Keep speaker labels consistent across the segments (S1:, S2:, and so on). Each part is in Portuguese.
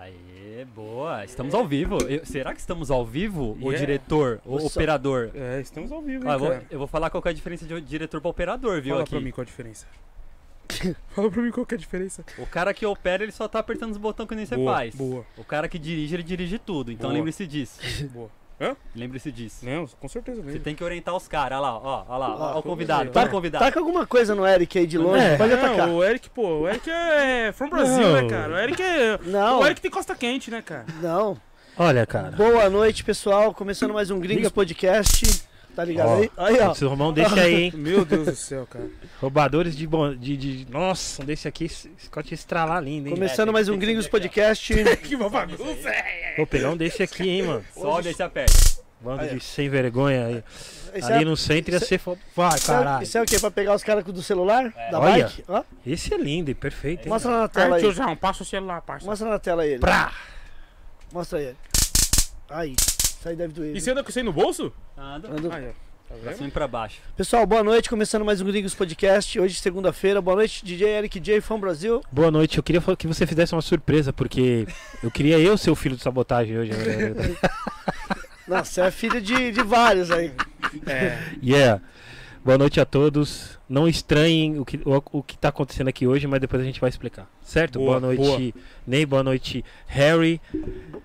S1: É boa, estamos ao vivo. Eu- será que estamos ao vivo? O
S2: Yeah.
S1: diretor, o
S2: Nossa.
S1: operador.
S2: É, estamos ao vivo, hein,
S1: Ó, eu, vou,
S2: cara.
S1: eu vou falar qual que é a diferença de diretor pra operador, viu?
S2: Fala
S1: aqui.
S2: pra mim qual a diferença. Fala pra mim qual que é a diferença.
S1: O cara que opera, ele só tá apertando os botões que nem você
S2: boa,
S1: faz.
S2: Boa,
S1: O cara que dirige, ele dirige tudo. Então
S2: Boa.
S1: lembre-se disso.
S2: boa.
S1: Lembre-se disso.
S2: Não, com certeza
S1: Você
S2: mesmo.
S1: tem que orientar os caras. Olha lá, ó, ó lá, ó,
S2: Ó,
S1: o convidado,
S2: tá-
S1: ó o convidado.
S3: Taca alguma coisa no Eric aí de longe,
S2: É,
S3: pode atacar.
S2: não, o Eric, pô, o Eric é from Brasil,
S4: Não.
S2: né, cara? O Eric é...
S3: Não,
S2: O Eric tem costa quente, né, cara?
S3: não.
S4: Olha, cara.
S3: Boa noite, pessoal. Começando mais um Gringas Podcast. Tá ligado
S4: Ó.
S3: aí? Aí, ó.
S4: Se arrumar um desse aí, hein?
S2: Meu Deus do céu, cara.
S4: Roubadores de, bon... de, de- Nossa, um desse aqui, esse- esse Scott ia estralar lindo, hein?
S2: é
S3: Começando mais um Gringos Podcast.
S2: que uma bagunça.
S4: Vou pegar um desse aqui, hein, mano.
S1: Sobe e se aperta.
S4: Bando
S3: Aí, ó.
S4: de sem vergonha aí.
S3: Esse
S4: Ali
S3: é,
S4: no centro ia
S3: isso-
S4: ser. fo- Vai,
S3: isso é-
S4: caralho.
S3: isso é o quê? Pra pegar os caras do celular?
S2: É.
S3: Da
S4: Olha.
S3: bike? Ó,
S4: Esse é lindo e perfeito, hein?
S3: mostra na
S2: Ai,
S3: tela aí.
S2: tiozão, um, passa o celular, parça.
S3: Mostra na tela aí ele.
S4: Pra!
S3: Mostra aí. ele. Aí. Isso aí deve doer.
S2: E
S3: né?
S2: você anda com isso aí no bolso?
S1: Anda,
S3: Ando-
S2: Aí, ó. Tá
S1: pra
S2: vendo?
S1: cima e pra baixo.
S3: Pessoal, boa noite. Começando mais um Gringos Podcast. Hoje, segunda-feira. Boa noite, DJ Eric J, Fã Brasil.
S4: Boa noite, eu queria fa- que você fizesse uma surpresa, porque eu queria eu ser o filho de sabotagem hoje. na verdade.
S3: Nossa, você é filho de, de vários aí.
S2: É.
S4: yeah. Boa noite a todos. Não estranhem o que, o, o que tá acontecendo aqui hoje, mas depois a gente vai explicar. Certo?
S2: Boa,
S4: Boa, noite, Ney. Boa noite, Harry.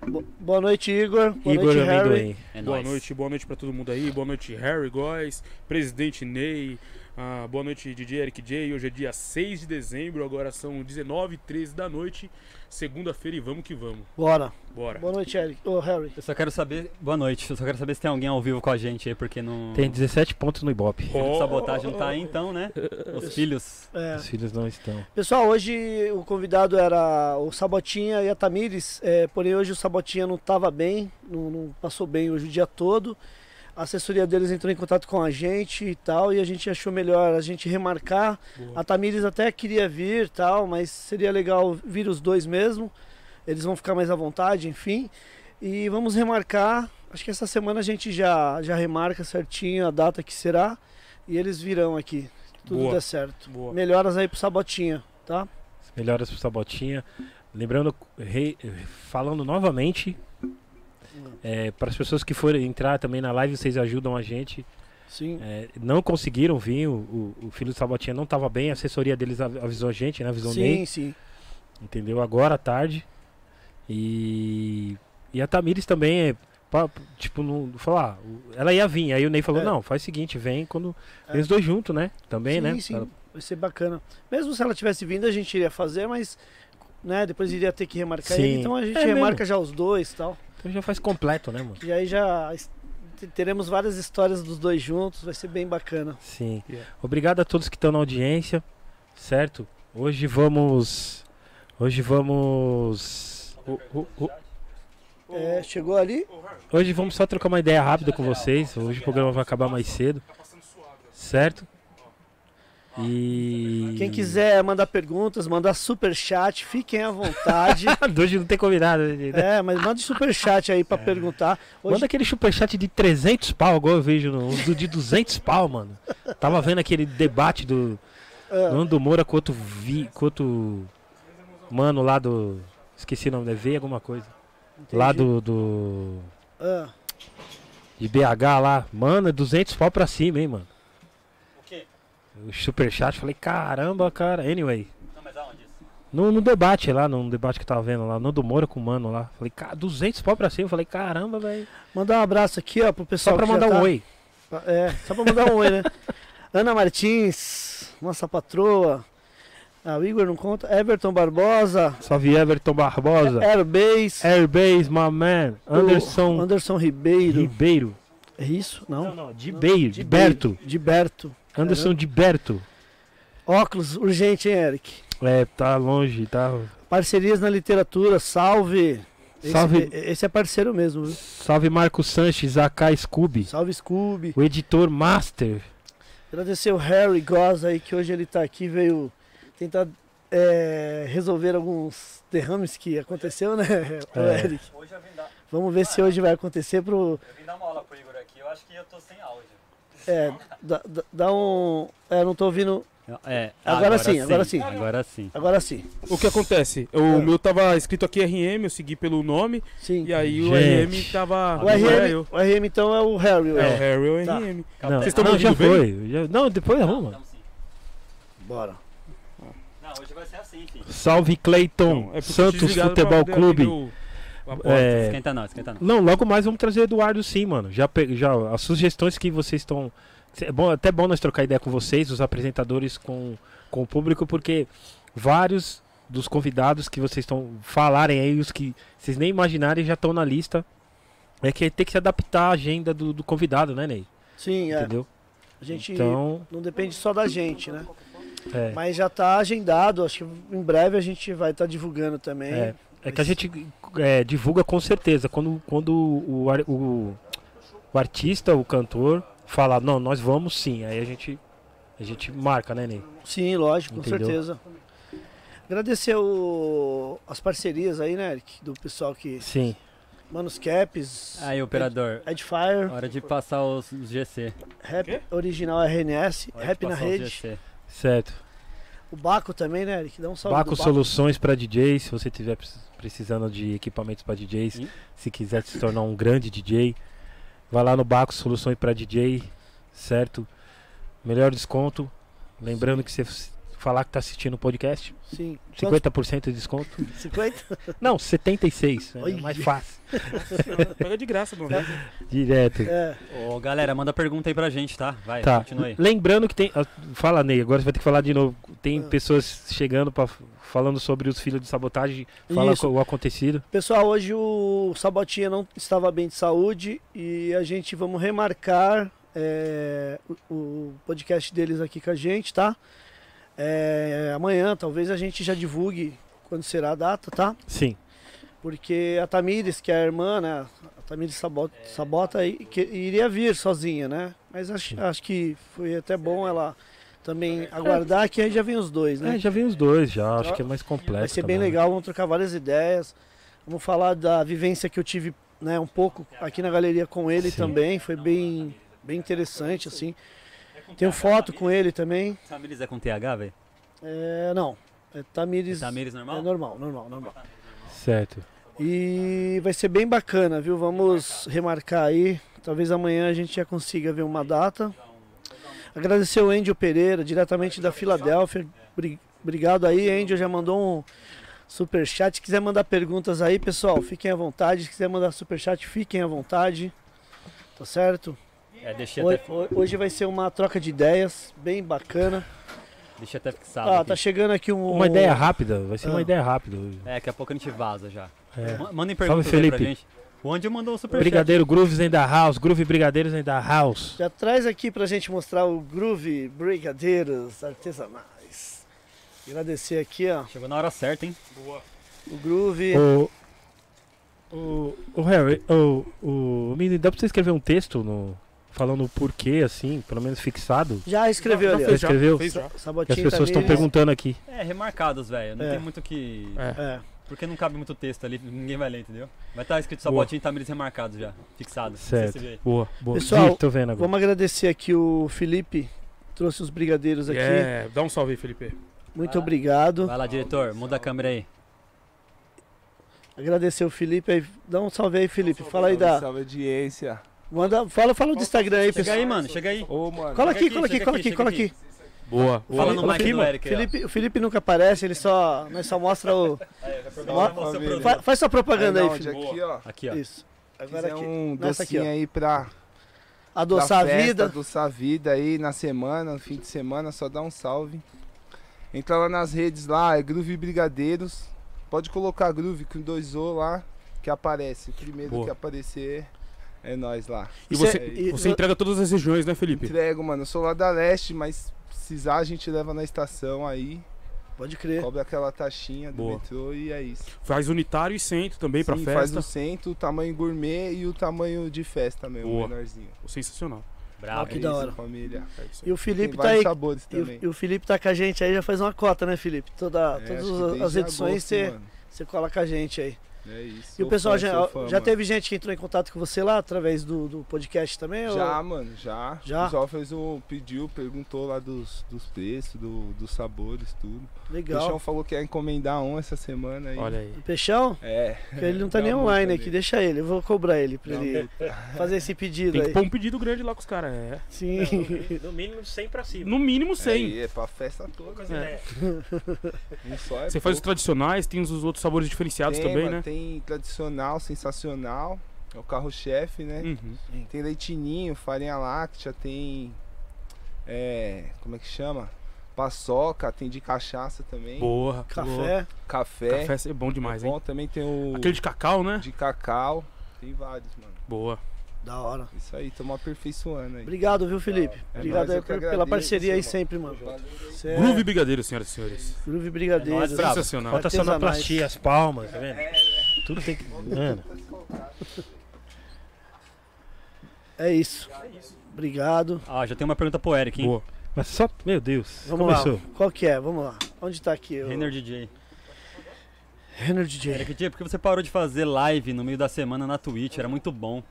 S3: Bo- boa noite, Igor. Boa
S4: Igor
S3: noite, Harry.
S4: Amendoim.
S1: É
S2: Boa
S1: nóis.
S2: noite, boa noite pra todo mundo aí. Boa noite, Harry Góes, presidente Ney. Ah, boa noite, DJ Eric J. Hoje é dia 6 de dezembro, agora são 19h13 da noite. Segunda-feira e vamos que vamos.
S3: Bora.
S2: Bora.
S3: Boa noite, Eric. Ô, Harry.
S1: Eu só quero saber. Boa noite. Eu só quero saber se tem alguém ao vivo com a gente aí, porque não.
S4: Tem 17 pontos no Ibope.
S1: O
S2: Oh,
S1: sabotagem não tá aí, então, né? Os filhos.
S3: É.
S4: Os filhos não estão.
S3: Pessoal, hoje o convidado era o Sabotinha e a Tamires, é, porém hoje o Sabotinha não estava bem, não, não passou bem hoje o dia todo. A assessoria deles entrou em contato com a gente e tal, e a gente achou melhor a gente remarcar.
S2: Boa.
S3: A Tamires até queria vir e tal, mas seria legal vir os dois mesmo. Eles vão ficar mais à vontade, enfim. E vamos remarcar. Acho que essa semana a gente já, já remarca certinho a data que será. E eles virão aqui. Tudo
S2: Boa.
S3: der certo.
S2: Boa.
S3: Melhoras aí pro Sabotinha, tá?
S4: Melhoras pro Sabotinha. Lembrando, re- falando novamente, para as pessoas que forem entrar também na live, vocês ajudam a gente.
S3: Sim.
S4: É, não conseguiram vir, o, o- o filho do Sabotinha não estava bem, a assessoria deles av- avisou a gente, né? Avisou o
S3: Sim,
S4: Ney,
S3: sim.
S4: entendeu? Agora à tarde. E, e a Tamires também, é, pa- tipo, não falar, o- ela ia vir, aí o Ney falou:
S3: É.
S4: não, faz o seguinte, vem quando.
S3: É.
S4: Vem os dois juntos, né? Também,
S3: sim,
S4: né?
S3: sim.
S4: Ela-
S3: Vai ser bacana. Mesmo se ela tivesse vindo, a gente iria fazer, mas né, depois iria ter que remarcar
S4: Sim.
S3: ele. Então a gente
S4: É
S3: remarca já os dois e tal.
S4: Então já faz completo, né, mano?
S3: E aí já es- te- teremos várias histórias dos dois juntos, vai ser bem bacana.
S4: Sim.
S2: Yeah.
S4: Obrigado a todos que estão na audiência, certo? Hoje vamos. Hoje vamos. o- o- o-
S3: É, chegou ali?
S4: Hoje vamos só trocar uma ideia rápida com vocês. Hoje o programa vai acabar mais cedo, certo? E.
S3: Quem quiser mandar perguntas, mandar super chat, fiquem à vontade.
S4: Hoje não tem convidado. né?
S3: é, mas manda super chat aí pra perguntar. Hoje
S4: Manda aquele superchat de 300 pau, igual eu vejo no, do de 200 pau, mano. Tava vendo aquele debate do
S3: Ah.
S4: Nando Moura com outro, vi, com outro mano lá do. Esqueci o nome, né? Veio alguma coisa. Lá do, do.
S3: Ah,
S4: De BH lá. Mano, é 200 pau pra cima, hein, mano.
S1: O quê?
S4: O superchat, falei, caramba, cara. Anyway.
S1: Não, mas aonde isso?
S4: No, no debate lá, no debate que eu tava vendo lá, Nando Moura com o mano lá. Falei, cara, 200 pau pra cima. Falei, caramba, velho.
S3: mandar um abraço aqui, ó, pro
S4: Só
S3: pessoal.
S4: pra
S3: que já
S4: mandar um
S3: tá-
S4: oi.
S3: É, só pra mandar um oi, né? Ana Martins, nossa patroa. Ah, o Igor não conta. Everton Barbosa.
S4: Salve Everton Barbosa.
S3: Airbase.
S4: Airbase, my man.
S3: o
S4: É, Anderson
S3: Anderson Ribeiro.
S4: Ribeiro.
S3: É isso? Não.
S4: Não, não, Dibeiro. Diberto.
S3: Diberto.
S4: Anderson Diberto.
S3: É, né? Óculos, urgente, hein, Eric?
S4: É, tá longe, tá.
S3: Parcerias na literatura, salve. Esse, e-
S4: Salve.
S3: Esse é parceiro mesmo, viu?
S4: Salve Marcos Sanches, AK Scooby.
S3: Salve, Scooby.
S4: O editor master.
S3: Agradecer o Harry Goss aí, que hoje ele tá aqui, veio tentar é, resolver alguns derrames que aconteceu, né, o
S4: É.
S3: Eric?
S1: Hoje eu vim, dar,
S3: Vamos ver se hoje vai acontecer pro.
S1: eu vim dar uma aula pro Igor aqui. Eu acho que eu tô sem áudio.
S3: É, dá, dá- dá um. É, não tô ouvindo.
S1: É,
S3: Agora sim, agora sim.
S1: Agora sim.
S3: Agora sim.
S2: O que acontece? O
S3: É.
S2: meu tava escrito aqui RM, eu segui pelo nome,
S3: Sim.
S2: e aí o
S4: Gente.
S2: RM tava.
S3: O
S2: não era
S3: RM,
S2: eu.
S3: o RM então é o Harry.
S2: É, o
S3: É.
S2: Harry ou
S3: Tá.
S2: RM.
S4: Não,
S2: Vocês estão me
S4: não, já
S2: ouvindo bem? é
S4: foi. já- não, depois arruma.
S3: Bora.
S1: Então, Não, hoje vai ser assim, filho.
S4: Salve Cleiton,
S2: Então, é porque eu tinha
S4: Santos
S2: desligado
S4: Futebol
S2: pra-
S4: Clube.
S2: deu- a porta.
S4: É,
S1: Esquenta não, esquenta não.
S4: Não, logo mais vamos trazer Eduardo sim, mano. Já, pe- já as sugestões que vocês estão. É bom, até bom nós trocar ideia com vocês, os apresentadores com, com o público, porque vários dos convidados que vocês estão falarem aí, os que vocês nem imaginarem já estão na lista. É que tem que se adaptar à agenda do, do convidado, né, Ney?
S3: Sim, é.
S4: Entendeu?
S3: A gente
S4: Então,
S3: não depende só da gente, né?
S4: é.
S3: Mas já tá agendado, acho que em breve a gente vai estar divulgando também.
S4: É, é que a gente é, divulga com certeza. Quando, quando o, ar- o, o artista, o cantor, fala, não, nós vamos sim. Aí a gente, a gente marca, né, Ney?
S3: Sim, lógico, com
S4: Entendeu?
S3: certeza. Agradecer o- as parcerias aí, né, Eric? Do pessoal que.
S4: Sim.
S3: Manos Caps,
S1: Aí, operador,
S3: Edfire,
S1: hora de passar os os GC.
S3: Rap
S2: Quê?
S3: Original RNS,
S1: Hora de
S3: Rap na
S1: passar os
S3: Rede.
S1: GC.
S4: Certo.
S3: O Baco também, né, Eric? Dá um salve.
S4: Baco
S3: do
S4: Soluções para DJs. Se você estiver precisando de equipamentos para DJs,
S1: Ih.
S4: se quiser se tornar um grande DJ, vai lá no Baco Soluções para DJ, certo? Melhor desconto. Lembrando que você f- falar que tá assistindo o podcast,
S3: Sim. Quantos-
S4: 50% de desconto.
S3: 50?
S4: Não, 76. É
S3: Olha.
S4: mais fácil.
S2: Pega de graça, mano.
S4: Direto.
S3: É.
S1: Ô, galera, manda pergunta aí pra gente, tá? Vai,
S4: Tá.
S1: continua aí.
S4: Lembrando que tem. ah, Fala, Ney, agora você vai ter que falar de novo. Tem
S3: Ah.
S4: pessoas chegando pra, falando sobre os filhos de sabotagem, fala
S3: Isso.
S4: co- o acontecido.
S3: Pessoal, hoje o Sabotinha não estava bem de saúde e a gente vamos remarcar é, o, o podcast deles aqui com a gente, tá? É, amanhã talvez a gente já divulgue quando será a data, tá?
S4: Sim.
S3: Porque a Tamires, que é a irmã, né? A Tamires Sabota, Sabota aí, que iria vir sozinha, né? Mas acho, acho que foi até bom ela também aguardar, que aí já vem os dois, né?
S4: É, já vem os dois, já. Acho
S3: Ó,
S4: que é mais completo.
S3: Vai ser bem
S4: também, né?
S3: legal, vamos trocar várias ideias. Vamos falar da vivência que eu tive, né, um pouco aqui na galeria com ele
S4: Sim.
S3: também, foi bem bem interessante assim. Tenho foto com ele também.
S1: Tamires é com TH, velho?
S3: É, não, é Tamires.
S1: Tamires
S3: É
S1: normal?
S3: normal, normal, normal.
S4: Certo.
S3: E vai ser bem bacana, viu? Vamos remarcar aí. Talvez amanhã a gente já consiga ver uma data. Agradecer o Angel Pereira, diretamente da Filadélfia. Bri- Obrigado aí, Angel. Já mandou um superchat. Se quiser mandar perguntas aí, pessoal, fiquem à vontade. Se quiser mandar superchat, fiquem à vontade. Tá certo?
S1: É, deixei
S3: Ho-
S1: até,
S3: ho- Hoje vai ser uma troca de ideias bem bacana.
S1: deixei até fixado.
S3: Ah,
S1: aqui.
S3: tá chegando aqui um.
S4: Uma ideia rápida, vai ser uma
S3: Ah.
S4: ideia rápida.
S1: É, daqui a pouco a gente vaza já.
S4: É.
S1: Ma- Mandem perguntas
S4: Salve,
S1: aí pra
S4: Felipe.
S1: gente. O Andy mandou um super
S4: Brigadeiro Grooves ainda House, Groove Brigadeiros ainda House.
S3: Já traz aqui pra gente mostrar o Groove Brigadeiros Artesanais. Agradecer aqui, ó,
S1: Chegou na hora certa, hein?
S3: o Groove.
S4: O, o, o Harry, o, o, menino, dá pra você escrever um texto no, falando o porquê, assim, pelo menos fixado?
S3: Já escreveu
S2: Já
S3: ali, ó.
S2: fez, já,
S4: escreveu?
S2: fez já.
S4: né? Que
S3: Sabotinho tá
S4: as pessoas estão
S3: Tamires.
S4: perguntando aqui.
S1: É, remarcados, velho. Não
S3: É.
S1: tem muito que.
S2: É.
S3: É,
S1: Porque não cabe muito texto ali, ninguém vai ler, entendeu? Vai estar escrito Sabotinho e Tamires remarcados já, fixado. Não sei se
S4: Certo.
S1: você vê aí.
S4: Boa, boa.
S3: Pessoal,
S4: Ih, tô vendo agora.
S3: vamos agradecer aqui o Felipe, trouxe os brigadeiros aqui.
S2: É, dá um salve aí, Felipe.
S3: Muito
S1: Vai lá.
S3: obrigado.
S1: Vai lá, diretor, muda a câmera aí.
S3: Agradecer o Felipe aí. Dá um salve aí, Felipe. Fala aí
S5: Salve,
S3: da.
S5: Salve audiência.
S3: Manda, fala, fala do Instagram aí,
S1: Chega
S3: pessoal.
S1: aí, mano, chega aí.
S5: Ô, mano.
S3: Cola aqui,
S1: Chega
S3: cola aqui,
S1: aqui,
S3: cola
S1: chega
S3: aqui, cola
S1: aqui,
S3: aqui.
S2: Boa.
S1: Fala no
S3: Fala
S1: mic
S3: aqui,
S1: do
S3: mano.
S1: Eric aí. ó.
S3: Felipe, o Felipe nunca aparece, ele só. Nós só mostra o.
S1: Agora mostra o
S5: família.
S1: produto.
S3: Fa- Faz sua propaganda aí,
S5: Arnaldi,
S3: Felipe.
S5: aqui, ó.
S1: Aqui, ó.
S3: Isso. Agora
S5: Fizer
S3: aqui.
S5: um
S3: Nessa aqui,
S5: docinho aí pra, pra
S3: Adoçar a
S5: festa,
S3: vida.
S5: Adoçar a vida aí na semana, no fim de semana, só dá um salve. Entra lá nas redes lá, é Groove Brigadeiros. Pode colocar Groove com dois O lá, que aparece. O Primeiro
S2: Boa.
S5: que aparecer é nós lá.
S2: E
S3: Isso é-
S2: você,
S3: e-
S2: você entrega todas as regiões, né, Felipe?
S5: Entrego, mano. Eu sou lá da Leste, mas precisar a gente leva na estação aí.
S3: Pode crer.
S5: Cobra aquela taxinha do
S2: Boa.
S5: metrô e é isso.
S2: Faz unitário e centro também pra
S5: Sim, faz
S2: festa.
S5: o centro, o tamanho gourmet e o tamanho de festa mesmo,
S2: Boa.
S5: menorzinho.
S2: Sensacional.
S1: Bravo.
S3: Que da
S5: isso,
S3: hora.
S5: família.
S2: É isso aí.
S3: E o
S5: Tem
S3: Felipe tá
S5: vários
S3: aí.
S5: sabores
S3: E,
S5: também.
S3: o- e o Felipe tá com a gente aí, já faz uma cota, né, Felipe? Toda, todas
S5: É, acho que
S3: as,
S5: desde
S3: as edições
S5: agosto,
S3: você
S5: mano.
S3: você cola com a gente aí.
S5: É
S3: E
S5: isso.
S3: o
S5: Sou
S3: pessoal
S5: fã,
S3: já,
S5: sou fã,
S3: já
S5: mano.
S3: teve gente que entrou em contato com você lá através do, do podcast também? ou-
S5: Já, mano, já.
S3: Já?
S5: O pessoal fez um. pediu, perguntou lá dos, dos preços, do- dos sabores, tudo. O
S3: Legal.
S5: Peixão falou que ia encomendar um essa semana aí.
S4: Olha aí.
S3: O Peixão?
S5: É.
S3: Que ele não tá
S5: Dá
S3: nem
S5: uma
S3: online
S5: multa
S3: aqui,
S5: nele.
S3: deixa ele, eu vou cobrar ele pra
S5: Dá
S3: ele fazer esse pedido
S2: Tem
S3: aí.
S2: que pôr um pedido grande lá com os caras. É.
S3: Sim.
S4: no mínimo 100 pra cima.
S2: No mínimo 100.
S5: Aí, é pra festa toda. né?
S2: É.
S5: Um só é
S2: Você faz os
S5: pouco.
S2: tradicionais, tem os outros sabores diferenciados
S5: tem,
S2: também,
S5: mano,
S2: né?
S5: Tem tradicional, sensacional. É o carro-chefe, né?
S2: Uhum.
S3: Hum.
S5: Tem leitinho, farinha láctea, tem. É, como é que chama? Paçoca, tem de cachaça também.
S2: Boa. boa.
S3: Café.
S5: Café.
S2: Café é bom demais, hein?
S5: bom, também tem o
S2: Aquele de cacau, né?
S5: de cacau. Tem vários, mano.
S2: Boa.
S3: Da hora.
S5: Isso aí, estamos aperfeiçoando aí.
S3: Obrigado, viu, Felipe?
S5: É
S3: Obrigado
S5: nóis,
S3: aí
S5: eu que
S3: por- pela
S5: agradeço,
S3: parceria aí
S5: irmão.
S3: sempre, mano. Cê é-
S2: Groove Brigadeiro, senhoras e senhores.
S3: Groove Brigadeiro.
S1: É nóis, brabo.
S2: Sensacional.
S4: Falta
S3: Artesanais.
S4: sonoplastia, as palmas, tá vendo? Tudo tem que. Mano,
S3: É isso. Obrigado.
S1: Ah, já tem uma pergunta pro Eric, hein?
S2: Boa.
S4: mas só. Meu Deus.
S3: Vamos
S4: começou.
S3: lá. Qual que é? Vamos lá. Onde tá aqui? o-
S1: Renner DJ.
S3: Renner DJ.
S1: Eric DJ, por que você parou de fazer live no meio da semana na Twitch? Era muito bom.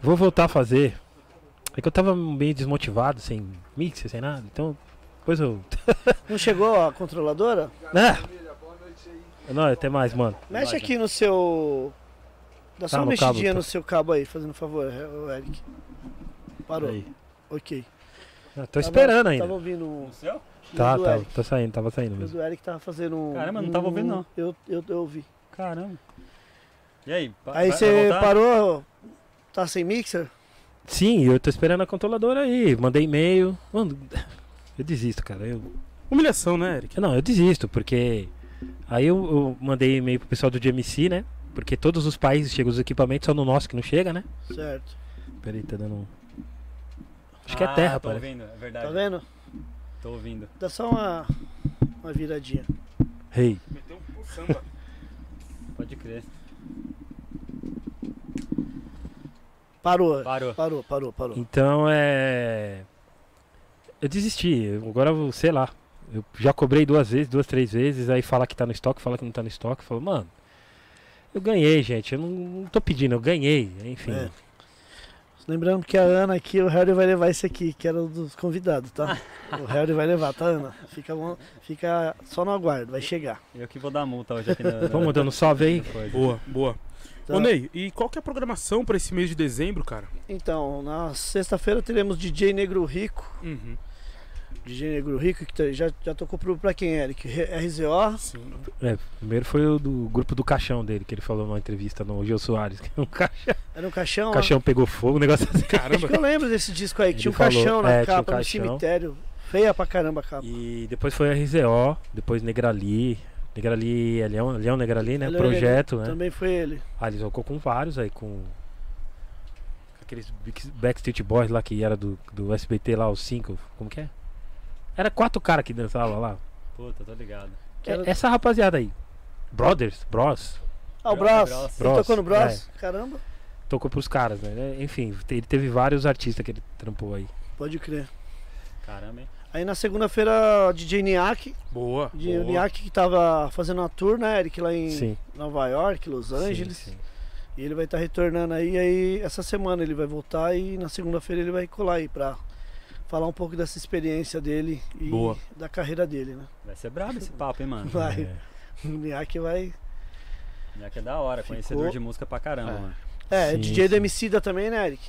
S4: Vou voltar a fazer. É que eu tava meio desmotivado, sem mixer, sem nada. Então, depois eu.
S3: Não chegou a controladora?
S4: Ah! Não, até mais, mano.
S3: Mexe
S1: Imagem.
S3: aqui no seu. Dá só
S4: Tá
S3: uma
S4: no cabo,
S3: mexidinha
S4: tá.
S3: no seu cabo aí, fazendo um favor, o Eric. Parou.
S4: Aí.
S3: Ok.
S4: Não, Ah,
S3: Tá
S4: tô esperando
S3: Tava
S4: ainda.
S3: ouvindo um.
S1: céu?
S4: Tá,
S3: do
S4: tá,
S3: Eric.
S4: tá saindo, tava saindo
S3: O
S4: mesmo.
S3: do Eric tava fazendo um.
S1: Caramba, não tava ouvindo, não.
S3: Eu, eu, eu ouvi.
S1: Caramba. E aí? pa-
S3: Aí
S1: vai-
S3: você
S1: vai voltar?
S3: parou. Tá sem mixer?
S4: Sim, eu tô esperando a controladora aí. Mandei e-mail. Mano, eu desisto, cara. Eu,
S2: Humilhação, né, Eric?
S4: Não, eu desisto, porque. Aí eu, eu mandei e-mail pro pessoal do GMC, né? Porque todos os países chegam os equipamentos, só no nosso que não chega, né?
S3: Certo.
S4: Peraí, tá dando. um- Acho que é
S1: Ah,
S4: terra,
S1: tô
S4: parece.
S1: ouvindo, é
S3: Tá
S1: verdade.
S3: vendo?
S1: Tô ouvindo.
S3: Dá só uma, uma viradinha.
S4: Rei.
S2: Meteu um samba.
S1: Pode crer.
S3: Parou.
S1: Parou.
S3: Parou, parou, parou.
S4: Então é. Eu desisti. eu- Agora eu sei lá. Eu já cobrei duas vezes, duas, três vezes. Aí fala que tá no estoque, fala que não tá no estoque. Fala, mano, eu ganhei, gente. Eu não, não tô pedindo, eu ganhei. Enfim.
S3: É. Lembrando que a Ana aqui, o Harry vai levar esse aqui, que era o dos convidados, tá? O Harry vai levar, tá, Ana? Fica, bom- fica só no aguardo, vai chegar.
S1: Eu que vou dar multa hoje aqui na.
S4: Vamos dando um salve aí.
S2: Boa, boa.
S3: Então-
S5: Tá.
S2: Ô, Ney, e qual que é a programação pra esse mês de dezembro, cara?
S3: Então, na sexta-feira teremos DJ Negro Rico.
S2: Uhum.
S3: DJ Negro Rico, que tá- já, já tocou pro, pra quem, Eric? R- RZO.
S2: Sim.
S4: É, primeiro foi o do grupo do caixão dele, que ele falou numa entrevista no Gil Soares. Que é o ca-
S3: Era um caixão,
S4: o
S3: né?
S4: caixão pegou fogo, o negócio assim.
S3: Acho
S2: Caramba.
S3: que eu lembro desse disco aí, que
S4: Ele
S3: tinha um
S4: falou,
S3: caixão na
S4: é, tinha um
S3: capa, no
S4: caixão.
S3: cemitério. Feia pra caramba a capa.
S4: E depois foi RZO, depois Negrali. Negrali, é Leão, Leão Negrali, né?
S3: Leão
S4: Projeto, né?
S3: Também foi ele.
S4: Ah, eles tocou com vários aí, com. Aqueles Bix- Backstreet Boys lá que era do, do SBT lá, os cinco. Como que é? Era quatro caras que dançavam lá.
S1: Puta, tô ligado.
S3: Que era-
S4: É- Essa rapaziada aí. Brothers, Bros.
S3: Ah, o
S1: Bros,
S3: Bros.
S1: Bros.
S3: Ele tocou no
S4: Bros,
S3: Bros? Caramba.
S4: Tocou pros caras, né? Enfim, te- ele teve vários artistas que ele trampou aí.
S3: Pode crer.
S1: Caramba, hein?
S3: Aí na segunda-feira, DJ Niak,
S2: Boa.
S6: Tá
S3: de
S2: boa.
S3: Niak que tava fazendo uma tour, né, Eric, lá em
S4: Sim.
S3: Nova York, Los Angeles.
S4: Sim, sim.
S3: E ele vai estar retornando aí, aí essa semana ele vai voltar e na segunda-feira ele vai colar aí pra falar um pouco dessa experiência dele e
S2: Boa.
S3: da carreira dele, né?
S1: Vai ser brabo esse papo, hein, mano?
S3: Vai.
S4: É.
S3: O Niak vai.
S1: Já que é da hora, conhecedor
S3: Ficou.
S1: de música pra caramba,
S3: É.
S1: mano.
S3: É,
S4: Sim,
S3: DJ da
S4: sim.
S3: Emicida também, né, Eric?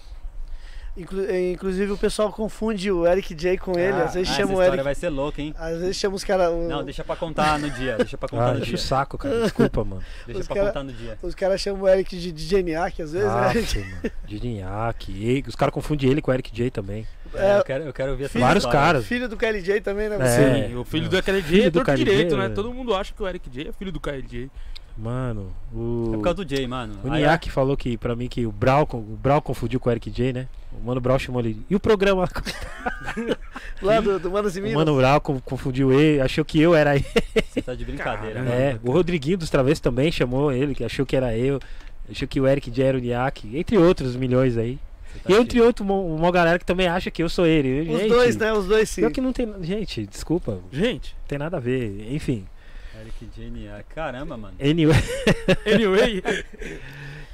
S3: Inclu- eh, inclusive o pessoal confunde o Eric J com ele,
S5: Ah,
S3: às vezes
S1: Ah,
S3: chama
S1: essa
S3: o
S1: história
S3: Eric.
S1: vai ser louca, hein?
S3: Às vezes chama os caras.
S1: Não, deixa pra contar no dia. Deixa pra contar
S4: Ah,
S1: no
S4: deixa
S1: dia.
S4: o saco, cara. Desculpa, mano.
S1: Deixa
S3: Os
S1: pra
S3: cara-
S1: contar no dia.
S3: Os caras chamam o Eric de DJ Niak, às vezes, né?
S4: Ah, mano. Didinhaque. e- Os caras confundem ele com o Eric J também.
S1: É,
S3: É,
S1: eu, quero, eu quero ouvir essa
S4: Vários
S1: história.
S4: caras.
S3: Filho do KLJ também, né?
S4: É.
S3: você?
S2: Sim, o filho do KLJ é
S4: Filho do
S2: torto
S4: KLJ,
S2: direito, né?
S4: é.
S2: Todo mundo acha que o Eric J é filho do KLJ.
S4: Mano, o.
S1: É por causa do Jay, mano.
S4: O
S1: Aí,
S4: Niak falou que pra mim que o Brau, con- o Brau confundiu com o Eric J, né? O Mano Brau chamou ele. E o programa?
S3: Lá do, do Manos e
S4: O
S3: Minas.
S4: Mano Brau con- confundiu ele, achou que eu era ele.
S1: Você tá de brincadeira,
S2: Caramba.
S1: né?
S4: É, o Rodriguinho dos Travessos também chamou ele, que achou que era eu. Achou que o Eric J era o Niak, entre outros milhões aí.
S1: Você tá
S4: E
S1: de-
S4: entre outro mo- uma galera que também acha que eu sou ele. Eu,
S3: Os
S4: gente,
S3: dois, né? Os dois sim.
S4: Pior que não tem. Gente, desculpa, não
S2: Gente, é
S4: tem nada a ver. Enfim.
S1: É Eric Jane. Caramba, mano.
S4: Anyway,
S2: Anyway,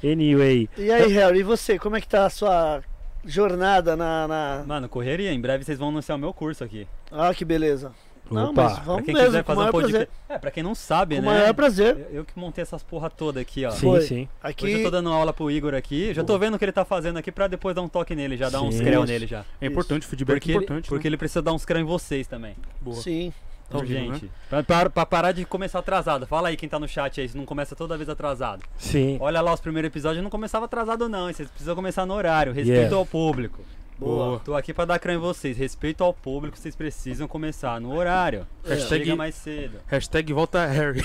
S4: anyway.
S3: E aí, Harry, e você? Como é que tá a sua jornada na. na-
S1: Mano, correria. Em breve vocês vão anunciar o meu curso aqui.
S3: Ah, que beleza. Não, mas
S4: Opa.
S1: Pra
S3: vamos
S1: quem
S3: mesmo,
S1: quiser
S3: com o
S1: fazer um
S3: maior
S1: podcast.
S3: prazer.
S1: É, pra quem não sabe,
S3: Com o
S1: né?
S3: maior prazer.
S1: Eu, eu que montei essas porra toda aqui, ó.
S4: Sim,
S3: Foi.
S4: sim.
S3: Aqui,
S1: Hoje eu tô dando aula pro Igor aqui. Já tô vendo o que ele tá fazendo aqui pra depois dar um toque nele, já dar uns
S4: Sim.
S1: creu nele já.
S2: é importante, feedback
S1: Porque,
S2: é
S1: ele,
S4: né?
S2: importante.
S1: porque ele precisa dar uns creu em vocês também.
S2: né? Boa.
S3: sim.
S4: Tá
S1: Então,
S2: Entendi,
S4: né?
S1: gente, pra, pra- pra parar de começar atrasado, fala aí quem tá no chat aí, se não começa toda vez atrasado.
S4: Sim.
S1: Olha lá os primeiros episódios, eu não começava atrasado não, hein? vocês precisam começar no horário, respeito
S4: Yeah.
S1: ao público.
S2: Boa.
S1: Tô aqui pra dar crã em vocês, respeito ao público, vocês precisam começar no horário.
S4: É.
S2: Hashtag-
S1: Chega mais cedo,
S2: Hashtag volta Harry.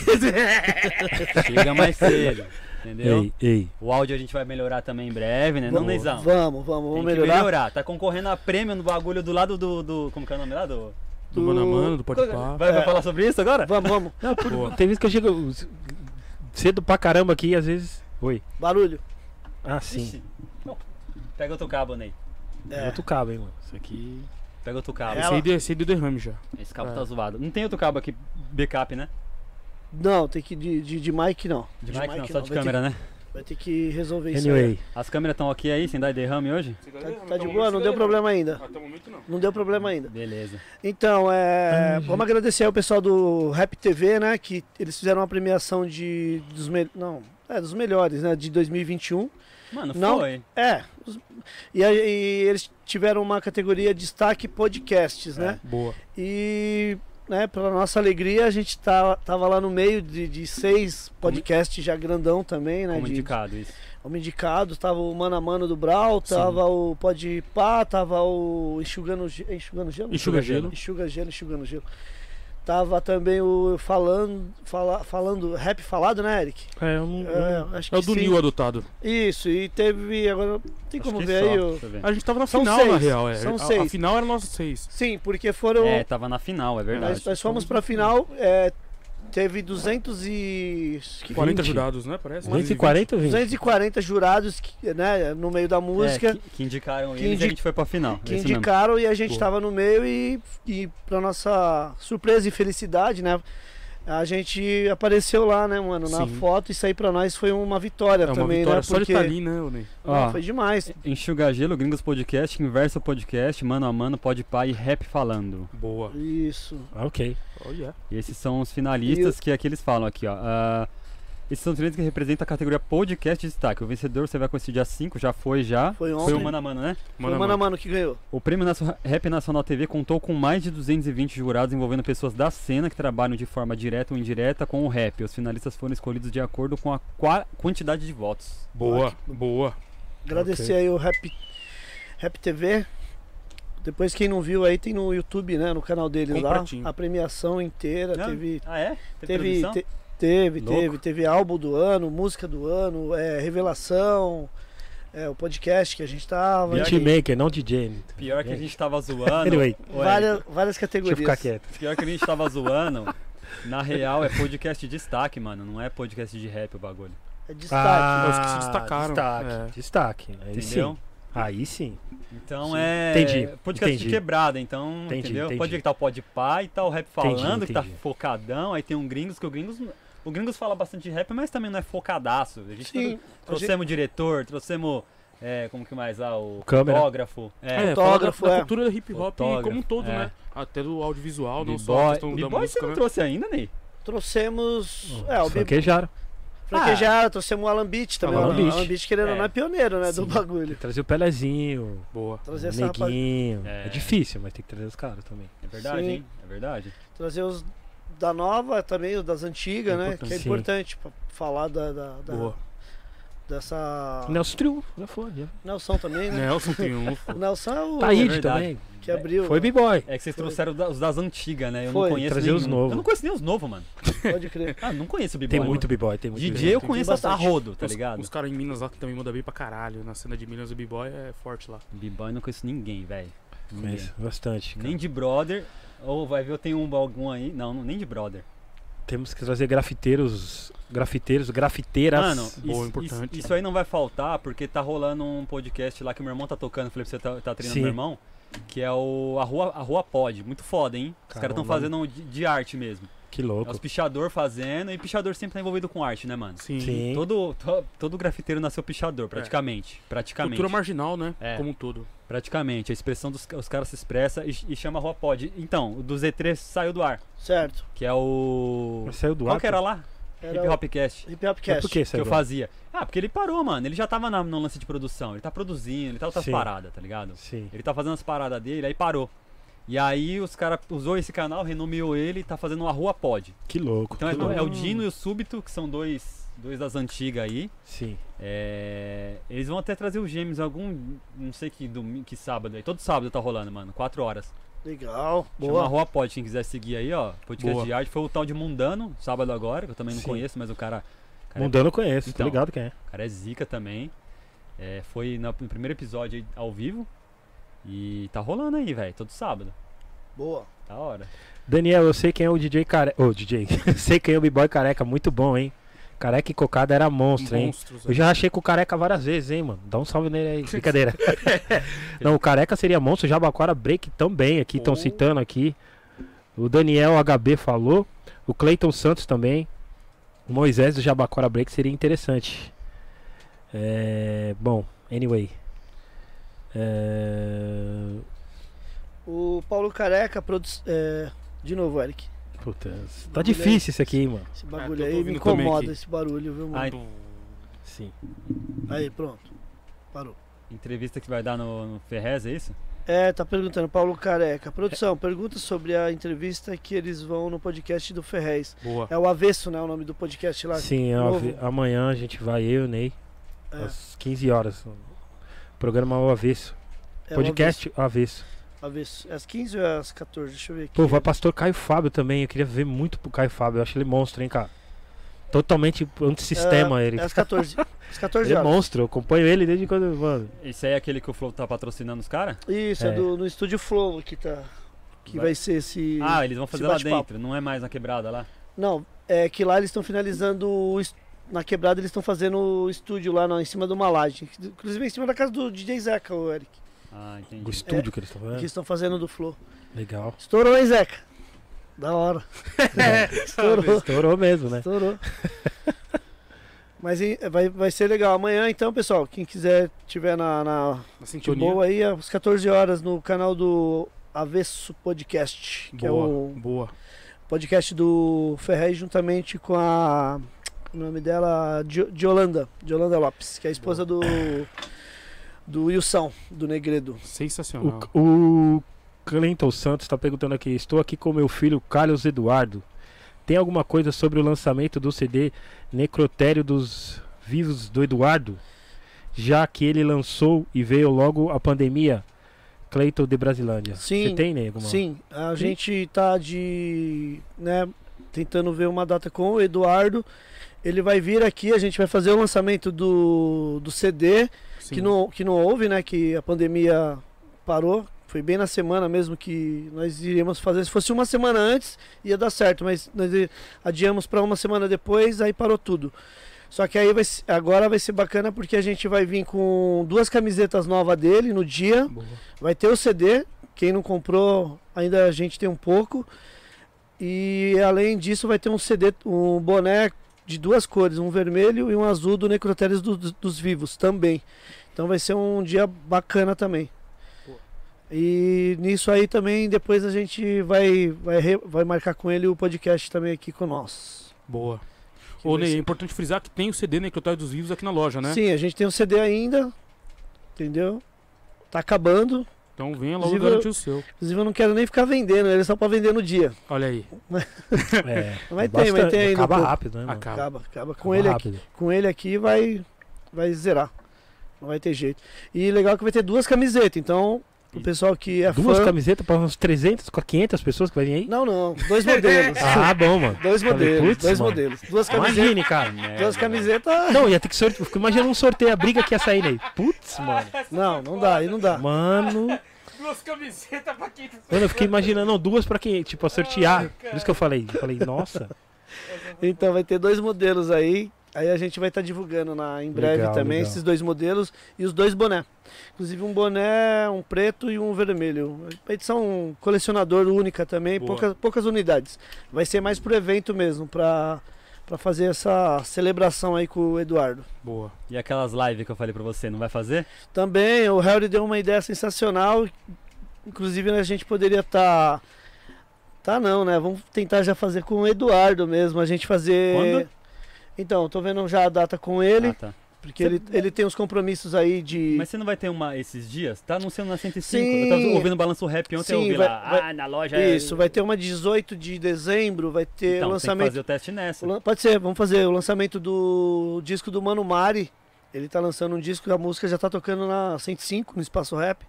S1: chega mais cedo, entendeu?
S4: Ei, ei.
S1: O áudio a gente vai melhorar também em breve, né? Não,
S3: Vamos,
S1: Neizão?
S3: vamos, vamos, vamos
S1: Tem
S3: melhorar.
S1: que melhorar, tá concorrendo a prêmio no bagulho do lado do... do como que é o nome lá? Do...
S2: Do Mano a Mano, do Pode Pá.
S1: Vai, vai
S3: É.
S1: falar sobre isso agora?
S3: Vamos, vamos.
S4: Não, por-
S2: Boa.
S4: tem vezes que eu chego cedo pra caramba aqui, às vezes. Oi.
S3: Barulho.
S4: Ah, sim.
S1: Ixi. Pega outro cabo, Ney.
S4: É.
S3: É.
S4: Outro cabo, hein, mano.
S2: Isso aqui.
S1: Pega outro cabo.
S2: Esse aí, deu- esse aí deu derrame já.
S1: Esse cabo
S2: É.
S3: Ah.
S1: tá zoado. Não tem outro cabo aqui, backup, né?
S3: Não, tem que de, de, de mic não.
S1: De, mic não, só de
S3: vai ter-
S1: câmera, né?
S3: Vai ter que resolver isso aí.
S4: Anyway.
S1: As câmeras estão ok aí, sem dar derrame hoje?
S3: Tá, tá de boa? Não deu problema ainda.
S2: Até o momento não.
S3: Não deu problema ainda.
S1: Beleza.
S3: Então, é, vamos agradecer ao pessoal do Rap TV, né? Que eles fizeram uma premiação de dos, me- não, é, dos melhores, né? De 2021.
S1: Mano,
S3: Não.
S1: foi.
S3: É. os- e, aí- e eles tiveram uma categoria destaque podcasts, né?
S6: É.
S2: Boa.
S3: E, né, pela nossa alegria, a gente tá, tava lá no meio de, de seis podcasts já grandão também, né?
S1: Como é
S3: de-
S1: indicado isso.
S3: Como indicado, tava o Mano a Mano do Brau, tava o Pode Pá, tava o Enxugando, Ge- é Enxugando Gelo?
S2: Enxuga Gelo.
S3: Enxuga Gelo, Enxugando Gelo. Tava também o Falando, fala, falando Rap Falado, né, Eric?
S4: É, eu não-
S3: É, acho
S2: É o do
S3: sim.
S2: Nil adotado.
S3: Isso, e teve, agora, tem como
S1: Acho que
S3: ver
S1: só,
S3: aí o...
S1: deixa eu ver.
S2: A gente tava na
S3: São
S2: final, na
S3: seis.
S2: real. É.
S3: São
S2: a, a
S3: seis.
S2: final era nossa seis.
S3: Sim, porque foram...
S1: É, tava na final, é verdade.
S3: nós, nós fomos pra final, é, teve 200 e...
S4: 20.
S2: 40 ajudados, né?
S6: é
S2: Parece.
S4: 240 ou 20?
S3: 240 jurados, que- né, no meio da música.
S1: É, que, que indicaram
S3: que
S1: eles e
S3: indi-
S1: a gente foi pra final.
S3: que
S1: Esse mesmo.
S3: indicaram e a gente
S2: Boa.
S3: estava no meio e, e para nossa surpresa e felicidade, né? A gente apareceu lá, né, mano, na
S2: Sim.
S3: foto. Isso aí pra nós foi uma vitória
S2: É uma
S3: também,
S2: vitória
S3: né?
S2: só
S6: tá
S2: de
S3: Porque
S2: estar ali, né, Ney?
S3: Não,
S1: Ó.
S3: foi demais.
S1: Enxuga Gelo, Gringos Podcast, Inversa Podcast, Mano a Mano, Pode Pá e Rap Falando.
S2: Boa.
S3: Isso.
S4: Ah, ok.
S2: Oh, yeah.
S1: E esses são os finalistas que aqui eles falam aqui, ó. Ah, esses são os três que representam a categoria podcast de destaque. O vencedor você vai conhecer dia 5, já foi já.
S3: Foi ontem.
S1: Foi o Mano a Mano, né?
S3: Foi
S2: Mano,
S3: o
S2: mano,
S3: mano a mano que ganhou.
S1: O Prêmio Nacio- Rap Nacional TV contou com mais de 220 jurados envolvendo pessoas da cena que trabalham de forma direta ou indireta com o rap. Os finalistas foram escolhidos de acordo com a qua- quantidade de votos.
S2: Boa, boa.
S3: Agradecer aí o Rap, Rap TV. Depois quem não viu aí tem no YouTube, né, no canal deles lá,
S2: Completinho.
S3: a premiação inteira,
S1: Ah,
S3: teve
S1: Ah, é?
S3: teve
S1: transmissão?
S3: te- teve,
S1: Louco.
S3: teve, teve álbum do ano, música do ano, é, revelação, é, o podcast que a gente tava.
S1: Pior
S3: enfim,
S4: Beatmaker, é não DJ.
S1: Pior
S3: É.
S1: que a gente tava zoando.
S4: Anyway,
S1: Ô,
S3: várias, várias
S4: deixa eu
S3: categorias.
S4: ficar quieto.
S1: Eric, Pior que a gente tava zoando. Na real, é podcast de destaque, mano. Não é podcast de rap o bagulho.
S3: É destaque.
S4: Ah.
S2: os que se destacaram.
S4: Destaque,
S2: É.
S4: destaque. Aí
S1: Entendeu?
S4: sim. Aí sim.
S1: Então
S4: Sim.
S1: é.
S4: Entendi,
S1: Podcast de
S4: entendi.
S1: quebrada, então.
S4: Entendi,
S1: entendeu?
S4: entendi.
S1: Pode ver que tá o Pod Pai, tá o Rap
S4: Entendi,
S1: falando, que tá
S4: entendi.
S1: focadão. Aí tem um Gringos, que o Gringos. O Gringos fala bastante de rap, mas também não é focadaço. A gente
S3: Sim,
S1: trouxemos o diretor, trouxemos. é, como que mais? Ah, o
S4: Câmera. Ah,
S1: fotógrafo. É.
S2: É, fala da-
S3: Fotógrafo,
S2: da,
S3: é.
S2: cultura do hip hop
S1: Fotógrafo,
S2: como um todo,
S1: é.
S2: né? Até do audiovisual, não só a
S1: B-boy.
S2: questão da
S1: B-boy você
S2: música,
S1: não
S2: né?
S1: trouxe ainda, Ney?
S3: Trouxemos.
S4: Oh,
S3: É, o Bibo
S4: Franquejaram.
S3: Franquejara, trouxemos o Alan Beach também.
S4: Alan
S3: O Alan
S4: Beach.
S3: Alan Beach, querendo ou não,
S1: É.
S3: é pioneiro, né? Do
S4: Sim.
S3: bagulho.
S4: Trazer o Pelezinho,
S2: Boa.
S3: Trazer
S4: o
S3: essa rapaz...
S4: Neguinho.
S1: É.
S4: É. difícil, mas tem que trazer os caras também.
S1: É verdade,
S3: Sim.
S1: hein? É verdade.
S3: Trazer os da nova também, os das antigas,
S2: É
S3: né?
S2: importante.
S3: Que é
S4: Sim.
S3: importante pra falar da, da- da-
S2: Boa.
S3: dessa.
S4: Nelson Triunfo, já foi. Já.
S3: Nelson também, né?
S2: Nelson um- Triunfo.
S3: O Nelson é o
S4: Taíde
S1: verdade.
S4: também.
S3: que abriu.
S4: Tá
S3: né?
S4: Foi B-Boy.
S1: É que vocês trouxeram da- os das antigas, né? Eu
S3: Foi.
S1: não conheço
S4: Trazer os
S1: nenhum.
S4: novos.
S1: Eu não conheço nem os novos, mano.
S3: Pode crer.
S1: Ah, não conheço o b
S4: Tem muito B-Boy, tem muito
S1: DJ eu
S4: B-boy.
S1: conheço a
S3: bastante.
S1: rodo, tá
S2: Os-
S1: ligado?
S2: Os caras em Minas lá que também manda bem pra caralho. Na cena de Minas, o B-Boy é forte lá.
S1: B-Boy não conheço ninguém, velho.
S4: Mas Bastante. cara.
S1: Nem de brother. Ou vai ver, eu tenho um, algum aí. Não, não, nem de brother.
S4: Temos que trazer grafiteiros, grafiteiros, grafiteiras.
S1: Mano,
S2: boa,
S1: isso,
S2: importante.
S1: isso- isso aí não vai faltar, porque tá rolando um podcast lá que meu irmão tá tocando. Falei pra você, tá, tá treinando
S4: Sim.
S1: meu irmão. Que é o a Rua, a Rua Pod. Muito foda, hein? Os caras tão
S4: Caramba.
S1: fazendo um de, de arte mesmo.
S4: Que
S1: É os
S4: louco.
S1: pichador fazendo, e pichador sempre tá envolvido com arte, né, mano?
S2: Sim.
S4: Sim.
S1: Todo, to- todo grafiteiro nasceu pichador, praticamente. Praticamente.
S2: Cultura marginal, né?
S1: É.
S2: Como um todo.
S1: Praticamente. A expressão dos os caras se expressa e, e chama a rua pod. Então, o do Z3 saiu do ar,
S3: Certo.
S1: que é o.
S4: Mas saiu do
S1: Qual
S4: ar.
S1: que era lá?
S3: Era
S1: Hip
S3: o
S1: Hop Cast.
S3: Hip Hop
S4: Mas
S3: Cast.
S4: por que
S1: Que
S4: saiu
S1: eu
S4: do ar?
S1: fazia. Ah, porque ele parou, mano. Ele já tava na- no lance de produção. Ele tá produzindo, ele tá outras
S4: Sim.
S1: paradas, tá ligado?
S4: Sim.
S1: Ele tá fazendo as paradas dele, aí parou. E aí os caras usou esse canal, renomeou ele e tá fazendo uma rua pod.
S4: Que louco.
S1: Então é,
S4: que louco.
S1: é o Dino e o Súbito, que são dois, dois das antigas aí.
S4: Sim.
S1: É, eles vão até trazer os gêmeos algum. Não sei que, domingo, que sábado aí. Todo sábado tá rolando, mano. Quatro horas.
S3: Legal.
S1: Chama a
S3: Boa.
S1: Rua Pod, quem quiser seguir aí, ó. Podcast
S2: Boa.
S1: de arte. Foi o tal de Mundano, sábado agora, que eu também não
S4: Sim.
S1: conheço, mas o cara. Cara,
S4: Mundano eu conheço,
S1: Então.
S4: tá ligado quem é.
S1: O cara é zica também. É, foi na- no primeiro episódio aí, ao vivo. E tá rolando aí, velho. Todo sábado.
S3: Boa.
S1: Da hora.
S4: Daniel, eu sei quem é o DJ Careca. Ô, DJ. eu sei quem é o B-Boy Careca. Muito bom, hein? Careca e cocada era monstro, hein?
S2: Monstros.
S4: Eu
S2: né?
S4: já rachei com o Careca várias vezes, hein, mano? Dá um salve nele aí. Brincadeira. Não, o Careca seria monstro. o Jabaquara Break também aqui. Estão
S2: Oh.
S4: citando aqui. O Daniel HB falou. O Cleiton Santos também. O Moisés do Jabaquara Break seria interessante. É... Bom, anyway. É...
S3: O Paulo Careca produz. é, De novo, Eric.
S4: Puta, tá difícil isso aqui, hein, mano.
S3: Esse
S2: Ah, tô- tô
S3: bagulho aí me
S2: ouvindo também
S3: incomoda
S2: aqui.
S3: esse barulho, viu,
S4: Ah,
S2: é.
S3: mano?
S1: Ai.
S4: Sim. então.
S3: Aí, pronto. Parou.
S1: Entrevista que vai dar no, no Ferrez, é isso?
S3: É, tá perguntando, Paulo Careca.
S4: É.
S3: Produção, pergunta sobre a entrevista que eles vão no podcast do Ferrez.
S2: Boa.
S3: É o avesso, né? O nome do podcast lá.
S4: Sim,
S3: novo.
S4: ave- amanhã a gente vai, eu e o Ney,
S3: É,
S4: às 15 horas. Programa ao avesso.
S3: é o
S4: Podcast ao avesso.
S3: Avesso. avesso. É às 15 ou é às 14? Deixa eu ver aqui.
S4: Pô, vai pastor Caio Fábio também. Eu queria ver muito pro Caio Fábio. Eu acho ele monstro, hein, cara. Totalmente antissistema
S3: é,
S4: ele.
S3: É às 14. Às 14
S4: Ele é
S3: horas.
S4: monstro, eu acompanho ele desde quando. Mano.
S1: Esse aí é aquele que o Flow tá patrocinando os caras?
S3: Isso, é,
S4: É.
S3: do, no estúdio Flow que tá. Que vai,
S1: Vai-
S3: ser esse.
S1: Ah, eles vão fazer lá
S3: bate-papo.
S1: dentro, não é mais na quebrada lá.
S3: Não, é que lá eles estão finalizando. o est- Na quebrada eles estão fazendo o estúdio lá na- em cima de uma laje. Inclusive em cima da casa do DJ Zeca, o Eric.
S1: Ah,
S4: O
S1: entendi.
S4: estudo que eles estão
S3: É. Que
S4: fazendo.
S3: estão fazendo do Flow.
S4: Legal.
S3: Estourou, hein, Zeca? Da hora. Estourou.
S4: Estourou mesmo, né?
S3: Estourou. Mas hein, vai, vai ser legal. Amanhã, então, pessoal, quem quiser, tiver na, na
S2: Na
S3: de
S2: sintonia.
S3: boa aí, às 14 horas, no canal do Avesso Podcast, que
S2: boa.
S3: é o
S2: boa.
S3: podcast do Ferrez juntamente com a. é O nome dela? Di- Diolanda. Diolanda Lopes, que é a esposa do. Do Wilson, do Negredo.
S6: Ah.
S2: Sensacional.
S4: O, o Clinton Santos está perguntando aqui: Estou aqui com meu filho Carlos Eduardo. Tem alguma coisa sobre o lançamento do CD Necrotério dos Vivos do Eduardo? Já que ele lançou e veio logo a pandemia, Cleiton de Brasilândia.
S3: Sim,
S4: Você tem, né? Alguma...
S3: Sim, a gente tá de. né, tentando ver uma data com o Eduardo. Ele vai vir aqui, a gente vai fazer o lançamento do, do CD,
S2: Sim.
S3: que não, que não houve, né? Que a pandemia parou. Foi bem na semana mesmo que nós iríamos fazer. Se fosse uma semana antes, ia dar certo, mas nós i- adiamos para uma semana depois, aí parou tudo. Só que aí vai, se- agora vai ser bacana porque a gente vai vir com duas camisetas novas dele no dia.
S2: Boa.
S3: Vai ter o CD, quem não comprou, ainda a gente tem um pouco. E além disso, vai ter um CD, um boné de duas cores, um vermelho e um azul do Necrotérios do- do- dos Vivos também. Então vai ser um dia bacana também. E nisso aí também, depois a gente vai, vai, re- vai marcar com ele o podcast também aqui com nós.
S2: Boa.
S3: Que
S2: Ô,
S3: vai
S2: Ney, é
S3: ser-
S2: importante frisar que tem o CD Necrotário dos Vivos aqui na loja, né?
S3: Sim, a gente tem o CD ainda, entendeu? Tá acabando.
S2: Então venha logo
S3: Inclusive,
S2: garantir o seu.
S3: Inclusive eu não quero nem ficar vendendo, ele é só pra vender no dia.
S2: Olha aí.
S4: É,
S3: Mas tem, mas tem ainda. um
S4: Acaba
S3: pouco.
S4: rápido, né? Mano?
S2: Acaba.
S3: Acaba, acaba. Com, ele aqui,
S4: rápido.
S3: com ele aqui vai, vai zerar. Não vai ter jeito. E legal que vai ter duas camisetas, então o pessoal que é
S4: Duas
S3: fã...
S4: camisetas para uns 300, 500 pessoas que vai vir aí?
S3: Não, não. Dois modelos.
S4: Ah, bom, mano.
S3: dois
S4: Falei,
S3: modelos.
S4: putz,
S3: dois
S4: mano.
S3: modelos. Duas camisetas.
S4: Imagine, cara.
S3: Duas camisetas.
S4: Não, ia ter que sortear. Fico imaginando um sorteio, a briga que ia sair aí. Putz, mano.
S3: Não, não dá, aí não dá.
S4: Mano. Duas camisetas pra quem. Mano, eu fiquei imaginando, não, duas pra quem, tipo, a sortear. Por isso que eu falei. Eu falei, nossa.
S3: Então vai ter dois modelos aí. Aí a gente vai estar divulgando na, em breve
S4: Legal,
S3: também
S4: legal.
S3: esses dois modelos e os dois boné. Inclusive um boné, um preto e um vermelho. A edição um colecionador única também,
S2: Boa.
S3: poucas, poucas unidades. Vai ser mais pro evento mesmo, pra, pra fazer essa celebração aí com o Eduardo.
S2: Boa.
S1: E aquelas lives que eu falei pra você, não vai fazer?
S3: Também o Harry deu uma ideia sensacional. Inclusive né, a gente poderia estar. Tá... tá não, né? Vamos tentar já fazer com o Eduardo mesmo. A gente fazer.
S2: Quando?
S3: Então, tô vendo já a data com ele.
S1: Ah, tá.
S3: Porque ele, ele tem uns compromissos aí de.
S1: Mas você não vai ter uma esses dias? Tá anunciando na 105.
S3: Sim.
S1: Eu tava ouvindo o balanço rap ontem, eu
S3: Sim,
S1: ouvi
S3: vai-
S1: lá.
S3: vai-
S1: Ah, na loja. é-
S3: Isso, vai ter uma 18 de dezembro, vai
S1: Então,
S3: ter o
S1: tem que
S3: lançamento.
S1: fazer o teste nessa.
S3: o lan- Pode ser, vamos fazer o lançamento do disco do Mano Mari. Ele tá lançando um disco, a música já tá tocando na 105, no Espaço Rap.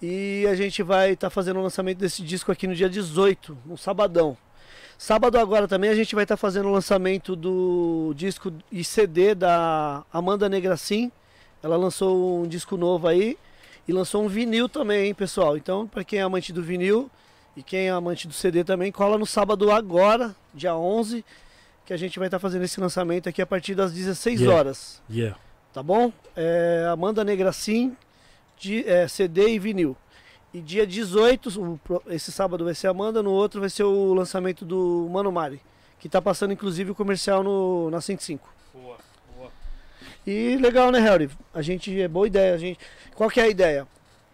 S3: E a gente vai estar fazendo o lançamento desse disco aqui no dia 18, no sabadão. Sábado agora também a gente vai estar fazendo o lançamento do disco e CD da Amanda Negracin. Ela lançou um disco novo aí e lançou um vinil também, hein, pessoal. Então, para quem é amante do vinil e quem é amante do CD também, cola no sábado agora, dia 11, que a gente vai estar fazendo esse lançamento aqui a partir das 16
S4: Yeah.
S3: horas,
S4: Yeah.
S3: tá bom? É, Amanda Negracin, de, é, CD e vinil. E dia 18, o pro- esse sábado vai ser a Amanda, no outro vai ser o lançamento do Mano Mari, que tá passando inclusive o comercial no, na 105.
S2: Boa, boa.
S3: E legal, né, Harry? A gente, é boa ideia. A gente, qual que é a ideia?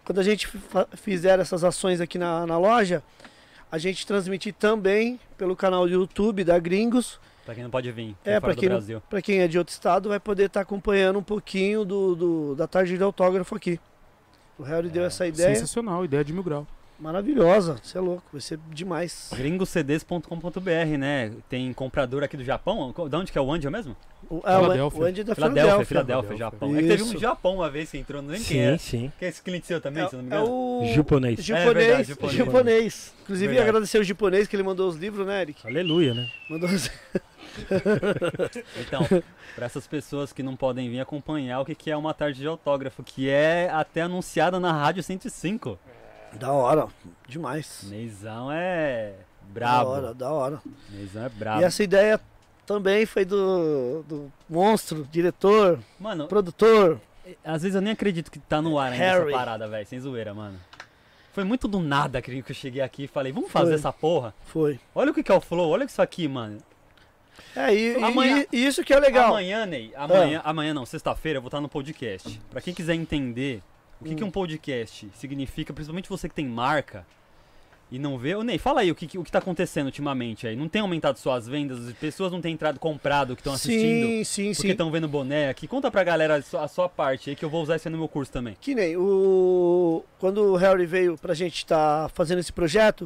S3: Quando a gente fa- fizer essas ações aqui na, na loja, a gente transmitir também pelo canal do YouTube da Gringos,
S1: Pra quem não pode vir.
S3: É,
S1: É, fora
S3: pra
S1: do
S3: quem não-
S1: Brasil.
S3: para quem é de outro estado, vai poder estar acompanhando um pouquinho do, do- da tarde de autógrafo aqui. O Harry deu essa ideia
S2: Sensacional, ideia de mil grau.
S3: maravilhosa. Você é louco, vai ser demais.
S1: gringocds.com.br, né? Tem comprador aqui do Japão. Da onde que é o Andy mesmo?
S3: O, ah, o,
S2: Filadélfia.
S3: o Andy é
S1: Filadélfia,
S3: da Filadélfia.
S1: Filadélfia,
S2: Filadélfia.
S1: Japão. É que teve um
S3: Isso.
S1: de Japão uma vez que entrou, não lembro quem
S4: Sim,
S1: era.
S4: sim.
S1: Que é esse cliente seu também, se não me
S3: É, é
S1: engano.
S3: o
S4: Japonês.
S3: japonês,
S1: É verdade, japonês.
S3: japonês. Inclusive,
S1: Verdade.
S3: agradecer o japonês que ele mandou os livros, né, Eric?
S4: Aleluia, né?
S3: Mandou os
S1: Então, pra essas pessoas que não podem vir acompanhar, o que, que é uma tarde de autógrafo? Que é até anunciada na Rádio 105.
S3: Da hora, demais.
S1: Neizão é
S3: Da hora,
S1: brabo.
S3: da hora.
S1: Neizão é brabo.
S3: E essa ideia também foi do, do monstro, diretor,
S1: Mano,
S3: produtor.
S1: às vezes eu nem acredito que tá no ar ainda
S3: Harry.
S1: essa parada, velho. Sem zoeira, mano. Foi muito do nada que que eu cheguei aqui e falei, vamos fazer
S3: Foi.
S1: essa porra.
S3: Foi.
S1: Olha o que, que é o flow, olha isso aqui, mano.
S3: É, e, e-
S1: Amanhã-
S3: e isso que é legal. Ah.
S1: Amanhã, Ney, amanhã, amanhã não, sexta-feira eu vou estar no podcast. Pra quem quiser entender o que, que
S3: Hum.
S1: um podcast significa, principalmente você que tem marca e não vê. Ô, Ney, fala aí o que, que- o que tá acontecendo ultimamente aí. Não tem aumentado suas vendas? As pessoas não têm entrado comprado que estão assistindo?
S3: sim, sim,
S1: Porque
S3: sim.
S1: estão vendo boné aqui. Conta pra galera a sua, a sua parte aí que eu vou usar isso aí no meu curso também.
S3: Que nem o. Quando o Harry veio pra gente estar fazendo esse projeto,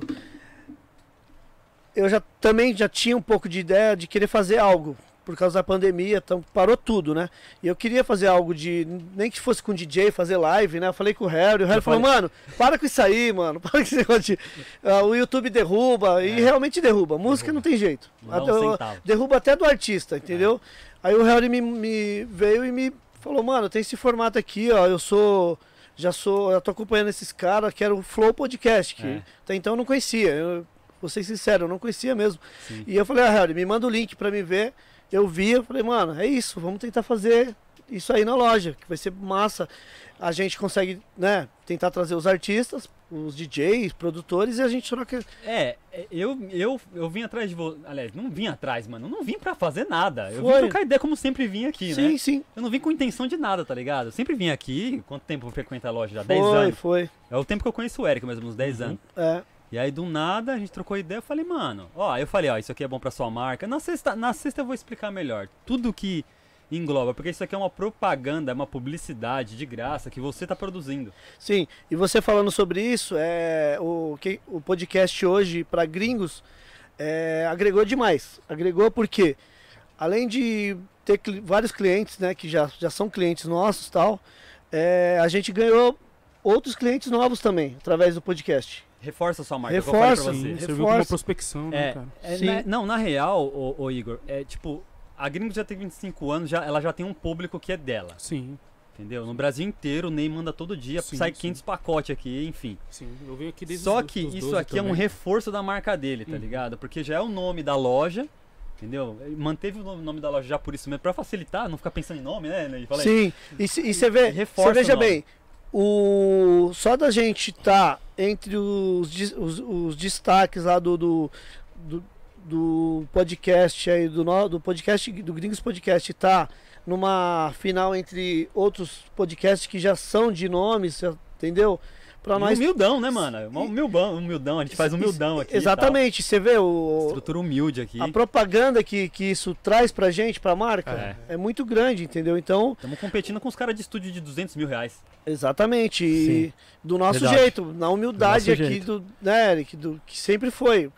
S3: eu já também já tinha um pouco de ideia de querer fazer algo. Por causa da pandemia, então parou tudo, né? E eu queria fazer algo de. Nem que fosse com DJ, fazer live, né? Eu falei com o Harry, o Harry
S1: Eu
S3: falou,
S1: falei-
S3: mano, para com isso aí, mano. Para com esse negócio de. ah, o YouTube derruba, e realmente derruba. Música não tem jeito.
S1: É. Não dá um
S3: Até o-
S1: centavo.
S3: derruba até do artista, entendeu?
S1: É.
S3: Aí o Harry me, me veio e me falou, mano, tem esse formato aqui, ó, eu sou, já sou, eu tô acompanhando esses caras, quero o Flow Podcast, que
S1: É.
S3: até então eu não conhecia, eu, vou ser sincero, eu não conhecia mesmo.
S1: Sim.
S3: E eu falei, ah, Harry, me manda o link pra me ver, eu vi, eu falei, mano, é isso, vamos tentar fazer isso aí na loja, que vai ser massa. A gente consegue, né, tentar trazer os artistas, os DJs, produtores, e a gente troca...
S1: É, é, eu, eu, eu vim atrás de você. Aliás, não vim atrás, mano. Eu não vim pra fazer nada. Eu
S3: Foi.
S1: vim trocar ideia como sempre vim aqui, né?
S3: sim, sim,
S1: Eu não vim com intenção de nada, tá ligado? Eu sempre vim aqui. Quanto tempo eu frequento a loja já? 10
S3: foi,
S1: anos.
S3: foi,
S1: É o tempo que eu conheço o Eric, mais ou menos 10 anos.
S3: é,
S1: E aí, do nada, a gente trocou ideia. Eu falei, mano, ó, eu falei, ó, isso aqui é bom pra sua marca. Na sexta, na sexta eu vou explicar melhor tudo que engloba, porque isso aqui é uma propaganda, é uma publicidade de graça que você tá produzindo.
S3: Sim, e você falando sobre isso, é, o, que, o podcast hoje para gringos é, agregou demais. Agregou porque, além de ter cli- vários clientes, né, que já, já são clientes nossos tal, é, a gente ganhou outros clientes novos também, através do podcast.
S1: Reforça a sua marca,
S3: Reforça.
S1: igual eu falei pra você.
S3: Sim.
S2: serviu como uma
S3: reforça.
S2: prospecção, né,
S1: É,
S2: cara?
S1: é,
S3: Sim.
S1: na- não, na real, ô, ô, Igor, é tipo, a Gringo já tem 25 anos, já, ela já tem um público que é dela,
S2: Sim,
S1: entendeu? No Brasil inteiro, o Ney manda todo dia,
S2: Sim,
S1: sai
S2: sim.
S1: 500 pacotes aqui, enfim.
S2: sim. Eu venho aqui desde
S1: Só
S2: os-
S1: que
S2: os
S1: isso
S2: 12
S1: aqui é um
S2: também.
S1: reforço da marca dele, tá
S2: Hum.
S1: ligado? Porque já é o nome da loja, Entendeu? Ele Manteve o no- nome da loja já por isso mesmo, pra facilitar, não ficar pensando em nome, né, Ney? Fala aí.
S3: Sim, e você vê,
S1: Reforça
S3: você veja
S1: o nome.
S3: bem, o, só da gente tá entre os, des- os, os destaques lá do, do, do, do podcast aí, do, no- do podcast, do Gringos Podcast tá numa final entre outros podcasts que já são de nomes, já- entendeu? Pra
S1: E
S3: nós.
S1: Humildão, né, mano? Uma Humildão, humildão, a gente faz humildão aqui. e tal.
S3: Exatamente, você vê o,
S1: Estrutura humilde aqui.
S3: a propaganda que, que isso traz pra gente, pra marca,
S1: É.
S3: é muito grande, entendeu? Então,
S1: Estamos competindo com os caras de estúdio de 200 mil reais.
S3: Exatamente. E
S4: Sim.
S3: do nosso
S4: Verdade.
S3: jeito, na humildade
S4: Do nosso
S3: aqui
S4: jeito.
S3: do, né, Eric, do que sempre foi.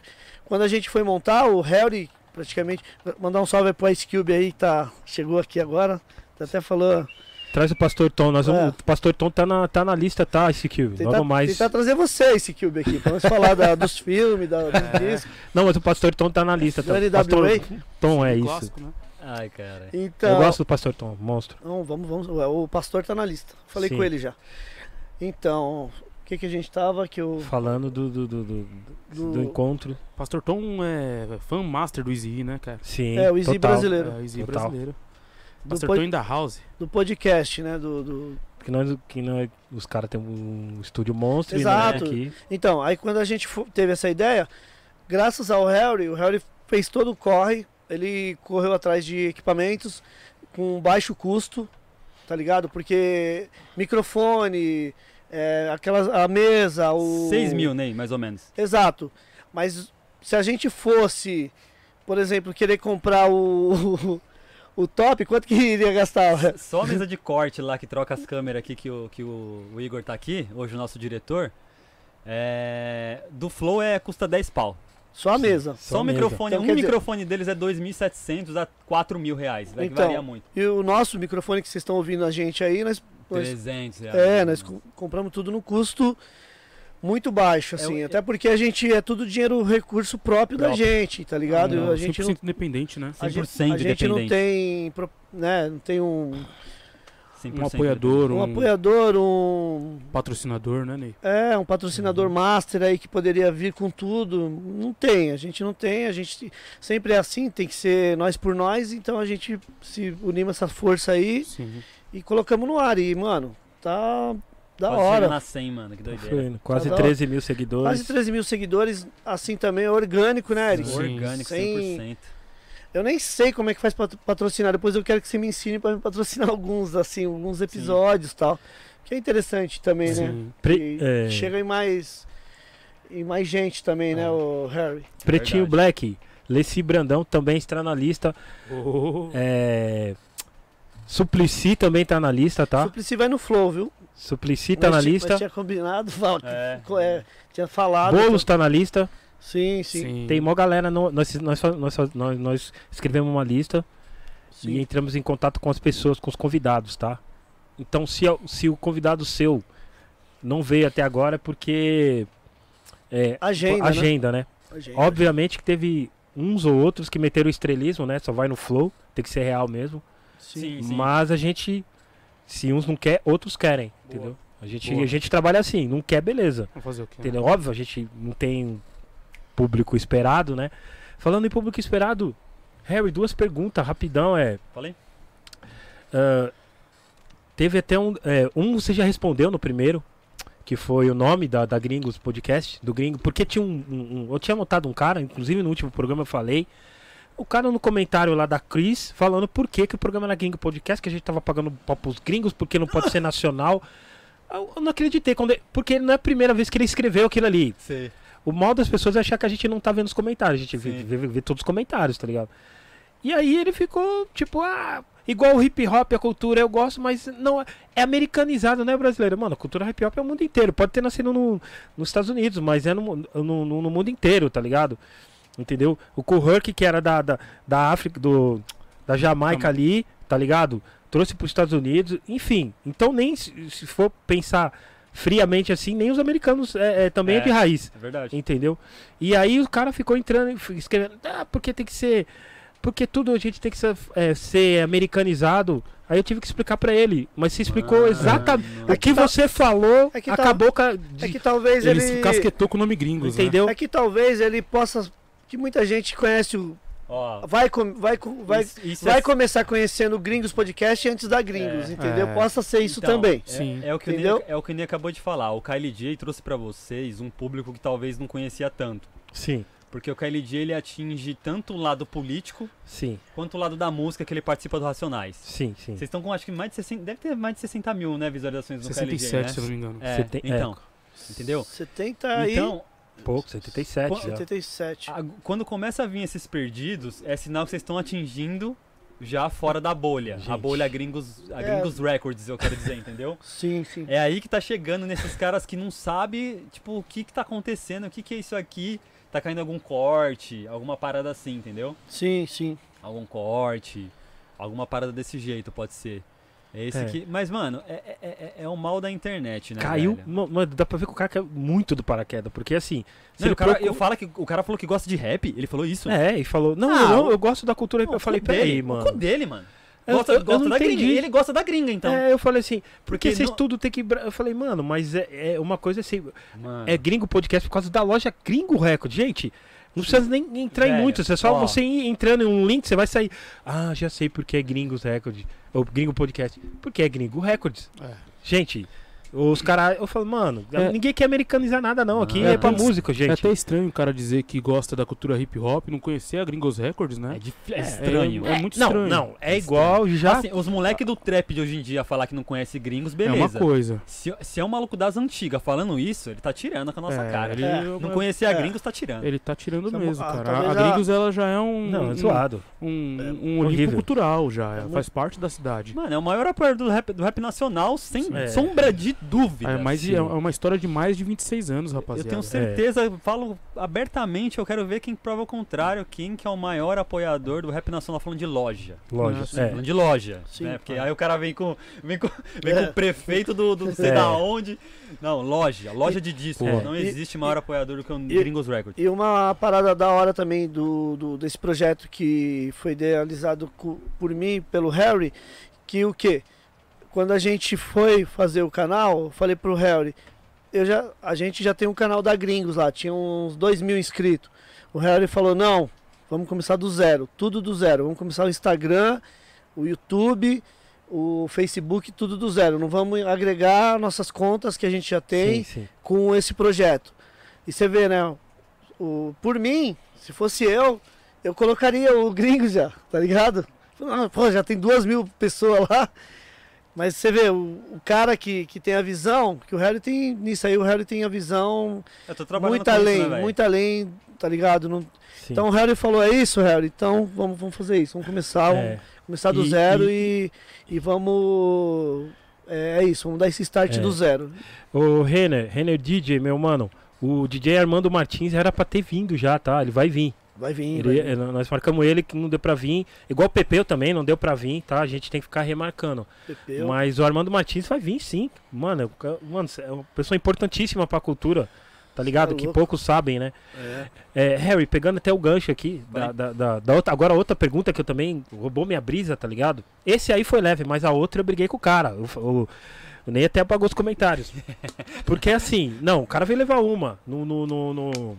S3: Quando a gente foi montar, o Harry praticamente. Mandar um salve pro Ice Cube aí que tá, chegou aqui agora. Tá até falou.
S4: Traz o Pastor Tom. Nós vamos,
S3: É.
S4: O Pastor Tom tá na, tá na lista, tá, esse Cube?
S3: Tentar,
S4: Logo mais.
S3: tentar trazer você, tá- Ice Cube, aqui, pra nós falar da- dos filmes, da, dos discos,
S4: Não, mas o Pastor Tom É, tá na lista.
S3: do
S4: Tá. Pastor
S3: NWA.
S4: Tom é
S6: Um
S4: isso.
S6: clássico, né?
S1: Ai, cara.
S3: Então.
S4: Eu gosto do Pastor Tom, monstro.
S3: Não, vamos, vamos. Ué, O pastor tá na lista. Falei
S4: Sim.
S3: com ele já. Então, o que, que a gente tava? Que eu.
S4: Falando do, do, do, do- do
S3: Do-
S4: encontro.
S6: Pastor Tom é fan master do Easy, né, cara?
S4: Sim.
S3: É, o Easy
S4: total.
S3: brasileiro.
S6: É, o Easy
S4: Total.
S6: brasileiro.
S3: Do,
S6: Pastor
S3: pod-
S6: Tom in the house.
S3: do podcast, né? Do, do,
S4: Que nós, que nós, os caras têm um estúdio monstro
S3: Exato.
S4: e nós aqui.
S3: Então, aí quando a gente fo- teve essa ideia, graças ao Harry, o Harry fez todo o corre, ele correu atrás de equipamentos com baixo custo, tá ligado? Porque microfone, é, aquelas, a mesa, o...
S1: 6 mil, Ney, mais ou menos.
S3: Exato. Mas se a gente fosse, por exemplo, querer comprar o, o top, quanto que iria gastar?
S1: Só a mesa de corte lá que troca as câmeras aqui, que o, que o, o Igor tá aqui, hoje o nosso diretor. É, do Flow é custa 10 pau.
S3: Só a mesa.
S1: Só, o
S4: mesa.
S1: microfone,
S3: Então,
S1: um
S3: quer dizer-
S1: microfone deles é 2.700 a 4 mil reais. Vai que
S3: Então,
S1: varia muito.
S3: E o nosso microfone que vocês estão ouvindo a gente aí, nós- nós
S1: 300 reais.
S3: É, nós co- compramos tudo no custo muito
S1: É,
S3: baixo, assim.
S1: eu-
S3: até porque a gente é tudo dinheiro, recurso próprio, da
S1: Próprio.
S3: gente, tá ligado? a gente
S6: 100%
S3: não.
S6: independente, né?
S3: A gente,
S1: 100%
S3: a gente não
S1: independente.
S3: tem, pro- né, não tem um,
S1: 100%
S6: Um apoiador,
S3: um
S6: um,
S3: apoiador, um
S6: patrocinador, né, Ney?
S3: é um patrocinador
S1: Uhum.
S3: master aí que poderia vir com tudo. Não tem, a gente não tem. A gente sempre é assim, tem que ser nós por nós. Então a gente se unimos essa força aí
S6: Sim.
S3: e colocamos no ar. E mano, tá da
S1: Quase
S3: hora.
S1: chega na 100, mano, que doideira.
S4: Foi Quase
S3: Tá da hora.
S4: 13 mil seguidores.
S3: Quase 13 mil seguidores, assim também, é orgânico, né, Eric?
S6: Sim.
S1: Orgânico,
S3: Sem-
S1: 100%.
S3: Eu nem sei como é que faz pra patrocinar. Depois eu quero que você me ensine pra me patrocinar alguns, assim, alguns episódios e tal. Que é interessante também, né?
S6: Sim.
S4: Pre-
S3: E
S4: é,
S3: Chega em mais. Em mais gente também, né, o Harry?
S4: Pretinho
S1: Verdade.
S4: Black. Leci Brandão também está na lista.
S6: Oh,
S4: É, Suplicy também tá na lista, tá?
S3: Suplicy vai no Flow, viu?
S4: Suplicy tá na
S3: Mas ti-
S4: lista.
S3: mas tinha combinado, Val, que
S1: É.
S3: ficou- é, tinha falado.
S4: Boulos tá na
S3: então-
S4: lista.
S3: Sim, sim.
S6: sim.
S4: Tem mó galera. no- nós, nós, só- nós, só- nós, nós escrevemos uma lista
S3: sim.
S4: e entramos em contato com as pessoas, com os convidados, tá? Então, se, a- se o convidado seu não veio até agora, é porque. É,
S3: Agenda, né?
S4: agenda, né?
S3: Agenda.
S4: Obviamente que teve uns ou outros que meteram estrelismo, né? Só vai no flow, tem que ser real mesmo.
S3: Sim.
S4: Mas a gente. Se uns não quer, outros querem,
S6: Boa.
S4: entendeu? A gente,
S6: Boa.
S4: a gente trabalha assim, não quer, beleza.
S6: Vamos fazer o quê? né?
S4: Entendeu? Óbvio, a gente não tem público esperado, né? Falando em público esperado, Harry, duas perguntas, rapidão, é.
S1: Falei?
S4: ah, teve até um. é, um você já respondeu no primeiro, que foi o nome da, da Gringos Podcast, do Gringo, porque tinha um, um- um- Eu tinha montado um cara, inclusive no último programa eu falei. O cara no comentário lá da Cris falando por que, que o programa era Gringo Podcast, que a gente tava pagando pau pros gringos, porque não pode ser nacional. Eu, eu não acreditei, quando ele- porque não é a primeira vez que ele escreveu aquilo ali.
S1: Sim.
S4: O mal das pessoas é achar que a gente não tá vendo os comentários. A gente vê,
S1: Sim.
S4: vê- vê todos os comentários, tá ligado? E aí ele ficou, tipo, ah, igual o hip hop, a cultura eu gosto, mas não é- é americanizado, não é brasileiro. Mano, a cultura hip hop é o mundo inteiro. Pode ter nascido no, nos Estados Unidos, mas é no, mu- no, no- no mundo inteiro, tá ligado? Entendeu? O Kuhurk, que era da, da, da África, do, da Jamaica ali, tá ligado? Trouxe pros Estados Unidos, enfim. Então, nem se, se for pensar friamente assim, nem os americanos é, é, também é de
S1: É.
S4: raiz.
S1: É verdade.
S4: Entendeu? E aí o cara ficou entrando e f- escrevendo, ah, porque tem que ser. Porque tudo a gente tem que ser, é, ser americanizado. Aí eu tive que explicar pra ele. Mas você explicou
S1: Mano.
S4: exatamente. O
S1: É
S4: que
S3: Ah. que tá-
S4: você falou
S3: é que tá-
S4: acabou com. a- de-
S3: É que tá- é talvez
S6: Ele
S3: ele.
S6: se casquetou com o nome gringos, né?
S4: entendeu?
S3: É que talvez ele possa. Que muita gente conhece o
S1: Ó,
S3: Vai, com- vai, com- vai,
S1: isso, isso
S3: vai
S1: é,
S3: começar conhecendo o Gringos Podcast antes da Gringos,
S1: É.
S3: entendeu?
S6: É.
S3: Possa ser isso
S1: Então,
S3: também.
S1: é-
S6: Sim.
S1: É, o que o Ney-
S3: Entendeu?
S1: é o que o Ney acabou de falar. O Kylie J trouxe pra vocês um público que talvez não conhecia tanto.
S4: Sim,
S1: Porque o Kylie J ele atinge tanto o lado político
S4: sim,
S1: quanto o lado da música que ele participa do Racionais.
S4: sim, sim.
S1: Vocês estão com acho que mais de 60. Deve ter mais de 60 mil, né, visualizações do Kylie J.
S6: 67,
S1: Né?
S6: se eu não me engano.
S1: É,
S4: Seten- é.
S1: então, entendeu?
S3: 70 e
S1: Então,
S4: Pouco, 77
S1: Qual-
S4: já.
S3: 87.
S1: a- quando começa a vir esses perdidos, é sinal que vocês estão atingindo já fora da bolha. A
S4: Gente.
S1: bolha gringos, a
S3: É.
S1: gringos Records, eu quero dizer, entendeu?
S3: Sim, sim.
S1: É aí que tá chegando nesses caras que não sabe, tipo, o que que tá acontecendo, o que que é isso aqui, tá caindo algum corte, alguma parada assim, entendeu?
S3: Sim, sim.
S1: Algum corte, alguma parada desse jeito, pode ser. É esse
S4: É.
S1: que... Mas, mano, é, é, é- é o mal da internet, né,
S4: Caiu,
S1: velho?
S4: ma- mano, dá pra ver que o cara caiu muito do paraquedas, porque assim. se
S1: Não,
S4: ele
S1: o cara,
S4: procu-
S1: eu falo que o cara falou que gosta de rap, ele falou isso.
S4: É, e falou, não,
S1: Ah,
S4: não,
S1: o-
S4: eu gosto da cultura.
S1: Pô,
S4: eu falei,
S1: o cu dele,
S4: peraí,
S1: O
S4: mano.
S1: cu dele, mano.
S4: Eu-
S1: Gosta,
S4: eu- eu
S1: gosta
S4: não
S1: da gringa.
S4: entendi.
S1: Ele gosta da gringa, então.
S4: É, eu falei assim, por
S1: Porque
S4: que vocês
S1: não-
S4: tudo tem que. bra- Eu falei, mano, mas é, é uma coisa assim.
S1: Mano.
S4: É gringo podcast por causa da loja Gringo Record. Gente, não precisa nem entrar em
S1: Velho,
S4: muitos. É só
S1: ó.
S4: você ir entrando em um link, você vai sair. Ah, já sei porque é Gringos Record. Ou Gringo Podcast. Porque é Gringo Records.
S6: É.
S4: Gente, os caras. Eu falo, mano,
S6: É.
S4: ninguém quer americanizar nada, não. Aqui
S1: Não.
S4: é, pra
S6: É.
S4: música,
S6: É
S4: gente.
S6: até estranho o cara dizer que gosta da cultura hip hop, não conhecer a Gringos Records, né?
S1: difícil.
S4: é
S1: estranho.
S6: É, muito
S4: não,
S6: estranho.
S4: não. É
S1: É
S4: igual já.
S1: Assim, os moleque do trap de hoje em dia falar que não conhece gringos,
S6: É
S1: beleza.
S6: uma coisa.
S1: Se, se é um maluco das antigas falando isso, ele tá tirando com a nossa
S6: É,
S1: cara.
S6: Ele,
S3: É.
S1: Não conhecer a
S3: É.
S1: gringos tá tirando.
S6: ele tá tirando
S3: Essa
S6: mesmo,
S3: mo- ah,
S6: cara. A
S3: talvez a-
S6: Gringos, ela já é um.
S4: não,
S6: um,
S4: é zoado. É
S6: Um, um
S4: horrível.
S6: Olimpo cultural já.
S3: É
S6: Faz parte da cidade.
S1: Mano, é o maior apoiador do rap, do rap nacional, sem
S4: É.
S1: sombra de dúvida.
S6: É, mais de-
S4: sim.
S6: é uma história de mais de 26 anos, rapaziada. É.
S1: Eu tenho certeza, eu falo abertamente, eu quero ver quem prova o contrário, quem que é o maior apoiador do rap nacional falando de loja.
S4: Loja.
S6: assim,
S4: é.
S1: Falando de loja.
S3: Sim.
S1: né? Porque aí o cara vem com, vem com, vem
S3: É.
S1: com o prefeito do, do não sei
S4: É.
S1: da onde. Não, loja, loja de disco.
S4: Pô.
S1: Não
S3: E-
S1: existe maior apoiador do que o Gringos Records.
S3: E uma parada da hora também do, do- desse projeto que foi idealizado co- por mim, pelo Harry, que o quê? Quando a gente foi fazer o canal, eu falei pro Harry, eu já, a gente já tem um canal da Gringos lá, tinha uns 2 mil inscritos. O Harry falou, não, vamos começar do zero, tudo do zero. Vamos começar o Instagram, o YouTube, o Facebook, tudo do zero. Não vamos agregar nossas contas que a gente já tem
S4: Sim, sim.
S3: com esse projeto. E você vê, né? O, por mim, se fosse eu, eu colocaria o gringo já, tá ligado? Ah, Pô, já tem duas mil pessoas lá. Mas você vê, o, o cara que, que tem a visão, que o Harry tem nisso aí, o Harry tem a visão
S1: Eu tô trabalhando
S3: muito
S1: com isso,
S3: além,
S1: né, velho?
S3: muito além, tá ligado? Não-
S4: sim.
S3: então o Harry falou, é isso, Harry, então vamos, vamos fazer isso, vamos começar, vamos
S4: É.
S3: começar do
S4: E-
S3: zero e, e vamos... É, é isso, vamos dar esse start
S4: É.
S3: do zero.
S4: Ô, Renner, Renner DJ, meu mano, o DJ Armando Martins era pra ter vindo já, tá? Ele vai vir.
S3: Vai vir,
S4: Ele-
S3: vai vir.
S4: eh, nós marcamos ele que não deu pra vir. Igual o Pepeu também, não deu pra vir, tá? A gente tem que ficar remarcando.
S3: Pepeu.
S4: Mas o Armando Martins vai vir sim. Mano, eu- eu- mano, cê é uma pessoa importantíssima pra cultura, tá ligado?
S3: Tá
S4: que
S3: louco.
S4: poucos sabem, né?
S3: É.
S4: É, Harry, pegando até o gancho aqui,
S1: Vai.
S4: da, da- da- da outra, agora outra pergunta que eu também roubou minha brisa, tá ligado? Esse aí foi leve, mas a outra eu briguei com o cara. Eu, eu, eu nem até apagou os comentários. Porque assim, não, o cara veio levar uma. No, no, no- no-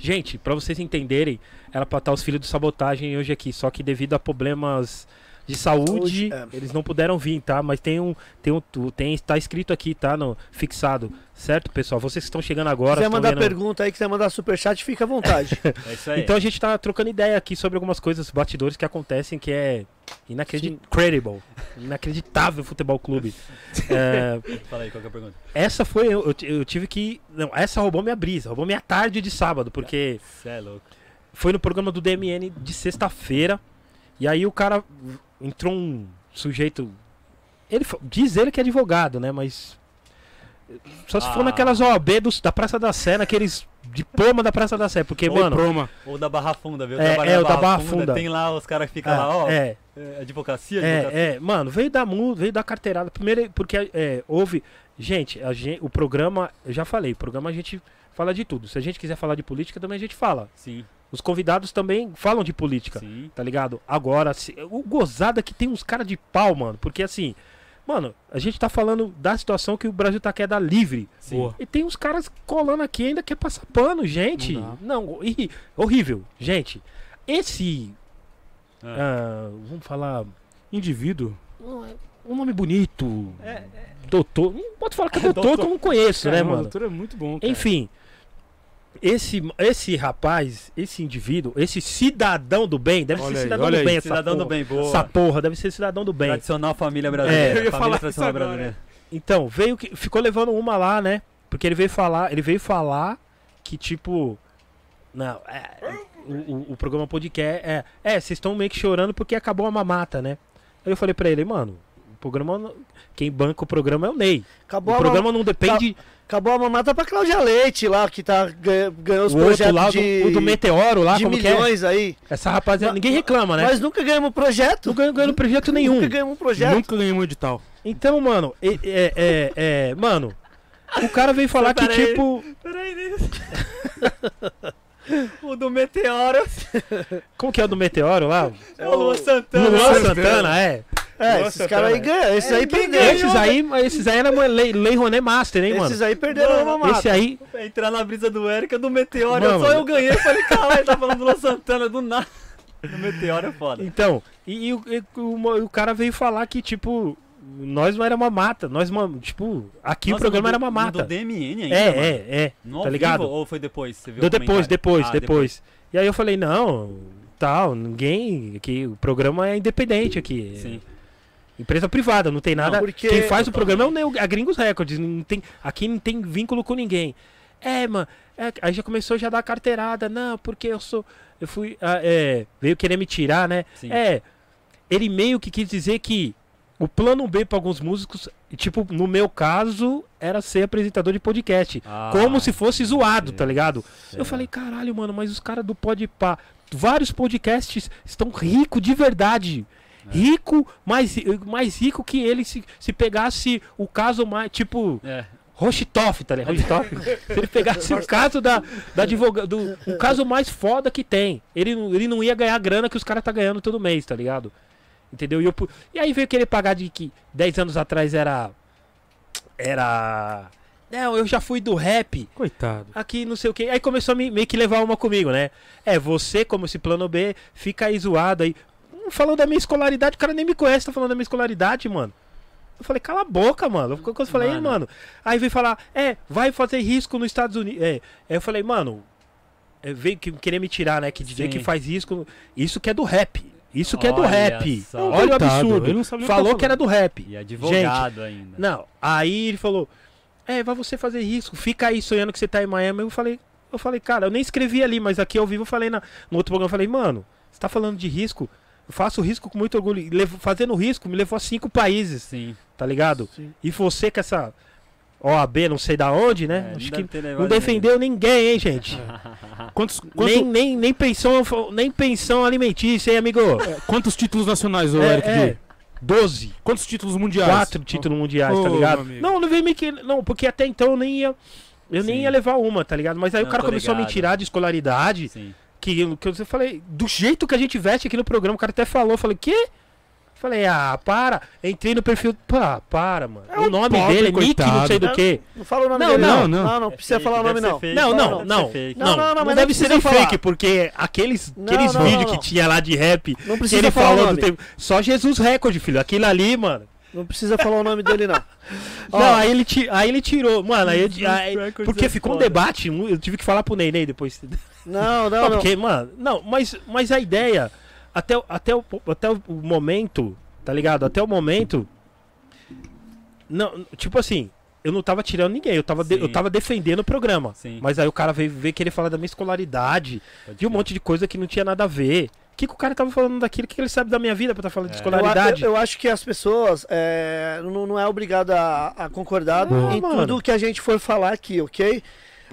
S4: Gente, pra vocês entenderem, era pra estar os filhos do sabotagem hoje aqui, só que devido a problemas de saúde,
S3: Saúde, é.
S4: eles não puderam vir, tá? Mas tem um. Tem um tem, tá escrito aqui, tá? No, fixado. Certo, pessoal? Vocês que estão chegando agora. né?
S3: quiser
S4: estão
S3: mandar
S4: vendo-
S3: pergunta aí, quiser mandar superchat, fica à vontade.
S1: É isso aí.
S4: então a gente tá trocando ideia aqui sobre algumas coisas, bastidores que acontecem que é inacreditável. Inacreditável futebol clube. É,
S1: Fala aí, qual que é a pergunta?
S4: essa foi. Eu, eu tive que. Não, essa roubou minha brisa, roubou minha tarde de sábado, porque
S1: Cê é louco.
S4: foi no programa do DMN de sexta-feira. E aí o cara entrou um sujeito. Ele fa- diz ele que é advogado, né? Mas. Só se for
S1: Ah.
S4: naquelas OAB dos- da Praça da Sé, naqueles diploma da Praça da Sé. Porque, é
S6: Ô,
S4: mano.
S6: Proma.
S1: Ou da Barra Funda, viu? Eu
S4: É,
S1: trabalho
S4: é,
S1: na
S4: o da Barra Funda.
S1: Tem lá os caras que ficam
S4: ah,
S1: lá, ó,
S4: é,
S1: é, advocacia, advocacia.
S4: É, é, mano, veio da multa, veio da carteirada. Primeiro, porque é, houve. Gente, a gen- o programa, eu já falei, o programa a gente fala de tudo. Se a gente quiser falar de política, também a gente fala.
S1: Sim,
S4: Os convidados também falam de política,
S1: sim.
S4: tá ligado? Agora, se- o gozada que tem uns caras de pau, mano, porque assim, mano, a gente tá falando da situação que o Brasil tá queda livre.
S1: sim.
S6: Boa.
S4: E tem uns caras colando aqui ainda quer passar pano, é gente.
S6: Não dá.
S4: Não, e- horrível. Gente, Esse. ah, vamos falar.
S2: Indivíduo.
S4: Um nome bonito.
S1: É,
S4: Doutor. Não pode falar que é doutor,
S1: Doutor.
S4: que eu não conheço, né,
S2: Caramba,
S4: mano?
S2: doutor é muito bom, cara.
S4: Enfim, esse, esse rapaz, esse indivíduo, esse cidadão do bem, deve
S2: Olha
S4: ser
S2: aí,
S4: cidadão
S2: olha
S4: do
S2: aí,
S4: bem, essa
S1: cidadão
S4: porra.
S1: do bem, boa.
S4: Essa porra, deve ser cidadão do bem.
S1: Tradicional família brasileira.
S4: É, eu
S2: ia
S1: família
S2: falar isso
S1: tradicional
S2: agora.
S1: brasileira.
S4: Então, veio que. Ficou levando uma lá, né? Porque ele veio falar, ele veio falar que, tipo. Não, é, o, o- o programa podcast é. É, vocês estão meio que chorando porque acabou a mamata, né? Aí eu falei pra ele, mano, o programa. não- Quem banca o programa é o Ney.
S3: Acabou,
S4: o
S3: a,
S4: programa não depende.
S3: ma- acabou a mamata pra Cláudia Leite lá, que tá, ganha- ganhou os
S4: o outro
S3: projetos
S4: lá,
S3: de,
S4: do, o do Meteoro lá,
S3: de
S4: como que é?
S3: milhões aí.
S4: Essa rapaziada,
S3: Não,
S4: ninguém reclama, né?
S3: Nós nunca ganhamos um projeto.
S4: não ganhou, ganhou projeto nenhum.
S3: Nunca ganhamos um projeto.
S2: Nunca ganhei um edital.
S4: Então, mano, é, é, é- é- mano, o cara veio falar que,
S1: Peraí.
S4: tipo,
S1: Peraí, O do Meteoro
S4: como que é o do meteoro lá?
S1: é o Luan Santana.
S4: Luan Santana, é.
S3: É,
S2: Nossa,
S3: esses caras aí
S2: cara.
S3: ganham. Esses aí perderam.
S4: Esses aí, esses aí eram lei, lei Roné Master, hein, mano?
S3: Esses aí perderam a
S1: Mano,
S3: mamata.
S4: Esse aí,
S1: Entrar na brisa do Eric é do Meteoro.
S4: Mano.
S1: Só eu ganhei. Falei, caralho, tá falando do Luan Santana do nada. Do Meteoro é foda.
S4: então, e, e o, e o- o cara veio falar que, tipo, nós não era uma mata, nós, uma- tipo, aqui o
S1: Nossa,
S4: programa
S1: no
S4: era
S1: do-
S4: uma
S1: no
S4: mata.
S1: Do DMN ainda, mano.
S4: É, é, é.
S1: No
S4: tá
S1: ao vivo
S4: ligado?
S1: Ou foi depois? Você viu
S4: Deu depois, depois,
S1: Ah,
S4: depois. E aí eu falei, não, tal, ninguém, que o programa é independente aqui.
S1: Sim.
S4: Empresa privada, não tem nada.
S3: porque-
S4: Quem faz o programa é o Neo- a Gringos Records. Não tem, aqui não tem vínculo com ninguém. É, mano. é, aí já começou já a dar carteirada. Não, porque eu sou. Eu fui. ah, é, veio querer me tirar, né?
S1: Sim.
S4: É. Ele meio que quis dizer que o plano B pra alguns músicos, tipo, no meu caso, era ser apresentador de podcast.
S1: Ah,
S4: como se fosse zoado, tá
S1: Deus
S4: ligado?
S1: céu.
S4: Eu falei, caralho, mano, mas os caras do Podpah, vários podcasts estão rico de verdade. Rico, mais, ri- mais rico que ele se, se pegasse o caso mais, tipo,
S1: É.
S4: Rochitoff, tá ligado? Rochitoff. se ele pegasse o caso da, da advogada, do, o caso mais foda que tem, ele, não- ele não ia ganhar a grana que os caras tá ganhando todo mês, tá ligado? Entendeu? E, eu pu- e aí veio querer pagar de que 10 anos atrás era. Era. Não, eu já fui do rap
S2: Coitado.
S4: aqui não sei o que. Aí começou a me, meio que levar uma comigo, né? É, você, como esse plano B, fica aí zoado aí. Hum, Falando da minha escolaridade, o cara nem me conhece, tá falando da minha escolaridade, mano. Eu falei, cala a boca, mano. Quando eu falei,
S1: Mano.
S4: mano. mano. Aí veio falar, é, vai fazer risco nos Estados Unidos. É, aí eu falei, mano, é, veio que, querer me tirar, né? Que DJ
S1: Sim.
S4: que faz risco. Isso que é do rap. Isso que é do
S1: Olha
S4: rap.
S1: só.
S4: Olha o
S2: Coitado, ele
S4: absurdo.
S2: não sabe nem o que
S4: Falou
S2: tá
S4: que era do rap.
S1: E advogado ainda.
S4: Não, aí ele falou: É, vai você fazer risco, fica aí sonhando que você tá em Miami. Eu falei, eu falei, cara, eu nem escrevi ali, mas aqui ao vivo eu falei na, no outro programa, eu falei, mano, você tá falando de risco? Eu faço risco com muito orgulho. E levo- fazendo risco me levou a cinco países,
S1: Sim.
S4: tá ligado? E você com essa OAB, não sei da onde, né?
S1: É,
S4: Acho
S1: deve
S4: que
S1: ter
S4: não
S1: levado
S4: defendeu ninguém, hein, gente?
S2: Quantos, quanto-
S4: Nem, nem, nem, pensão, nem pensão alimentícia, hein, amigo?
S2: quantos títulos nacionais, ô
S4: É,
S2: É, Eric
S4: é.
S2: J?
S4: 12.
S2: Quantos títulos mundiais?
S4: quatro títulos mundiais, tá
S2: Ô,
S4: ligado?
S2: meu amigo.
S4: Não, não veio meio que. Não, porque até então eu nem ia. Eu nem
S1: Sim.
S4: ia levar uma, tá ligado? Mas aí
S1: Não,
S4: o cara
S1: tô
S4: começou a me
S1: ligado.
S4: tirar de escolaridade.
S1: Sim.
S4: Que, que eu falei, do jeito que a gente veste aqui no programa, o cara até falou, eu falei, quê? Falei, ah, para. Entrei no perfil. Pá, para, mano. o nome
S2: pobre,
S4: dele é Nick, não sei do
S3: coitado.
S4: que.
S3: Não fala o nome
S4: Não,
S3: dele.
S4: não,
S3: não, Ah,
S2: não.
S3: não precisa
S1: fake,
S3: falar o
S1: deve
S3: nome,
S1: ser
S3: não.
S1: fake.
S4: Não,
S1: Não,
S4: não,
S1: deve ser
S4: não.
S1: fake.
S4: Não,
S3: Não, não,
S4: não,
S3: não, mas
S4: não
S3: não
S4: deve ser
S3: precisa
S4: nem
S3: falar.
S4: fake, porque aqueles,
S3: Não,
S4: aqueles
S3: não,
S4: vídeos
S3: não, não.
S4: que tinha lá de rap,
S3: Não
S4: que
S3: precisa
S4: ele
S3: falar o
S4: falou do
S3: nome.
S4: tempo. Só Jesus Record, filho. Aquilo ali, mano.
S3: Não precisa falar o nome dele, não. Ó,
S4: Não, aí ele, ti- aí ele tirou. Mano, aí, eu- aí-
S1: Records é
S4: porque ficou um
S1: foda.
S4: debate, mu- eu tive que falar pro Ney Ney depois.
S3: não,
S4: Não,
S3: não, não.
S4: porque, mano, não, mas, mas a ideia, até, o- até, o, até o momento, tá ligado? Até o momento. Não, tipo assim, eu não tava tirando ninguém, eu tava, de-
S1: Sim.
S4: eu tava defendendo o programa.
S1: Sim.
S4: Mas aí o cara veio, veio querer falar da minha escolaridade, de um monte de coisa que não tinha nada a ver. O que, que o cara tava falando daquilo? O que, que ele sabe da minha vida pra tá falando
S1: É.
S4: de
S3: Eu,
S4: escolaridade?
S3: eu- eu acho que as pessoas é, não, não é obrigada a, a concordar
S4: Não,
S3: em
S4: mano.
S3: tudo que a gente for falar aqui, ok?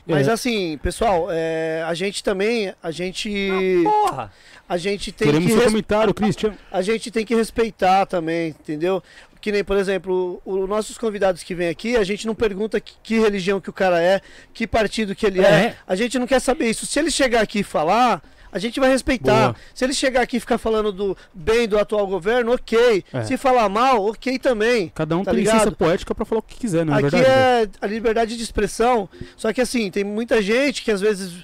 S3: Mas
S4: É.
S3: assim, pessoal, é, a gente também, a gente,
S1: Porra!
S3: a gente tem
S2: Queremos
S3: que
S2: seu
S3: res-
S2: comentário, Christian.
S3: a gente tem que respeitar também, entendeu? Que nem, por exemplo, o- os nossos convidados que vêm aqui, a gente não pergunta que, que religião que o cara é, que partido que ele é.
S4: É.
S3: A gente não quer saber isso. Se ele chegar aqui e falar, a gente vai respeitar.
S2: Boa.
S3: Se ele chegar aqui e ficar falando do bem do atual governo, ok.
S2: É.
S3: Se falar mal, ok também.
S2: Cada um
S3: Tá
S2: tem
S3: ligado?
S2: licença poética pra falar o que
S6: é
S2: quiser, né?
S3: aqui
S2: verdade,
S3: é a liberdade de expressão. Só que assim, tem muita gente que às vezes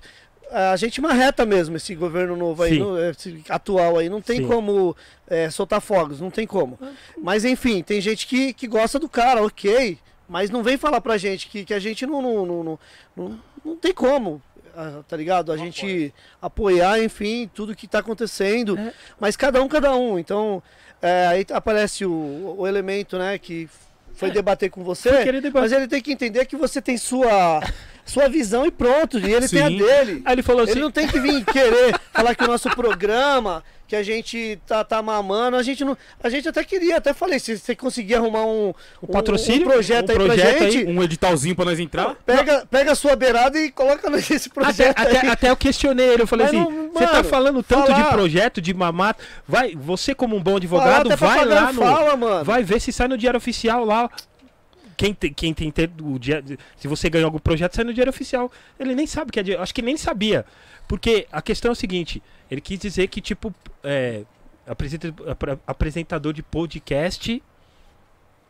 S3: a gente marreta mesmo esse governo novo aí,
S4: Sim.
S3: não- esse atual aí. Não tem
S4: Sim.
S3: como é, soltar fogos, não tem como. Mas enfim, tem gente que, que gosta do cara, ok. Mas não vem falar pra gente que, que a gente não, não, não, não, não, não tem como. ah, Tá ligado? A gente apoiar, enfim, tudo que tá acontecendo. Mas cada um, cada um. Então, é, aí aparece o, o elemento, né, que foi debater com você.
S4: Querer debater.
S3: É. Mas ele tem que entender que você tem sua, sua visão e pronto, e ele tem a
S6: Sim.
S3: dele.
S4: Aí ele falou assim,
S3: Ele não tem que vir querer falar que o nosso programa, que a gente tá, tá mamando, a gente não. A gente até queria, até falei, se você conseguir arrumar um, um,
S4: patrocínio,
S3: um projeto
S4: um
S3: aí
S4: projeto
S3: pra
S4: aí, Tá.
S3: gente,
S6: Um editalzinho pra nós entrar?
S3: pega, pega a sua beirada e coloca nesse
S4: Até,
S3: projeto.
S4: até,
S3: aí.
S4: até eu questionei ele, eu falei
S3: Mas
S4: assim,
S3: não-
S4: você tá
S3: mano,
S4: falando tanto de
S3: falar-
S4: projeto, de mamata, vai, você como um bom
S3: Falar
S4: advogado,
S3: até pra
S4: vai
S3: pagar
S4: lá no...
S3: fala, mano.
S4: Vai ver se sai no Diário Oficial lá. Quem tem, quem tem ter o dia, se você ganhou algum projeto, sai no Diário Oficial. Ele nem sabe que é Diário. Acho que nem sabia. Porque a questão é o seguinte: ele quis dizer que, tipo, é, apresenta- apre- apresentador de podcast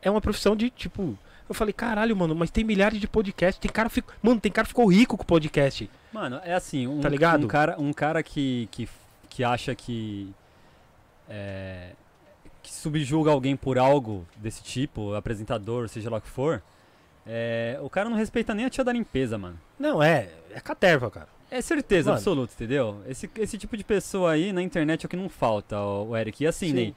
S4: é uma profissão de, tipo. Eu falei, caralho, mano, mas tem milhares de podcasts. Tem cara, que fico, mano, tem cara que ficou rico com podcast.
S1: Mano, é assim, um,
S4: Tá ligado?
S1: um cara, um cara que, que, que acha que, é, que subjuga alguém por algo desse tipo, apresentador, seja lá o que for, é, o cara não respeita nem a tia da limpeza, mano.
S4: Não, é. É caterva, cara.
S1: É certeza
S4: Mano.
S1: absoluta, entendeu? Esse, esse tipo de pessoa aí na internet é o que não falta, o, Eric. E assim,
S3: Sim.
S1: Ney,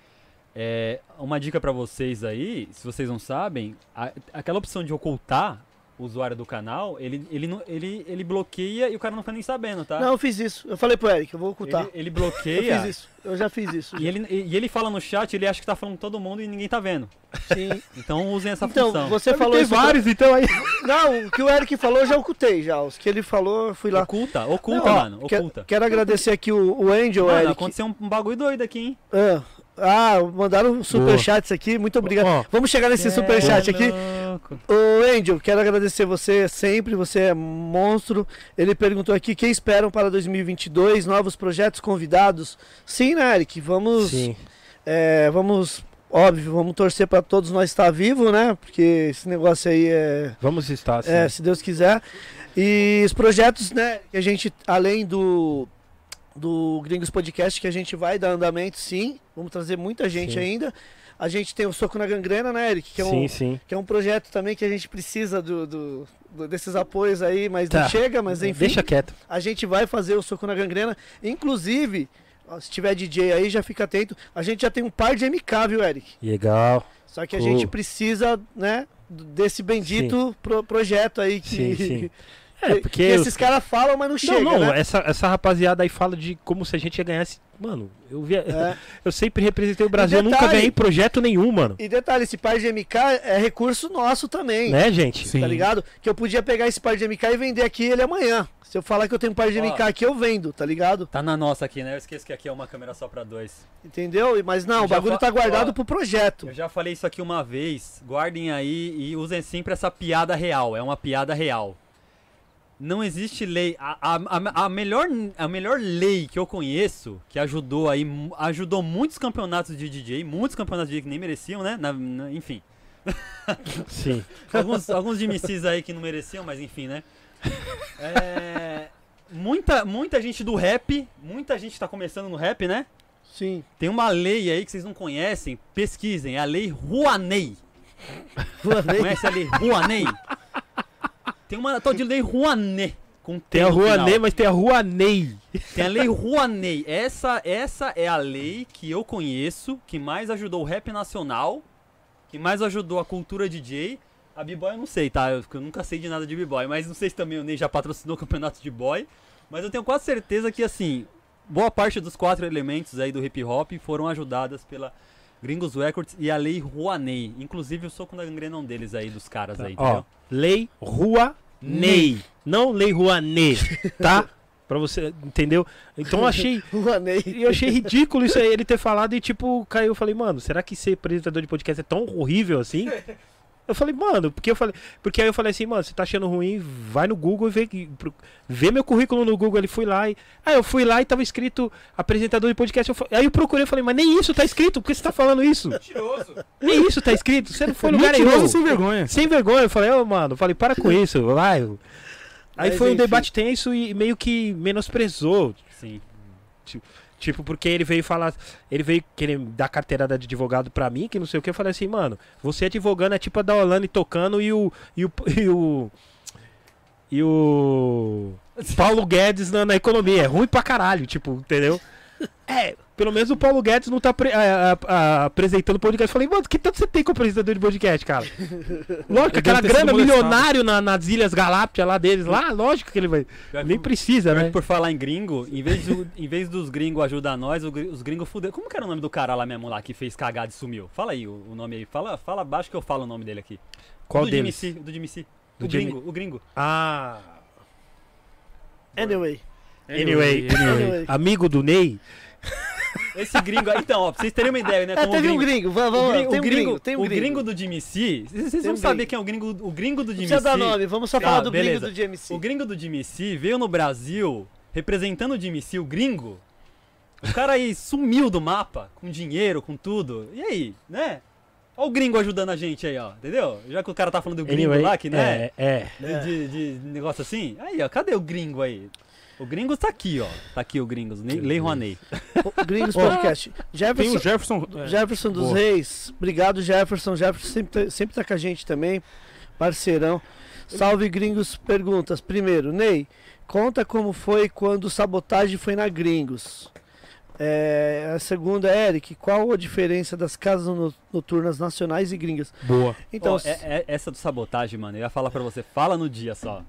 S1: é, uma dica pra vocês aí, se vocês não sabem, a- aquela opção de ocultar o usuário do canal, ele, ele, não- ele, ele bloqueia e o cara não fica nem sabendo, tá?
S3: Não, eu fiz isso. Eu falei pro Eric, eu vou ocultar.
S1: Ele, ele
S3: Eu
S1: bloqueia
S3: fiz isso. Eu já fiz isso.
S1: e ele, e, e ele fala no chat, ele acha que tá falando todo mundo e ninguém tá vendo.
S3: Sim.
S1: Então usem essa
S3: Então,
S1: função.
S3: você falou
S4: tem
S3: isso. pra-
S4: vários, então aí.
S3: Não, o que o Eric falou eu já ocultei já. Os que ele falou, eu fui lá.
S1: Oculta, oculta,
S3: Não, ó,
S1: mano.
S3: que-
S1: Oculta.
S3: Quero agradecer aqui o, o Angel,
S1: Mano,
S3: Eric.
S1: aconteceu um, um bagulho doido aqui, hein?
S3: Ah, ah, mandaram superchats aqui, muito obrigado.
S4: Ó.
S3: Vamos chegar nesse superchat aqui.
S1: É. Louco.
S3: Ô Angel, quero agradecer você sempre, você é monstro. Ele perguntou aqui, que esperam para 2022? Novos projetos, convidados? Sim, né, Eric? Vamos... É, vamos... Óbvio, vamos torcer para todos nós estar vivo, né? Porque esse negócio aí é...
S4: Vamos estar assim.
S3: É, se Deus quiser. E os projetos, né, que a gente, além do, do Gringos Podcast, que a gente vai dar andamento, sim. Vamos trazer muita gente
S4: Sim.
S3: ainda. A gente tem o Soco na Gangrena, né, Eric? Que é,
S4: sim,
S3: um,
S4: sim.
S3: que é um projeto também que a gente precisa do, do- do- desses apoios aí, mas
S4: Tá.
S3: não chega, mas enfim.
S4: Deixa quieto.
S3: A gente vai fazer o Soco na Gangrena. Inclusive, ó, se tiver DJ aí, já fica atento. A gente já tem um par de MK, viu, Eric?
S4: Legal.
S3: Só que a
S4: Cool.
S3: gente precisa, né, desse bendito pro- projeto aí que,
S4: Sim, sim.
S3: que-
S4: É,
S3: que
S4: porque.
S3: esses caras falam, mas não chega,
S4: não, é- não,
S3: né?
S4: essa, essa rapaziada aí fala de como se a gente ganhasse. Mano, eu, via,
S3: É.
S4: eu sempre representei o Brasil, eu nunca
S3: detalhe-
S4: ganhei projeto nenhum, mano.
S3: E detalhe, esse par de MK é recurso nosso também,
S4: Né, gente?
S6: Sim.
S3: tá ligado? Que eu podia pegar esse par de MK e vender aqui ele amanhã. Se eu falar que eu tenho um par de
S1: Ó.
S3: MK aqui, eu vendo, tá ligado?
S1: Tá na nossa aqui, né? Eu esqueço que aqui é uma câmera só pra dois.
S3: Entendeu? E- Mas não,
S1: Eu
S3: o
S1: já
S3: bagulho
S1: fa-
S3: tá guardado
S1: ó.
S3: pro projeto.
S1: Eu já falei isso aqui uma vez. Guardem aí e usem sempre essa piada real. É uma piada real. Não existe lei. A, a- a- a melhor, a melhor lei que eu conheço, que ajudou aí, mu- ajudou muitos campeonatos de DJ, muitos campeonatos de DJ que nem mereciam, né? Na- na- enfim.
S4: Sim.
S1: Alguns, alguns de MCs aí que não mereciam, mas enfim, né? É, muita, muita gente do rap, muita gente tá começando no rap, né?
S3: Sim.
S1: Tem uma lei aí que vocês não conhecem, pesquisem, é a lei Rouanet. Conhece a lei Rouanet? Tem uma tal de lei Rouanet. Com T
S4: Tem a
S1: no
S4: Rua
S1: final.
S4: Ney, mas tem a Rua Ney.
S1: Tem a lei Rouanet. Essa, essa é a lei que eu conheço, que mais ajudou o rap nacional, que mais ajudou a cultura DJ. A B-Boy eu não sei, tá? Eu, eu nunca sei de nada de B-Boy, mas não sei se também o Ney já patrocinou o campeonato de boy. Mas eu tenho quase certeza que, assim, boa parte dos quatro elementos aí do hip hop foram ajudadas pela Gringos Records e a lei Rouanet. Inclusive o soco na gangrena é um deles aí, dos caras aí,
S4: Tá. Ó,
S1: entendeu?
S4: Lei Rua Ney. Não Lei Rua Ney, tá? Pra você, entendeu? Então eu achei.
S3: O Anei.
S4: E eu achei ridículo isso aí, ele ter falado e, tipo, caiu. Eu falei, mano, será que ser apresentador de podcast é tão horrível assim? Eu falei, mano, porque eu falei. Porque aí eu falei assim, mano, você tá achando ruim, vai no Google e vê, que- pro- vê meu currículo no Google. Ele fui lá e. Aí eu fui lá e tava escrito apresentador de podcast. Eu fa- aí eu procurei e falei, mas nem isso tá escrito, por que você tá falando isso? Nem isso tá escrito, você não foi em lugar nenhum.
S6: Mentiroso sem vergonha.
S4: Sem vergonha, eu falei, ô mano, eu falei, para com isso, vai. Aí
S3: Mas,
S4: foi um
S3: enfim.
S4: debate tenso e meio que menosprezou.
S1: Sim.
S4: Tipo, porque ele veio falar. Ele veio querer dar carteirada de advogado pra mim, que não sei o que. Eu falei assim, mano, você advogando é tipo a Daolane tocando e o. E o. E o. E o Paulo Guedes na, na economia. É ruim pra caralho, tipo, entendeu? É, pelo menos o Paulo Guedes não tá pre- a- a- a- apresentando podcast. Eu falei, mano, que tanto você tem com apresentador de podcast, cara? Lógico,
S6: Ele deve
S4: aquela
S6: ter sido
S4: grana
S6: molestado.
S4: milionário na- nas Ilhas Galápagos lá deles lá, lógico que ele vai.
S1: Pior que-
S4: Nem precisa,
S1: pior que
S4: né?
S1: Por falar em gringo, em vez, do- em vez dos gringos ajudar nós, o gri- os gringos fuderam. Como que era o nome do cara lá mesmo lá que fez cagada e sumiu? Fala aí o, o nome aí. Fala, fala abaixo que eu falo o nome dele aqui.
S4: Qual
S1: do
S4: deles?
S1: Jimmy C, do Jimmy C.
S4: Do
S1: o
S4: Jimmy-
S1: gringo, o gringo.
S4: Ah.
S3: Anyway. Anyway.
S4: Anyway, anyway. amigo do Ney,
S1: Esse gringo aí, então, ó, pra vocês terem uma ideia, né?
S3: É,
S1: Então,
S3: teve um
S1: o gringo.
S3: gringo, vamos,
S1: O
S3: vamos,
S1: gringo,
S3: tem um
S1: o gringo,
S3: gringo, tem um
S1: o
S3: gringo.
S1: gringo do Jimmy C, vocês vocês
S3: Tem
S1: vão
S3: um
S1: saber
S3: gringo.
S1: quem é o gringo, o gringo do
S3: Não
S1: Jimmy
S3: precisa
S1: C.
S3: dar nome, vamos só
S1: Ah,
S3: falar do gringo
S1: beleza.
S3: do GMC.
S1: O gringo do Jimmy C veio no Brasil representando o Jimmy C, o gringo. O cara aí sumiu do mapa, com dinheiro, com tudo. E aí, né? Olha o gringo ajudando a gente aí, ó, entendeu? Já que o cara tá falando do gringo
S4: anyway,
S1: lá, que né?
S4: é, é.
S1: de- De, de negócio assim. Aí, ó, cadê o gringo aí? O gringo tá aqui, ó. Tá aqui o gringo, Ne- Lei Rouanet.
S3: Gringos Podcast.
S1: um
S6: Tem
S3: Jefferson,
S6: o Jefferson. é,
S3: Jefferson dos
S6: Boa.
S3: Reis. Obrigado, Jefferson. Jefferson sempre tá, sempre tá com a gente também, parceirão. Salve, Gringos Perguntas. Primeiro, Ney, conta como foi quando sabotagem foi na Gringos. É, a segunda, Eric, qual a diferença das casas no- noturnas nacionais e gringas?
S6: Boa.
S3: Então,
S1: Ó, é- é- essa do sabotagem, mano, eu ia falar pra você, fala no dia só.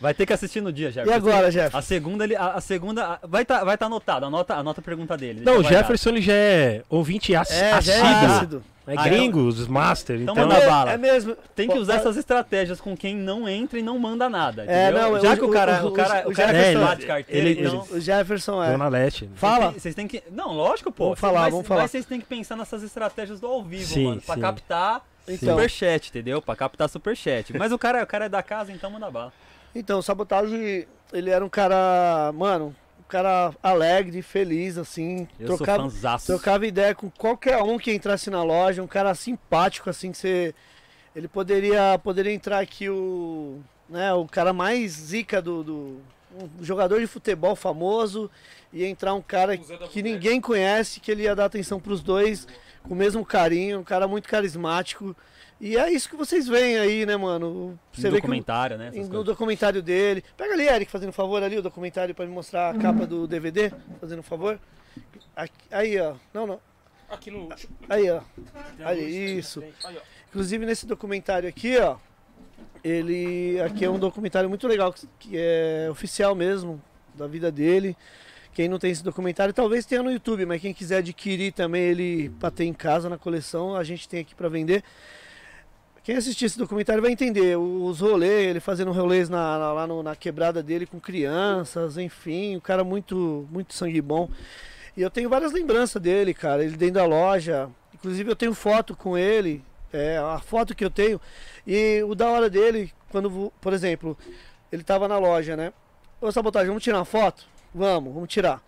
S1: Vai ter que assistir no dia,
S3: e
S1: Jefferson.
S3: agora, Jeff?
S1: A segunda, ele- a, a segunda, a- vai estar tá, vai tá anotado, anota, anota a pergunta dele.
S4: Não,
S1: deixa
S4: o
S1: guardado.
S4: Jefferson ele já é ouvinte ass-
S3: É, já é
S4: assíduo.
S3: ácido.
S4: É,
S1: Ah,
S4: gringos, master,
S1: então
S4: então.
S1: manda
S3: é,
S1: bala.
S3: é mesmo.
S1: Tem que usar essas estratégias com quem não entra e não manda nada,
S3: É,
S1: entendeu?
S3: não,
S1: Já
S3: o-
S1: que o cara,
S3: o-
S1: o, cara,
S3: o-
S1: o,
S3: o
S1: cara
S4: Jefferson-
S1: é acostumado de carteira,
S4: ele-
S1: então...
S3: O Jefferson é.
S4: Zona Leste.
S3: Fala.
S1: Vocês têm que... Não, lógico, pô.
S3: Vamos falar,
S1: mas,
S3: vamos falar.
S1: Mas vocês têm que pensar nessas estratégias do ao vivo,
S4: Sim,
S1: mano. Pra
S4: sim.
S1: captar
S3: Então,
S1: superchat, entendeu? Pra captar superchat. Mas o cara, o cara é da casa, então manda bala.
S3: Então, o Sabotage, ele era um cara, mano, um cara alegre, feliz, assim.
S1: Eu
S3: trocava,
S1: sou fanzaço.
S3: trocava ideia com qualquer um que entrasse na loja, um cara simpático, assim, que você. Ele poderia, poderia entrar aqui o. Né, o cara mais zica do. do- um jogador de futebol famoso e entrar um cara que ninguém conhece, que ele ia dar atenção pros dois com o mesmo carinho, um cara muito carismático. E é isso que vocês veem aí, né, mano? Você
S1: No
S3: vê que o-
S1: documentário, né? essas
S3: no
S1: coisas.
S3: documentário dele. Pega ali, Eric, fazendo um favor ali, o documentário pra me mostrar a capa do DVD, fazendo um favor. Aqui- aí, ó. Não, não.
S6: Aqui no.
S3: Aí, ó. Aí, isso. Inclusive nesse documentário aqui, ó. Ele. Aqui é um documentário muito legal, que- que é oficial mesmo, da vida dele. Quem não tem esse documentário, talvez tenha no YouTube, mas quem quiser adquirir também ele pra ter em casa na coleção, a gente tem aqui pra vender. Quem assistir esse documentário vai entender os rolês, ele fazendo rolês na, na- lá no- na quebrada dele com crianças, enfim, o cara muito, muito sangue bom. E eu tenho várias lembranças dele, cara, ele dentro da loja. Inclusive eu tenho foto com ele, é, a foto que eu tenho. E o da hora dele, quando, vo- por exemplo, ele tava na loja, né? Ô Sabotagem, vamos tirar uma foto? Vamos, vamos tirar.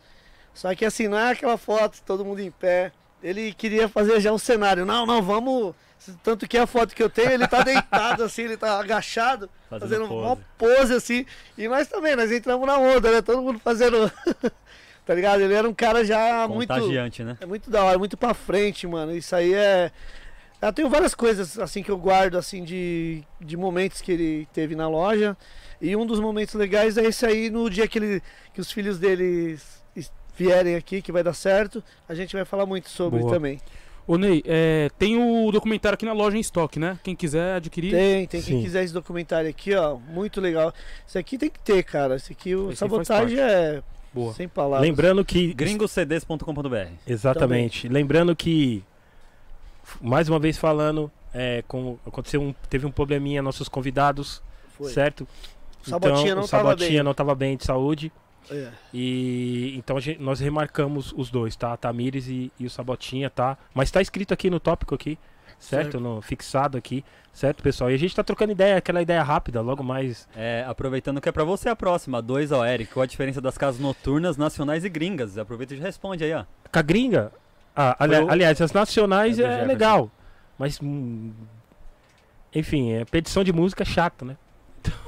S3: Só que assim, não é aquela foto, todo mundo em pé. Ele queria fazer já o cenário. Não, não, vamos. Tanto que a foto que eu tenho, ele tá deitado assim, ele tá agachado, fazendo,
S1: Fazendo
S3: uma
S1: pose.
S3: pose assim. E nós também, nós entramos na onda, né? Todo mundo fazendo. tá ligado? Ele era um cara já muito.
S1: Contagiante, né?
S3: É muito da hora, muito pra frente, mano. Isso aí é. Eu tenho várias coisas assim que eu guardo assim de, de momentos que ele teve na loja. E um dos momentos legais é esse aí no dia que, ele, que os filhos dele es- vierem aqui, que vai dar certo. A gente vai falar muito sobre
S6: Boa.
S3: também.
S6: Ô, Ney, é, tem o documentário aqui na loja em estoque, né? Quem quiser adquirir.
S3: Tem, tem quem
S4: Sim.
S3: quiser esse documentário aqui, ó. Muito legal. Isso aqui tem que ter, cara. Isso aqui, o
S6: Esse aí faz
S3: sabotagem é
S6: Boa.
S3: sem palavras.
S4: Lembrando que.
S1: gringocds.com.br
S4: Exatamente. Lembrando que, f- mais uma vez falando, é, como aconteceu um, teve um probleminha nossos convidados,
S3: Foi.
S4: certo?
S3: Sabotinha
S4: então,
S3: não
S4: o
S3: tava
S4: Sabotinha
S3: bem.
S4: não estava bem de saúde.
S3: É.
S4: E então a gente- nós remarcamos os dois, tá? A Tamires e, e o Sabotinha, tá? Mas tá escrito aqui no tópico aqui, certo?
S3: Certo.
S4: No, fixado aqui, certo, pessoal? E a gente tá trocando ideia, aquela ideia rápida, logo mais.
S1: É, aproveitando que é pra você a próxima, 2 ao Eric, qual a diferença das casas noturnas, nacionais e gringas? Aproveita e já responde aí, ó.
S4: Com a gringa, ah, ali-
S1: Foi o-
S4: aliás, as nacionais
S1: É
S4: é,
S1: do Jefferson.
S4: legal. Mas. hum, enfim, é, petição de música é chato, né?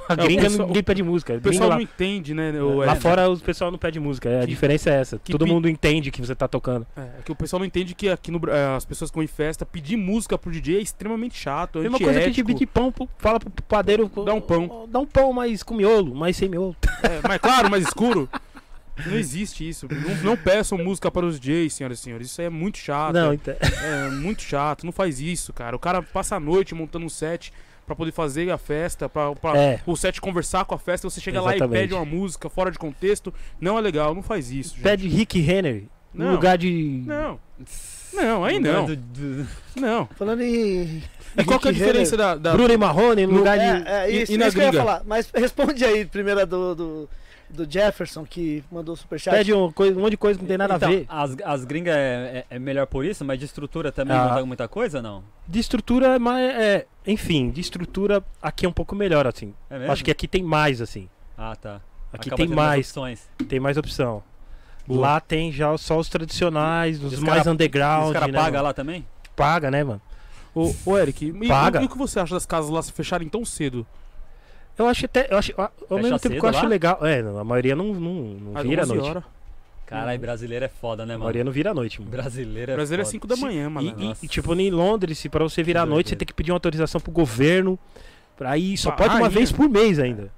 S4: A gringa
S6: pessoal-
S4: ninguém pede música.
S6: O
S4: Gringa
S6: pessoal
S4: lá,
S6: não entende, né? o-
S4: lá
S6: é,
S4: fora o pessoal não pede música. é, A
S6: Que-
S4: diferença é essa.
S6: que
S4: Todo
S6: pi-
S4: mundo entende que você tá tocando.
S6: É, é que o pessoal não entende que aqui no Bra- é, as pessoas que vão em festa, pedir música pro DJ é extremamente chato. É
S4: Mesma coisa que a gente
S6: antiético.
S4: pedir pão, pro- fala pro padeiro.
S6: Dá um pão.
S4: Dá um pão, mas com miolo, mas sem miolo.
S6: É, mas claro, mais escuro. Não existe isso. Não, não peçam música para os DJs, senhoras e senhores. Isso aí é muito chato.
S4: não, então.
S6: É muito chato. Não faz isso, cara. O cara passa a noite montando um set pra poder fazer a festa, pra, pra
S4: É.
S6: o set conversar com a festa. Você chega lá e
S4: Exatamente.
S6: pede uma música fora de contexto. Não é legal, não faz isso. gente.
S4: Pede Rick Henry no
S6: Não.
S4: lugar de.
S6: Não. Não, aí não.
S1: Do- do- do-
S6: Não.
S3: Falando em.
S6: E qual que é a
S3: Rick
S6: diferença da. da-
S4: Bruno e Marrone no lugar de.
S3: É, é
S6: e-
S3: isso,
S6: e na
S3: isso que eu ia
S6: gringa?
S3: falar. Mas responde aí primeiro a do, do, do Jefferson, que mandou o
S6: é.
S3: superchat.
S4: Pede um, coi- um monte de coisa que não tem nada
S1: Então,
S4: a ver.
S1: As, as gringas é, é- é melhor por isso, mas de estrutura também
S4: Ah.
S1: não dá muita coisa, não?
S4: De estrutura, é mais. é, enfim, de estrutura aqui é um pouco melhor, assim.
S1: É
S4: Eu
S1: mesmo?
S6: né?
S4: Acho que aqui tem mais, assim.
S1: Ah, tá.
S4: Aqui
S1: Acaba
S4: tem
S1: tendo mais
S4: mais,
S1: opções.
S4: tem mais opção.
S6: Boa.
S4: Lá tem já só os tradicionais, os
S1: Os
S4: mais
S1: cara-
S4: underground.
S1: Os caras
S4: né,
S1: pagam
S4: mano?
S1: lá também?
S4: Paga, né, mano?
S6: Ô, ô, Eric, e,
S4: Paga.
S6: e o que você acha das casas lá se fecharem tão cedo?
S4: Eu acho até. Eu acho, a- ao
S1: Fecha
S4: mesmo tempo que eu
S1: cedo
S4: acho
S1: lá?
S4: legal. É, não, a maioria não, não, não
S6: Às
S4: vira à
S6: 11
S4: noite.
S6: horas. né,
S1: Caralho, brasileiro é foda, né,
S4: A
S1: mano?
S4: maioria não vira à noite, mano.
S1: Brasileiro é
S6: O Brasileiro é
S1: foda.
S6: 5 da manhã,
S4: E-
S6: mano.
S4: E, e, tipo, em Londres, se pra você virar à
S1: Que
S4: noite, você
S1: doideira.
S4: tem que pedir uma autorização pro governo. Pra ir só
S6: Ah,
S4: pode uma
S6: ainda?
S4: vez por mês ainda.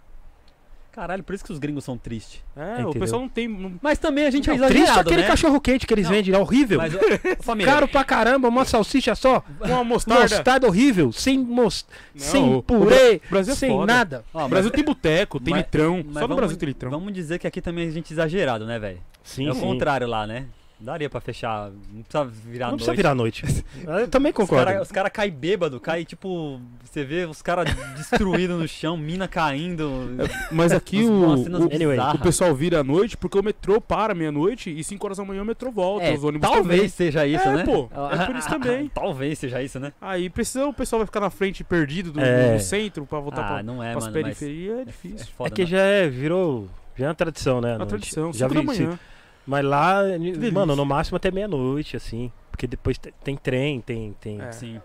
S1: Caralho, por isso que os gringos são tristes.
S6: É, o
S4: Entendeu?
S6: pessoal não tem. não-
S1: Mas também a gente é
S4: Não, triste é
S1: exagerado,
S4: aquele
S1: né?
S4: cachorro quente que eles
S1: Não,
S4: vendem, é horrível.
S1: Mas, ô, família,
S4: Caro pra caramba, uma salsicha só,
S6: Uma mostarda.
S4: mostarda horrível, sem, mos...
S6: Não, o-
S4: sem
S6: o
S4: purê,
S6: Bra- Brasil é
S4: sem
S6: foda.
S4: nada.
S1: ó,
S6: O
S1: mas-
S6: Brasil tem boteco, tem
S1: mas-
S6: litrão.
S1: mas
S6: Só no
S1: vamos-
S6: Brasil tem
S4: um.
S6: litrão.
S1: Vamos dizer que aqui também a gente é exagerado, né, velho?
S4: Sim,
S1: É o contrário lá, né? Daria pra fechar. Não precisa virar
S4: Não
S1: noite.
S4: precisa virar à noite. Eu
S1: Os cara- é
S4: também concordo. É
S1: Os caras caem bêbado, cai tipo. Você vê os caras destruídos no chão, mina caindo.
S6: É, Mas aqui
S1: Uns-
S6: o,
S1: umas cenas
S6: o-
S4: anyway,
S1: bizarras.
S6: o pessoal vira à noite porque o metrô para meia-noite e 5 horas da manhã o metrô volta.
S1: É,
S6: os ônibus
S1: talvez
S6: também.
S1: seja isso,
S6: É,
S1: né?
S6: pô, é por isso também.
S1: talvez seja isso, né?
S6: Aí precisa, o pessoal vai ficar na frente perdido do,
S4: É.
S6: do centro pra voltar
S1: ah,
S6: pra,
S1: não é,
S6: pras
S1: mano. Mas é,
S6: periferias. É
S1: é
S6: difícil.
S1: foda,
S4: É que
S1: né?
S4: já é, virou. Já é uma tradição, né? à
S6: a
S4: noite.
S6: tradição,
S4: já
S6: 5 da
S4: vi,
S6: manhã.
S4: Mas lá, mano,
S6: delícia.
S4: no máximo até meia-noite, assim. Porque depois te- tem trem, tem. tem...
S6: É.
S1: Sim.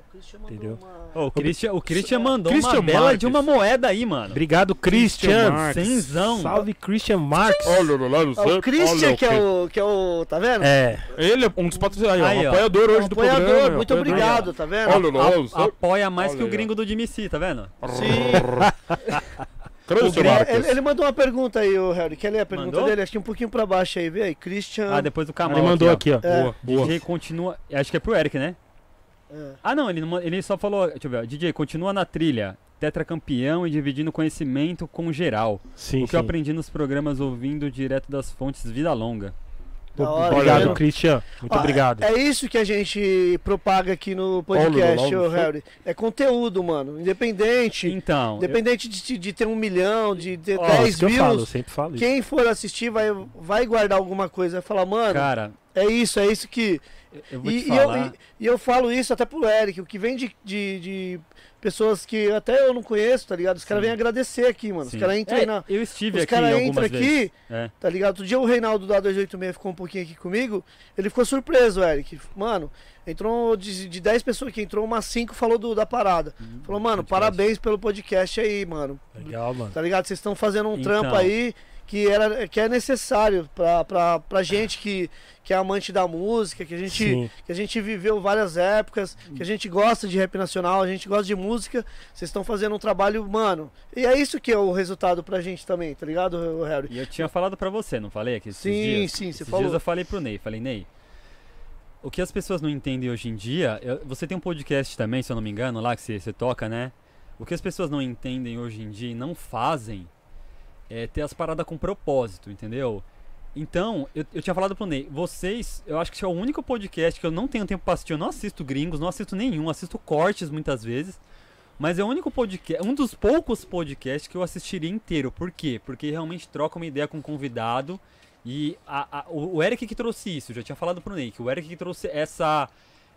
S4: Entendeu?
S1: Ô, o Christian, o Christian mandou
S6: Christian
S1: uma bela
S6: Marques.
S1: de uma moeda aí, mano.
S4: Obrigado,
S6: Christian
S4: Christian.
S6: Marques.
S1: Senzão.
S4: Salve, Christian Marx.
S3: Ah, o Christian, que é o, que é o. Tá vendo?
S4: É,
S6: Ele é um dos patrocinadores, aí,
S1: Aí,
S6: ó,
S1: ó.
S6: apoiador
S3: É um
S6: hoje do programa.
S3: apoiador,
S6: é um
S3: muito
S6: apoiador.
S3: obrigado, tá vendo?
S1: A- apoia mais que o gringo do Jimmy C, tá vendo?
S3: O Gre- ele, ele mandou uma pergunta aí, o Harry. Quer ler a pergunta
S1: Mandou?
S3: dele? Acho que um pouquinho pra baixo aí, vê aí. Christian.
S1: Ah, depois o
S6: tá
S1: Kamal.
S4: ele mandou aqui, ó.
S3: É.
S6: Boa,
S1: ó.
S6: boa.
S1: DJ continua. Acho que é pro Eric, né?
S3: É.
S1: Ah, não, ele, não- ele só falou. Deixa eu ver. ó, DJ, continua na trilha. Tetracampeão e dividindo conhecimento com geral.
S4: Sim,
S1: o que eu aprendi nos programas ouvindo direto das fontes Vida Longa.
S3: Da hora,
S4: Obrigado,
S3: tá vendo?
S4: Christian. Muito
S3: Ó,
S4: obrigado.
S3: É isso que a gente propaga aqui no podcast, ô Harry. É conteúdo, mano. Independente.
S1: Então, eu-
S3: Independente de, de ter um milhão, de
S6: é
S3: ter
S4: Ó, isso
S3: 10
S4: que eu falo, eu
S3: mil.
S4: sempre falo isso.
S3: Quem for assistir vai, vai guardar alguma coisa. Vai falar, mano,
S1: cara,
S3: é isso, é isso que.
S1: eu vou
S3: E,
S1: te
S3: e eu,
S1: falar.
S3: e- e eu falo isso até pro Eric, o que vem de, de, de pessoas que até eu não conheço, tá ligado? Os caras
S1: Sim.
S3: vêm agradecer aqui, mano.
S1: sim.
S3: Os caras entram
S1: É,
S3: aí na.
S1: Eu estive
S3: Os
S1: aqui algumas
S3: caras entram aqui,
S1: vezes. É.
S3: tá ligado? Outro dia o Reinaldo da 286 ficou um pouquinho aqui comigo, ele ficou surpreso, Eric. Mano, entrou de, de 10 pessoas que entrou, umas 5 falou do- da parada. Falou, mano,
S1: Hum, podcast.
S3: parabéns pelo podcast aí, mano.
S4: Legal, mano.
S3: Tá ligado? Vocês estão fazendo um
S1: Então.
S3: trampo aí que, era, que é necessário pra, pra, pra gente que, que é amante da música, que a gente
S4: Sim.
S3: que a gente viveu várias épocas, que a gente gosta de rap nacional, a gente gosta de música, vocês estão fazendo um trabalho, mano. E é isso que é o resultado pra gente também, tá ligado, ô Harry?
S1: E eu tinha falado pra você, não falei aqui? esses
S3: Sim,
S1: dias?
S3: sim, você
S1: Esses
S3: falou.
S1: dias eu falei pro Ney, falei, Ney, o que as pessoas não entendem hoje em dia, eu- você tem um podcast também, se eu não me engano, lá que você, você toca, né? O que as pessoas não entendem hoje em dia e não fazem é ter as paradas com propósito, entendeu? Então, eu, eu tinha falado pro Ney, vocês, eu acho que esse é o único podcast que eu não tenho tempo pra assistir, eu não assisto gringos, não assisto nenhum, assisto cortes muitas vezes. Mas é o único podcast, um dos poucos podcasts que eu assistiria inteiro. Por quê? Porque realmente troca uma ideia com o convidado. E a- a- o, o Eric que trouxe isso, eu já tinha falado pro Ney, que o Eric que trouxe essa,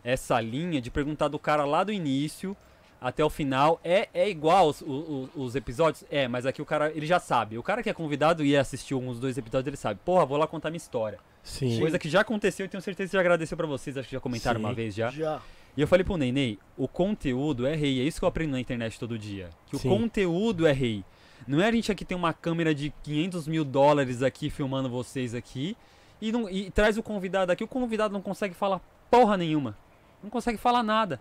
S1: essa linha de perguntar do cara lá do início até o final. É, é igual os, o- o- os episódios? É, mas aqui o cara, ele já sabe. O cara que é convidado e assistiu uns dois episódios, ele sabe. Porra, vou lá contar minha história.
S4: Sim.
S1: Coisa que já aconteceu e tenho certeza que já agradeceu pra vocês, acho que já comentaram
S4: Sim.
S1: uma vez já.
S3: Já.
S1: E eu falei pro Ney, Ney, o conteúdo é rei. É isso que eu aprendo na internet todo dia. Que
S4: Sim.
S1: o conteúdo é rei. Não é a gente aqui ter uma câmera de 500 mil dólares aqui filmando vocês aqui e, não- e traz o convidado aqui. O convidado não consegue falar porra nenhuma. Não consegue falar nada.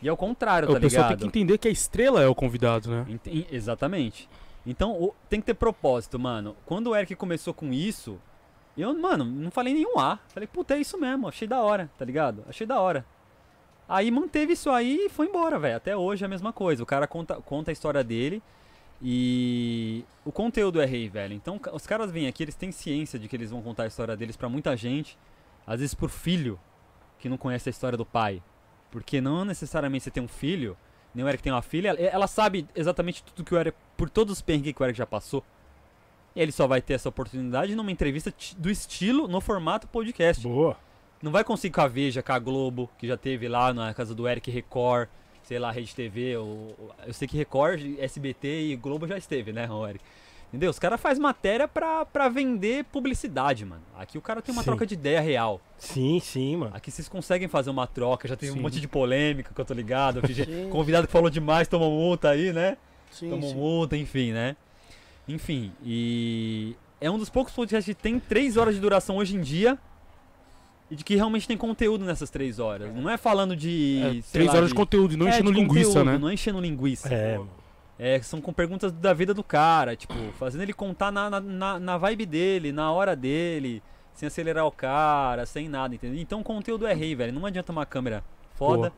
S1: E é o contrário,
S6: o
S1: tá
S6: pessoal
S1: ligado?
S6: tem que entender que a estrela é o convidado, né?
S1: Ent- e- Exatamente. Então o- tem que ter propósito, mano. Quando o Eric começou com isso, eu, mano, não falei nenhum A. Falei, puta, é isso mesmo, achei da hora, tá ligado? Achei da hora. Aí manteve isso aí e foi embora, velho. Até hoje é a mesma coisa. O cara conta, conta a história dele e o conteúdo é rei, velho. Então ca- os caras vêm aqui, eles têm ciência de que eles vão contar a história deles pra muita gente. Às vezes pro filho que não conhece a história do pai. Porque não necessariamente você tem um filho nem o Eric tem uma filha, ela- ela sabe exatamente tudo que o Eric, por todos os perrengues que o Eric já passou. E ele só vai ter essa oportunidade numa entrevista ti- do estilo, no formato podcast.
S4: Boa.
S1: Não vai conseguir com a Veja, com a Globo, que já teve lá na casa do Eric Record, sei lá, Rede TV, ou, ou- eu sei que Record, SBT e Globo já esteve, né, o Eric? Entendeu? Os caras fazem matéria pra, pra vender publicidade, mano. Aqui o cara tem uma
S4: Sim.
S1: troca de ideia real.
S4: Sim, sim, mano.
S1: Aqui vocês conseguem fazer uma troca, já teve
S4: Sim.
S1: um monte de polêmica que eu tô ligado. FG.
S3: Sim.
S1: Convidado que falou demais, tomou multa aí, né?
S3: Sim,
S1: Tomou
S3: sim.
S1: multa, enfim, né? Enfim, e é um dos poucos podcasts que tem três horas de duração hoje em dia e de que realmente tem conteúdo nessas três horas. Não é falando de.
S6: É,
S1: sei
S6: três
S1: lá,
S6: horas de conteúdo e não
S1: É,
S6: enchendo
S1: de
S6: linguiça,
S1: conteúdo,
S6: né?
S1: Não enchendo linguiça.
S4: É, mano.
S1: É, são com perguntas da vida do cara, tipo, fazendo ele contar na, na- na, na vibe dele, na hora dele, sem acelerar o cara, sem nada, entendeu? Então o conteúdo é rei, velho. Não adianta uma câmera foda
S4: Boa.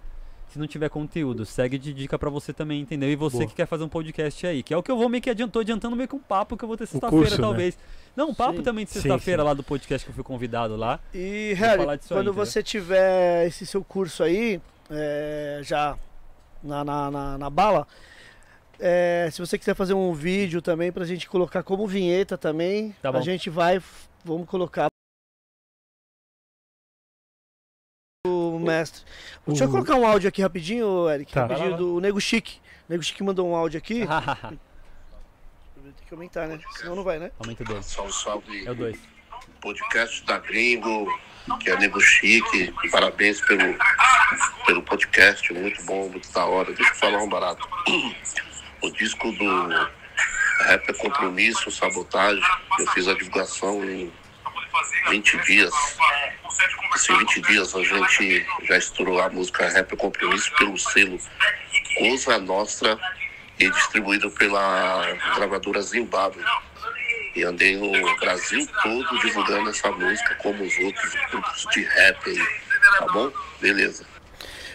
S1: se não tiver conteúdo. Segue de dica pra você também, entendeu? E você
S4: Boa.
S1: que quer fazer um podcast aí, que é o que eu vou meio que adiantou, adiantando meio que um papo que eu vou ter
S4: curso,
S1: sexta-feira,
S4: né?
S1: talvez. Não, um papo
S3: Sim.
S1: também de
S4: Sim,
S1: sexta-feira
S4: sim.
S1: lá do podcast que eu fui convidado lá. Vou
S3: E,
S1: falar
S3: Harry,
S1: disso aí,
S3: quando
S1: entendeu?
S3: você tiver esse seu curso aí, é, já na, na, na- na bala, é, se você quiser fazer um vídeo também pra gente colocar como vinheta também,
S1: Tá
S3: a
S1: bom.
S3: gente vai, f- vamos colocar. O mestre. Deixa eu
S4: o-
S3: colocar um áudio aqui rapidinho, Eric.
S4: Tá.
S3: rapidinho,
S1: Uhum. Vai lá, Tá. vai
S3: do Nego Chique. O Nego Chique mandou um áudio aqui. Tem que aumentar, né? Senão não vai, né?
S1: Aumenta o dois.
S7: Salve, um salve.
S1: É o dois.
S7: Podcast da Gringo, que é Nego Chique. Parabéns pelo, pelo podcast, muito bom, muito da hora. Deixa eu falar um barato. O disco do Rap é Compromisso, Sabotagem, eu fiz a divulgação em 20 dias. Esses 20 dias a gente já estourou a música Rap é Compromisso pelo selo Cosa Nostra e distribuído pela gravadora Zimbábue. E andei no Brasil todo divulgando essa música, como os outros grupos de rap aí. Tá bom? Beleza.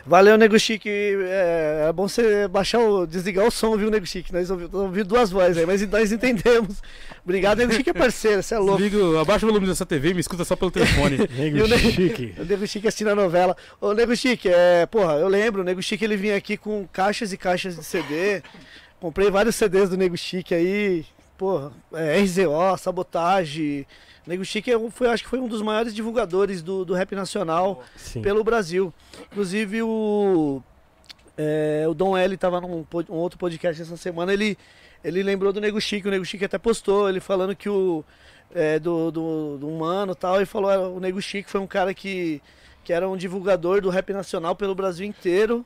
S3: Valeu, Nego Chique. É, é bom você baixar o, desligar o som, viu, Nego Chique? Nós ouvimos ouvi duas vozes aí, mas nós entendemos. Obrigado, Nego Chique é parceiro, você é louco.
S6: Liga, abaixa o volume dessa TV e me escuta só pelo telefone.
S4: Nego
S3: E o ne-
S4: chique.
S3: O Nego Chique assina a novela. Ô, Nego Chique, é, porra, eu lembro, o Nego Chique ele vinha aqui com caixas e caixas de CD. Comprei vários CDs do Nego Chique aí. Porra, é, RZO, Sabotagem. O Nego Chique é um- foi, acho que foi um dos maiores divulgadores do, do rap nacional
S4: Sim.
S3: pelo Brasil. Inclusive o, é, o Dom L estava num pod- um outro podcast essa semana, ele, ele lembrou do Nego Chique, o Nego Chique até postou, ele falando que o é, do, do, do Mano e tal, e falou, "Ah, o Nego Chique foi um cara que, que era um divulgador do rap nacional pelo Brasil inteiro.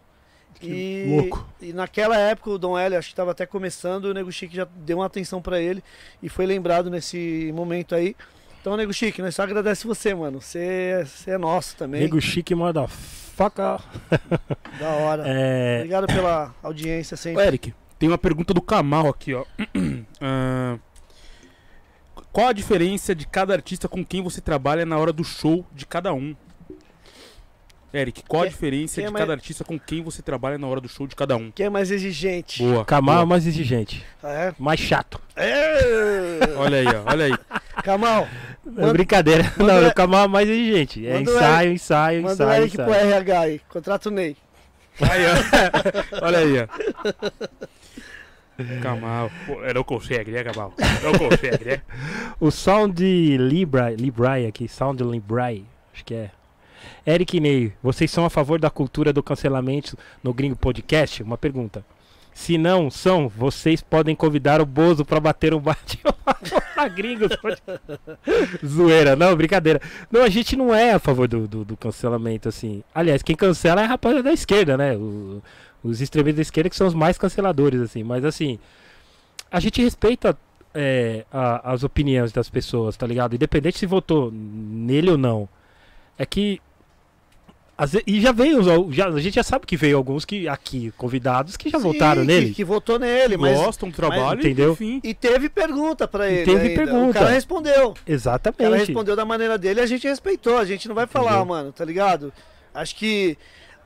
S3: E,
S4: louco.
S3: e naquela época o Dom L, acho que estava até começando, o Nego Chique já deu uma atenção para ele e foi lembrado nesse momento aí. Então, Nego Chique, nós só agradece você, mano. Você você é nosso também.
S4: Nego chique, manda faca.
S3: Da hora.
S4: É.
S3: Obrigado pela audiência sempre.
S6: Ô, Eric, tem uma pergunta do Kamal aqui, ó. Ah, qual a diferença de cada artista com quem você trabalha na hora do show de cada um? Eric, qual a
S3: Quem-
S6: diferença
S3: quem é
S6: de
S3: mais-
S6: cada artista com quem você trabalha na hora do show de cada um?
S3: Quem é mais exigente?
S6: Boa.
S4: Camar é mais exigente.
S3: É.
S4: Mais chato.
S3: É.
S6: boa. Olha aí, ó, olha aí.
S3: Camal, Manda-
S4: é brincadeira.
S3: manda-
S4: Não, o Camar é mais exigente. É
S3: manda o
S4: ensaio, ensaio,
S3: manda o
S4: ensaio,
S3: Eric pro
S4: ensaio.
S3: RH aí. Contrata o Ney.
S6: Aí, ó. Olha aí, ó. Kamal. Pô, não consegue, né, Kamal? Não consegue, né?
S4: O Sound Libra, Librai aqui, Sound Librai, acho que é. Eric e Ney, vocês são a favor da cultura do cancelamento no Gringo Podcast? Uma pergunta. Se não são, vocês podem convidar o Bozo pra bater um bate na Gringo Podcast. Zoeira, não, brincadeira. Não, a gente não é a favor do, do- do cancelamento, assim. Aliás, quem cancela é a rapaziada da esquerda, né? O- os extremistas da esquerda que são os mais canceladores, assim. Mas, assim, a gente respeita é, a- as opiniões das pessoas, tá ligado? Independente se votou nele ou não. É que. às ve- E já veio, os al- já, a gente já sabe que veio alguns que aqui, convidados, que já
S3: Sim,
S4: votaram
S3: que-
S4: nele.
S3: Que, votou nele, mas.
S6: Gostam do um trabalho,
S4: mas- entendeu?
S6: enfim.
S3: E teve pergunta pra ele.
S4: teve
S3: ainda. O
S4: pergunta.
S3: cara respondeu. O cara
S4: Exatamente.
S3: respondeu da maneira dele, a gente respeitou. A gente não vai falar,
S4: Entendeu?
S3: mano, tá ligado? Acho que.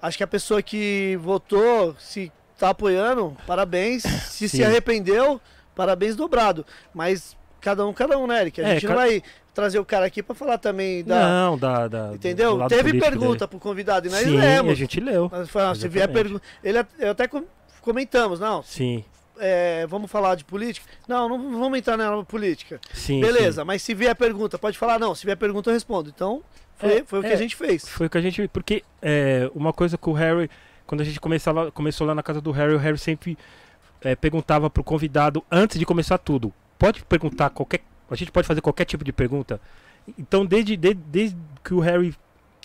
S3: Acho que a pessoa que votou, se tá apoiando, parabéns. Se se
S4: Sim.
S3: arrependeu, parabéns dobrado. Mas cada um, cada um, né, Eric? A
S4: É,
S3: gente
S4: ca-
S3: não vai trazer o cara aqui pra falar também da.
S4: Não, da, da- do
S3: entendeu?
S4: lado
S3: Teve
S4: político dele.
S3: pergunta pro convidado e nós
S4: Sim,
S3: lemos.
S4: a gente leu.
S3: Nós falamos, se vier
S4: Exatamente.
S3: pergunta. Ele at- eu até com- comentamos, não,
S4: Sim,
S3: é, vamos falar de política? Não, não vamos entrar na política.
S4: sim.
S3: Beleza, mas se vier pergunta, pode falar, não, se vier pergunta eu respondo. Então, foi,
S4: É,
S3: foi o que
S4: é.
S3: a gente fez.
S4: sim. Foi o que a gente. Porque é, uma coisa que o Harry. Quando a gente começava, começou lá na casa do Harry, o Harry sempre é, perguntava pro convidado antes de começar tudo. Pode perguntar qualquer. A gente pode fazer qualquer tipo de pergunta. Então, desde, desde, desde que o Harry.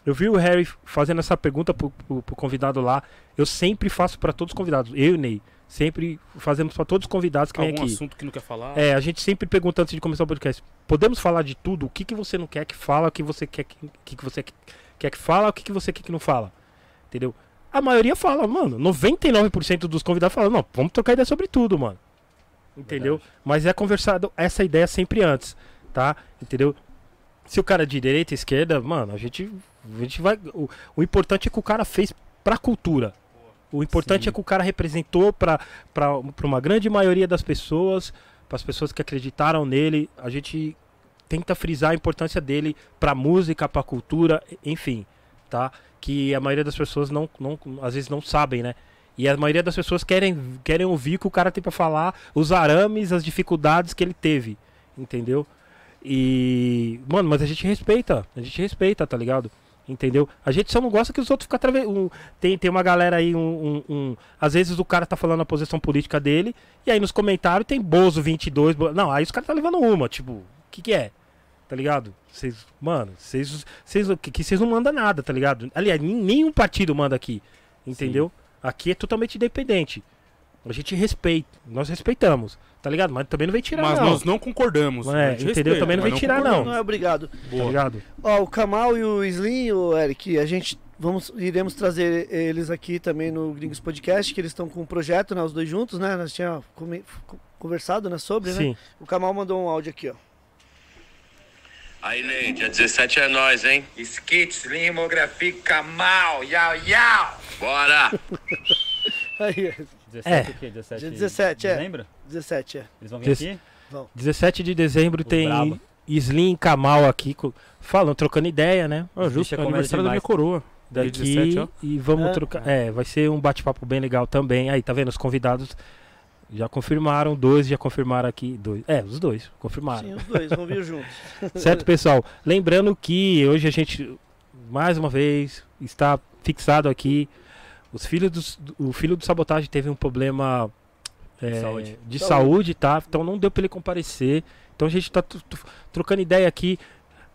S4: Eu vi o Harry fazendo essa pergunta pro, pro- pro convidado lá. Eu sempre faço para todos os convidados. Eu e o Ney. Sempre fazemos para todos os convidados é que vêm
S2: Algum
S4: aqui.
S2: assunto que não quer falar?
S4: É, a gente sempre pergunta antes de começar o podcast. Podemos falar de tudo? O que, que você não quer que fala? O que você quer que, o que, que você quer que fala? O que, que você quer que não fala? Entendeu? A maioria fala, mano. 99% dos convidados falam, não, vamos trocar ideia sobre tudo, mano. Entendeu? Mas é conversado essa ideia sempre antes, tá? Entendeu? Se o cara é de direita, esquerda, mano, a gente, a gente vai. O, o importante é que o cara fez pra cultura. O importante é que o cara representou pra, pra, pra uma grande maioria das pessoas, pras pessoas que acreditaram nele. A gente tenta frisar a importância dele pra música, pra cultura, enfim, tá? Que a maioria das pessoas não, não às vezes não sabem, né? E a maioria das pessoas querem, querem ouvir o que o cara tem pra falar, os arames, as dificuldades que ele teve, entendeu? E, mano, mas a gente respeita, a gente respeita, tá ligado? Entendeu? A gente só não gosta que os outros ficam através. Um, tem, tem uma galera aí, um, um- um- Às vezes o cara tá falando a posição política dele, e aí nos comentários tem Bozo 22. Bo- Não, aí os caras tá levando uma, tipo, o que que é? Tá ligado? Vocês, mano, vocês. vocês que que vocês não mandam nada, tá ligado? Aliás, nem- nenhum partido manda aqui, entendeu? Aqui é totalmente independente. A gente respeita, nós respeitamos, tá ligado? Mas também não vem tirar,
S6: Mas
S4: não.
S6: nós não concordamos.
S4: É,
S6: a gente
S4: entendeu? Também não
S6: mas
S4: vem tirar,
S6: concordamos.
S4: não.
S3: Não é obrigado.
S4: Tá ligado?
S3: Ó, o Kamal e o Slim, o Eric, a gente vamos, iremos trazer eles aqui também no Gringos Podcast, que eles estão com um projeto, né? Os dois juntos, né? Nós tínhamos come- conversado né, sobre, né?
S4: Sim.
S3: O Kamal mandou um áudio aqui, ó.
S7: Aí, Ney, dia 17 é nós, hein?
S8: Skits, limografia, camal, yau, yau.
S7: Bora!
S3: Aí,
S4: É.
S1: 17 o quê? 17
S3: Dia 17, é.
S1: Lembra?
S3: 17, é.
S1: Eles vão vir
S4: Dez-
S1: aqui?
S4: 17 de dezembro tem
S1: brabo.
S4: Slim e Kamal aqui. co- Falam, trocando ideia, né?
S6: Ó, justo,
S1: bicho é
S6: é
S1: comédia
S6: aniversário da minha
S1: demais.
S6: coroa.
S4: Daqui
S6: 17, ó.
S4: e vamos
S3: É.
S4: trocar. É, vai ser um bate-papo bem legal também. Aí, tá vendo? Os convidados já confirmaram, dois já confirmaram aqui. Dois. É, os dois confirmaram.
S3: Sim, os dois vão vir juntos.
S4: Certo, pessoal? Lembrando que hoje a gente, mais uma vez, está fixado aqui. Os filhos dos- do, o filho do sabotagem teve um problema é, de, saúde.
S1: saúde.
S4: saúde, tá? Então não deu para ele comparecer. Então a gente está trocando ideia aqui.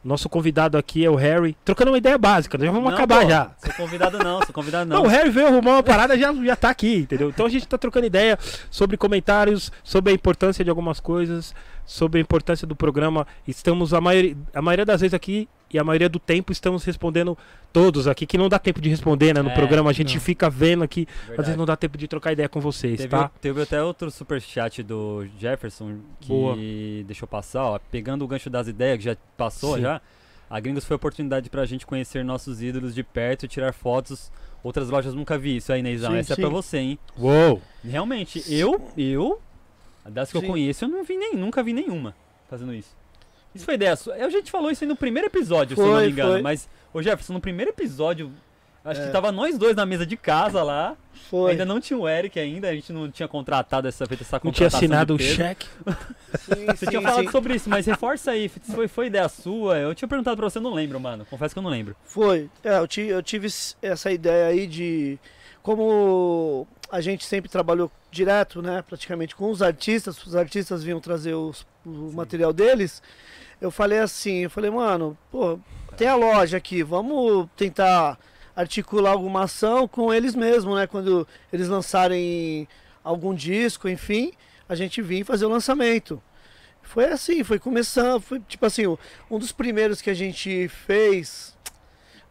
S4: Nosso convidado aqui é o Harry. Trocando uma ideia básica, nós já vamos
S1: Não,
S4: acabar
S1: pô,
S4: já.
S1: Sou convidado não, sou convidado
S4: Não, é,
S1: não.
S4: o Harry veio arrumar uma parada já já tá aqui, entendeu? Então a gente tá trocando ideia sobre comentários, sobre a importância de algumas coisas, sobre a importância do programa. Estamos a maioria, a maioria das vezes aqui e a maioria do tempo estamos respondendo todos aqui, que não dá tempo de responder, né? No
S1: É,
S4: programa a gente fica vendo aqui, às vezes
S1: Verdade.
S4: não dá tempo de trocar ideia com vocês,
S1: Teve,
S4: tá?
S1: teve até outro superchat do Jefferson que
S4: Boa.
S1: deixou passar, ó. Pegando o gancho das ideias que já passou
S4: Sim.
S1: já. A Gringos foi a oportunidade pra gente conhecer nossos ídolos de perto e tirar fotos. Outras lojas nunca vi isso aí, Neizão.
S3: Sim,
S1: Essa
S3: sim.
S1: é pra você, hein?
S4: Uou!
S1: um Realmente, eu, eu, das que
S3: Sim.
S1: eu conheço, eu não vi nem, nunca vi nenhuma fazendo isso. Isso foi ideia sua. A gente falou isso aí no primeiro episódio, se eu não
S3: Foi,
S1: me engano.
S3: foi.
S1: Mas, ô Jefferson, no primeiro episódio, acho
S3: É.
S1: que tava nós dois na mesa de casa lá.
S3: Foi.
S1: Ainda não tinha o Eric ainda, a gente não tinha contratado essa feita essa
S4: Não tinha
S1: contratação de
S4: assinado o
S1: peso.
S4: cheque.
S3: Sim,
S1: Você
S3: sim,
S1: tinha falado
S3: sim.
S1: sobre isso, mas reforça aí, se foi, foi ideia sua. Eu tinha perguntado pra você, eu não lembro, mano. Confesso que eu não lembro.
S3: Foi. É, eu, ti- eu tive s- essa ideia aí de. Como a gente sempre trabalhou direto, né? Praticamente com os artistas, os artistas vinham trazer os- o material deles. Eu falei assim, eu falei, mano, pô, tem a loja aqui, vamos tentar articular alguma ação com eles mesmo, né? Quando eles lançarem algum disco, enfim. a gente vinha e fazer o lançamento. Foi assim, foi começando, foi tipo assim, o- um dos primeiros que a gente fez,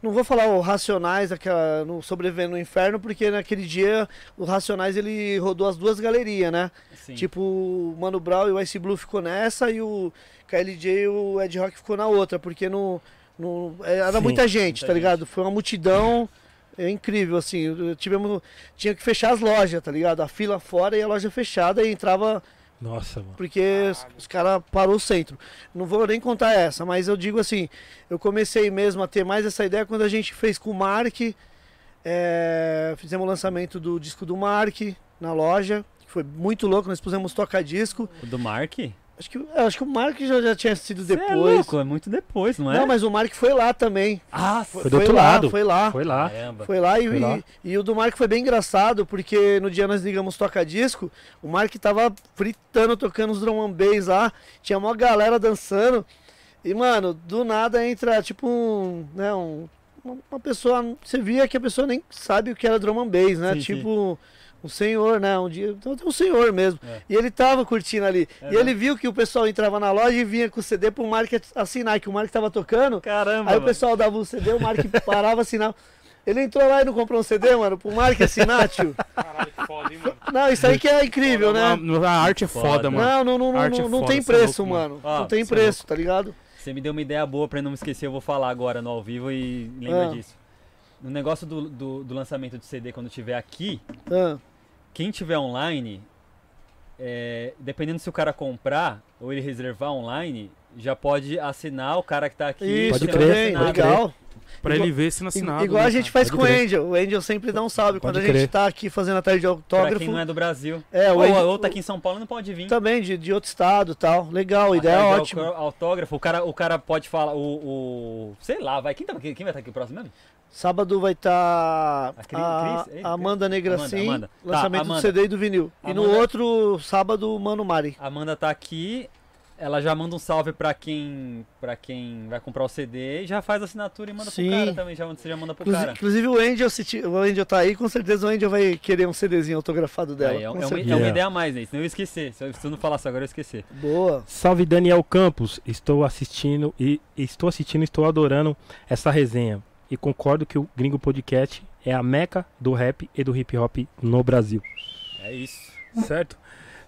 S3: não vou falar o Racionais, aquela, no Sobrevivendo no Inferno, porque naquele dia o Racionais ele rodou as duas galerias, né?
S1: Sim.
S3: Tipo, o Mano Brown e o Ice Blue ficou nessa e o KLJ e o Ed Rock ficou na outra, porque não. não é, era
S4: Sim,
S3: muita gente,
S1: muita
S3: tá ligado? Foi uma multidão é, incrível, assim. eu- Tivemos, tinha que fechar as lojas, tá ligado? A fila fora e a loja fechada e entrava
S4: Nossa, mano.
S3: porque os, os caras parou o centro. Não vou nem contar essa, mas eu digo assim, eu comecei mesmo a ter mais essa ideia quando a gente fez com o Mark, é, fizemos o lançamento do disco do Mark na loja, que foi muito louco, nós pusemos toca-disco.
S1: O do Mark? Cê
S3: Acho que, é, acho que o Mark já, já tinha sido depois.
S1: É louco, é muito depois, não é?
S3: Não, mas o Mark foi lá também.
S1: Ah,
S4: Foi do outro
S3: lá,
S4: lado.
S3: Foi lá.
S4: Foi lá.
S1: caramba.
S3: Foi lá, e,
S4: Foi lá.
S3: E, e o do Mark foi bem engraçado, porque no dia nós ligamos toca-disco, o Mark tava fritando, tocando os drum and bass lá, tinha uma galera dançando. E, mano, do nada entra tipo um. Né, um uma uma pessoa. Você via que a pessoa nem sabe o que era drum and bass, né?
S1: Sim, sim.
S3: tipo. Um senhor, né? Um dia. então, Um senhor mesmo.
S1: É.
S3: E ele tava curtindo ali.
S1: É,
S3: e
S1: né?
S3: ele viu que o pessoal entrava na loja e vinha com o CD pro Mark assinar, que o Mark tava tocando.
S1: Caramba,
S3: Aí o
S1: mano.
S3: pessoal dava um CD, o Mark parava, assinava. Ele entrou lá e não comprou um CD, mano, pro Mark assinar, tio.
S2: Caralho, que foda, hein, mano?
S3: Não, isso aí que é incrível, né?
S6: A, a arte é foda,
S1: Foda.
S6: mano.
S3: Não, não, não, não,
S6: Arte é
S3: não, não
S6: foda,
S3: tem
S6: cê é
S3: preço,
S6: louco,
S3: mano.
S1: Ah,
S3: Não tem
S6: cê é
S3: preço, tá ligado?
S1: Você me deu uma ideia boa pra não me esquecer, eu vou falar agora no ao vivo e lembra
S3: Ah.
S1: disso. No negócio do, do, do lançamento de CD quando tiver aqui,
S3: Ah,
S1: quem tiver online, é, dependendo se o cara comprar ou ele reservar online, já pode assinar o cara que tá aqui.
S3: isso
S4: pode
S1: tem
S4: crer,
S1: um
S3: também,
S1: assinado.
S4: pode crer.
S3: legal.
S6: Pra
S3: Igual-
S6: ele ver se não assinado.
S3: Igual
S6: né,
S3: a
S6: cara?
S3: gente faz
S4: Pode
S3: com o
S4: crer.
S3: Angel. O Angel sempre dá um salve. Quando a
S4: Pode
S3: gente
S4: crer.
S3: tá aqui fazendo a tarde de
S1: Pra
S3: autógrafo.
S1: quem não é do Brasil.
S3: É, o Tá
S1: ou,
S3: Angel,
S1: ou tá aqui em São Paulo não pode vir.
S3: também, de, de outro estado e tal. Legal, a ideia é
S1: Atrás de
S3: ótima.
S1: autor- Autógrafo, o cara, o cara pode falar, o, o- Sei lá, vai. Quem, tá, quem vai estar aqui próximo mesmo?
S3: Sábado vai estar
S1: A Cri-
S3: a,
S1: Cris? Ei,
S3: a Amanda Negracim,
S1: Amanda, Amanda. Tá,
S3: lançamento
S1: Amanda.
S3: do CD e do vinil. E no
S1: Amanda-
S3: outro sábado, o Mano Mari.
S1: A Amanda tá aqui, ela já manda um salve pra quem, pra quem vai comprar o CD e já faz a assinatura e manda
S3: Sim.
S1: pro cara também. Já, você já manda pro
S3: Inclusi-
S1: cara.
S3: Inclusive o Angel, se ti- o Angel tá aí, com certeza o Angel vai querer um CDzinho autografado dela.
S1: Aí, é,
S3: com
S1: um- é uma,
S3: certeza.
S1: é uma
S4: Yeah.
S1: ideia a mais, né? Senão eu ia esquecer. Se eu, se eu não falasse agora, eu ia esquecer.
S3: Boa.
S4: Salve Daniel Campos, estou assistindo e estou assistindo, estou adorando essa resenha e concordo que o Gringo Podcast é a meca do rap e do hip hop no Brasil.
S1: É isso.
S4: Certo?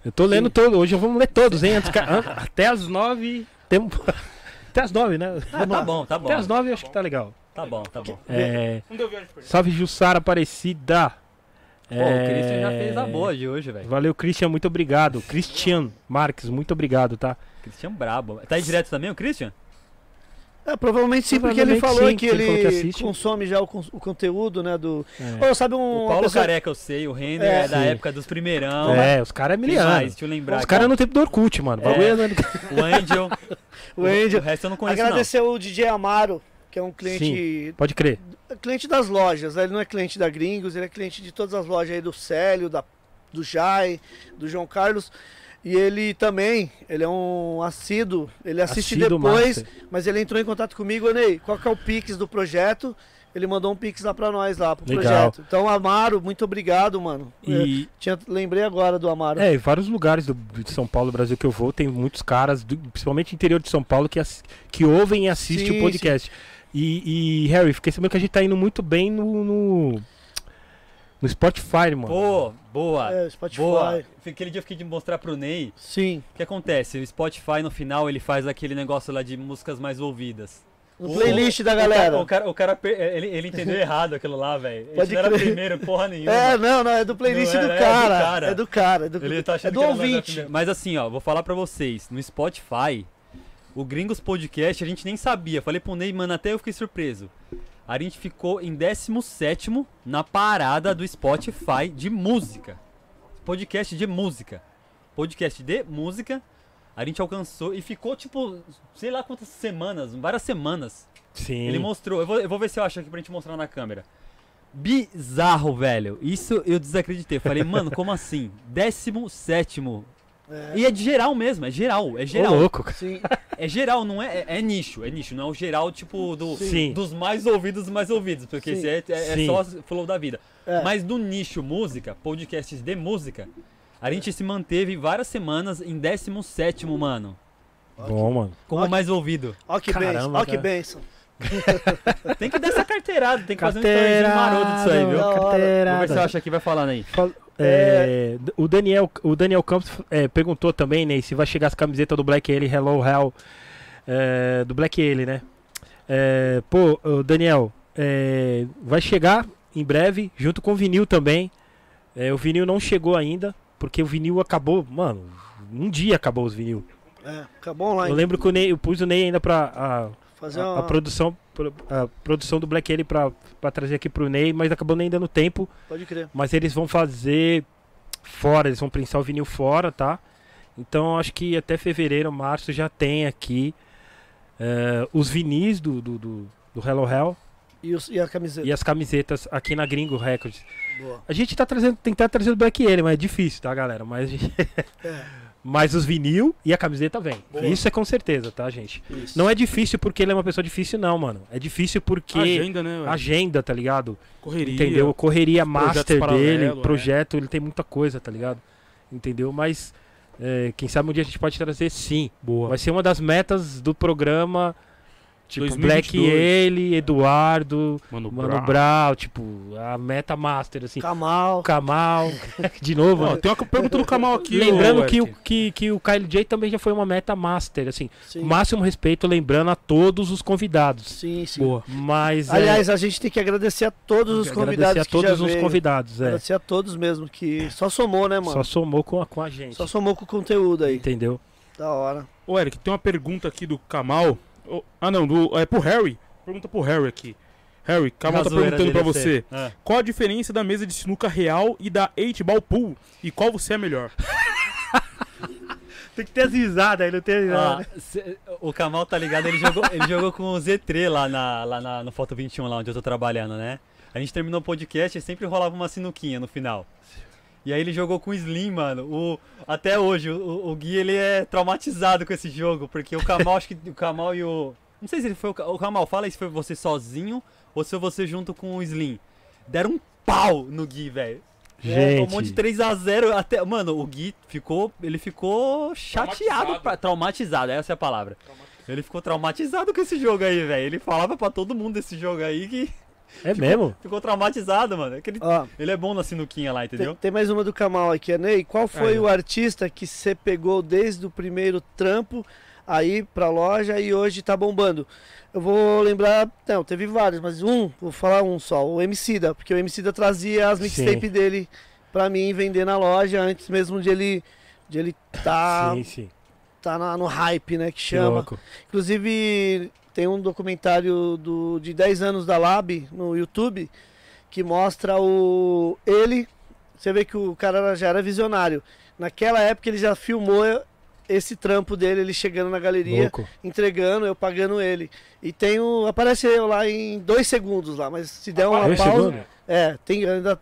S4: Eu tô lendo todo, hoje vamos ler todos, hein? Antes que- an- até as nove. Tem... um- Até as nove, né?
S1: Ah, tá bom, tá bom.
S4: Até as nove eu acho que tá legal.
S1: Tá bom, tá bom.
S4: É,
S2: Não deu viagem pra ele.
S4: salve Jussara Aparecida.
S1: Pô,
S4: É,
S1: o Christian já fez a boa de hoje, velho.
S4: Valeu, Christian, muito obrigado. Christian Marques, muito obrigado, tá?
S1: Christian brabo. Tá aí direto também, o Christian?
S3: É, provavelmente sim, porque ele
S4: Provavelmente
S3: falou
S4: sim,
S3: que
S4: que ele falou que
S3: ele
S4: assiste.
S3: consome já o, cons- o conteúdo, né, do...
S4: É.
S3: Ô, sabe um...
S1: O
S3: uma
S1: Paulo
S3: pessoa-
S1: Careca eu sei, o Renner
S3: É.
S1: é, da
S4: Sim.
S1: época dos primeirão.
S4: é, os caras é
S1: Quem mais?
S4: miliano.
S1: Deixa eu lembrar.
S4: Os
S1: aqui,
S4: caras
S1: ó.
S4: não tem do Orkut, mano. O
S1: É.
S4: bagulho é-
S1: O Angel.
S3: O Angel.
S1: O resto eu não conheço,
S3: Agradecer o DJ Amaro, que é um cliente...
S4: Pode crer.
S3: é cliente das lojas, né? ele não é cliente da Gringos, ele é cliente de todas as lojas aí do Célio, da, do Jai, do João Carlos. E ele também, ele é um assíduo, ele assiste
S4: Assíduo
S3: depois,
S4: master.
S3: mas ele entrou em contato comigo, "Ô, Ney, qual que é o Pix do projeto? Ele mandou um Pix lá pra nós, lá, pro
S4: Legal.
S3: projeto. Então, Amaro, muito obrigado, mano.
S4: E,
S3: Eu tinha, lembrei agora do Amaro.
S4: é, em vários lugares do, de São Paulo, Brasil que eu vou, tem muitos caras, do- principalmente interior de São Paulo, que, ass- que ouvem e assistem
S3: Sim,
S4: o podcast. E, e, Harry, fiquei sabendo que a gente tá indo muito bem no. No, no Spotify, mano.
S1: Pô, boa.
S3: É, Spotify.
S1: Boa. Aquele dia eu fiquei de mostrar pro Ney.
S3: Sim.
S1: O que acontece? O Spotify no final ele faz aquele negócio lá de músicas mais ouvidas.
S3: No
S1: O-
S3: playlist da
S1: o cara-
S3: galera.
S1: O tá cara, o cara per- ele, ele entendeu errado aquilo lá, velho. Ele
S3: Pode
S1: não era
S3: crer.
S1: primeiro, porra nenhuma.
S3: É, não, não, é do playlist
S1: Não, é-
S3: do,
S1: é do
S3: cara,
S1: cara.
S3: É do cara. É do,
S1: Ele tá achando
S3: é do
S1: que era mais da
S3: ouvinte.
S1: primeira. Mas assim, ó, vou falar pra vocês. No Spotify, o Gringos Podcast a gente nem sabia. Falei pro Ney, mano, até eu fiquei surpreso. A gente ficou em 17 na parada do Spotify de música. Podcast de música. Podcast de música. A gente alcançou e ficou, tipo, sei lá quantas semanas, várias semanas.
S4: Sim.
S1: Ele mostrou. Eu vou, eu vou ver se eu acho aqui pra gente mostrar na câmera. Bizarro, velho. Isso eu desacreditei. Falei, mano, como assim? 17. E é de geral mesmo, é geral, é
S4: Ô,
S1: geral.
S4: louco, cara.
S3: Sim.
S1: É geral, não é, é, é nicho, é nicho, não é o geral, tipo, do,
S4: Sim.
S1: dos mais ouvidos dos mais ouvidos, porque
S3: Sim.
S1: esse é, é, é
S4: Sim.
S1: só flow da vida.
S3: É.
S1: Mas do nicho música, podcasts de música, A gente se manteve várias semanas em 17, mano.
S4: Bom, mano.
S1: Como
S3: Olha-
S1: mais ouvido.
S3: Ó que
S4: Caramba,
S3: benção, ó que
S4: cara.
S3: benção.
S1: Tem que dar essa carteirada, tem que fazer um storyzinho maroto disso aí, viu?
S3: Da hora.
S1: Vamos ver se você
S4: Carteirada.
S1: acha que vai falando aí.
S4: É, d- o, Daniel, o Daniel Campos é, perguntou também, Ney, se vai chegar as camisetas do Black Alien Hello Hell. é, do Black Alien, né? É, pô, ô, Daniel, é, vai chegar em breve, junto com o vinil também. É, o vinil não chegou ainda, porque o vinil acabou, mano, um dia acabou os vinil.
S3: É, acabou
S4: Eu
S3: online.
S4: lembro que o Ney, eu pus o Ney ainda pra. a-
S3: Fazer
S4: a,
S3: uma...
S4: a produção pro- a produção do Black Alien pra, pra trazer aqui pro Ney, mas acabou nem dando tempo.
S3: Pode crer.
S4: Mas eles vão fazer fora, eles vão prensar o vinil fora, tá? Então acho que até fevereiro, março já tem aqui eh, os vinis do, do, do, do Hello Hell
S3: E, os- e a camiseta.
S4: e as camisetas aqui na Gringo Records.
S3: Boa.
S4: A gente tá trazendo, tentar trazer o Black Alien, mas é difícil, tá, galera? Mas, a gente-
S3: É.
S4: mas os vinil e a camiseta vem. Isso é com certeza, tá, gente?
S3: Isso.
S4: Não é difícil porque ele é uma pessoa difícil, não, mano. É difícil porque
S2: Agenda, né? velho?
S4: agenda, tá ligado?
S2: Correria.
S4: Entendeu? Correria master dele,
S2: paralelo, né?
S4: projeto, ele tem muita coisa, tá ligado? Entendeu? Mas é, quem sabe um dia a gente pode trazer sim.
S2: Boa.
S4: Vai ser uma das metas do programa. Tipo,
S2: 2022.
S4: Black ele, Eduardo,
S2: Mano,
S4: Mano
S2: bravo.
S4: Brau, tipo, a meta master, assim.
S3: Kamal.
S4: Kamal, de novo,
S2: Ó,
S4: né?
S2: tem uma pergunta do Kamal aqui.
S4: Lembrando
S2: ô,
S4: que o,
S2: Eric.
S4: que, que o KLJ também já foi uma meta master, assim.
S3: Sim.
S4: Máximo respeito, lembrando a todos os convidados.
S3: Sim, sim.
S2: Boa.
S4: Mas. é,
S3: Aliás, a gente tem que agradecer a todos os convidados
S4: agradecer a
S3: que já
S4: todos os
S3: veio.
S4: convidados, é.
S3: Agradecer a todos mesmo, que só somou, né,
S4: Só
S3: mano?
S4: somou com a, com a gente.
S3: Só, somou com o conteúdo aí.
S4: Entendeu?
S3: Da hora.
S2: Ô, Eric, tem uma pergunta aqui do Kamal. Ô, ah, não, do, é pro Harry. Pergunta pro Harry aqui. Harry, Kamal tá
S1: Razoeira
S2: perguntando pra
S6: é
S1: dele
S2: você.
S1: ser. Ah.
S2: Qual a diferença da mesa de sinuca real e da 8 ball pool? E qual você é melhor?
S4: Tem que ter as risadas aí, não tem
S1: Ah, cê- o Kamal tá ligado, ele jogou, ele jogou com o Z3 lá, na, lá na, no Foto 21, lá onde eu tô trabalhando, né? A gente terminou o podcast e sempre rolava uma sinuquinha no final. E aí ele jogou com o Slim, mano. O, até hoje, o, o Gui ele é traumatizado com esse jogo, porque o Kamal, acho que o Kamal e o. Não sei se ele foi o, Ka- o Kamal, fala aí se foi você sozinho ou se foi você junto com o Slim. Deram um pau no Gui, velho. É,
S4: Gente,
S1: tomou de 3x0 até. Mano, o Gui ficou. Ele ficou chateado,
S2: Traumatizado.
S1: pra, traumatizado, essa é a palavra. Ele ficou traumatizado com esse jogo aí, velho. Ele falava pra todo mundo desse jogo aí que
S4: é
S1: Tipo,
S4: mesmo?
S1: ficou traumatizado, mano. É que Ele,
S3: Ó,
S1: ele é bom na sinuquinha lá,
S3: tem,
S1: entendeu?
S3: tem mais uma do Kamal aqui, é, Ney. Qual foi
S2: Aí, ó.
S3: o artista que você pegou desde o primeiro trampo aí pra loja e hoje tá bombando? Eu vou lembrar, não, teve vários, mas um, vou falar um só, o Emicida, porque o Emicida trazia as mixtapes dele pra mim vender na loja antes mesmo de ele de ele tá
S4: sim, sim.
S3: tá na- no hype, né, que
S4: Que
S3: chama.
S4: louco.
S3: Inclusive, tem um documentário do, de 10 anos da Lab no YouTube que mostra o ele. Você vê que o cara era- já era visionário. Naquela época ele já filmou esse trampo dele, ele chegando na galeria,
S4: Louco.
S3: entregando, eu pagando ele. E tem o. Aparece eu lá em dois segundos lá, mas se der uma
S4: Dois
S3: pausa.
S4: segundos?
S3: É, tem ainda.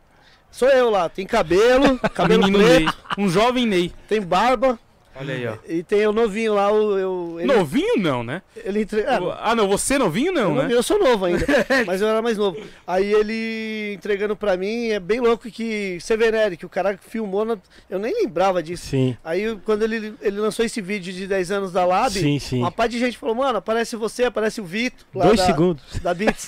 S3: Sou eu lá, tem cabelo, cabelo
S2: Menino
S3: preto,
S2: Ney. Um jovem Ney.
S3: tem barba
S2: Olha aí, ó.
S3: e tem o novinho lá, o, eu, ele,
S2: Novinho não, né?
S3: ele entre- ah,
S2: Ah, não, você novinho não,
S3: Eu, não-
S2: né?
S3: eu sou novo ainda, mas eu era mais novo. Aí ele entregando pra mim, é bem louco que você vê, né, que o cara filmou, na- eu nem lembrava disso.
S4: Sim.
S3: Aí quando ele, ele lançou esse vídeo de 10 anos da Lab,
S4: Sim, sim.
S3: uma parte de gente falou, mano, aparece você, aparece o Vitor. lá
S4: Dois
S3: da-
S4: segundos.
S3: Da Beats.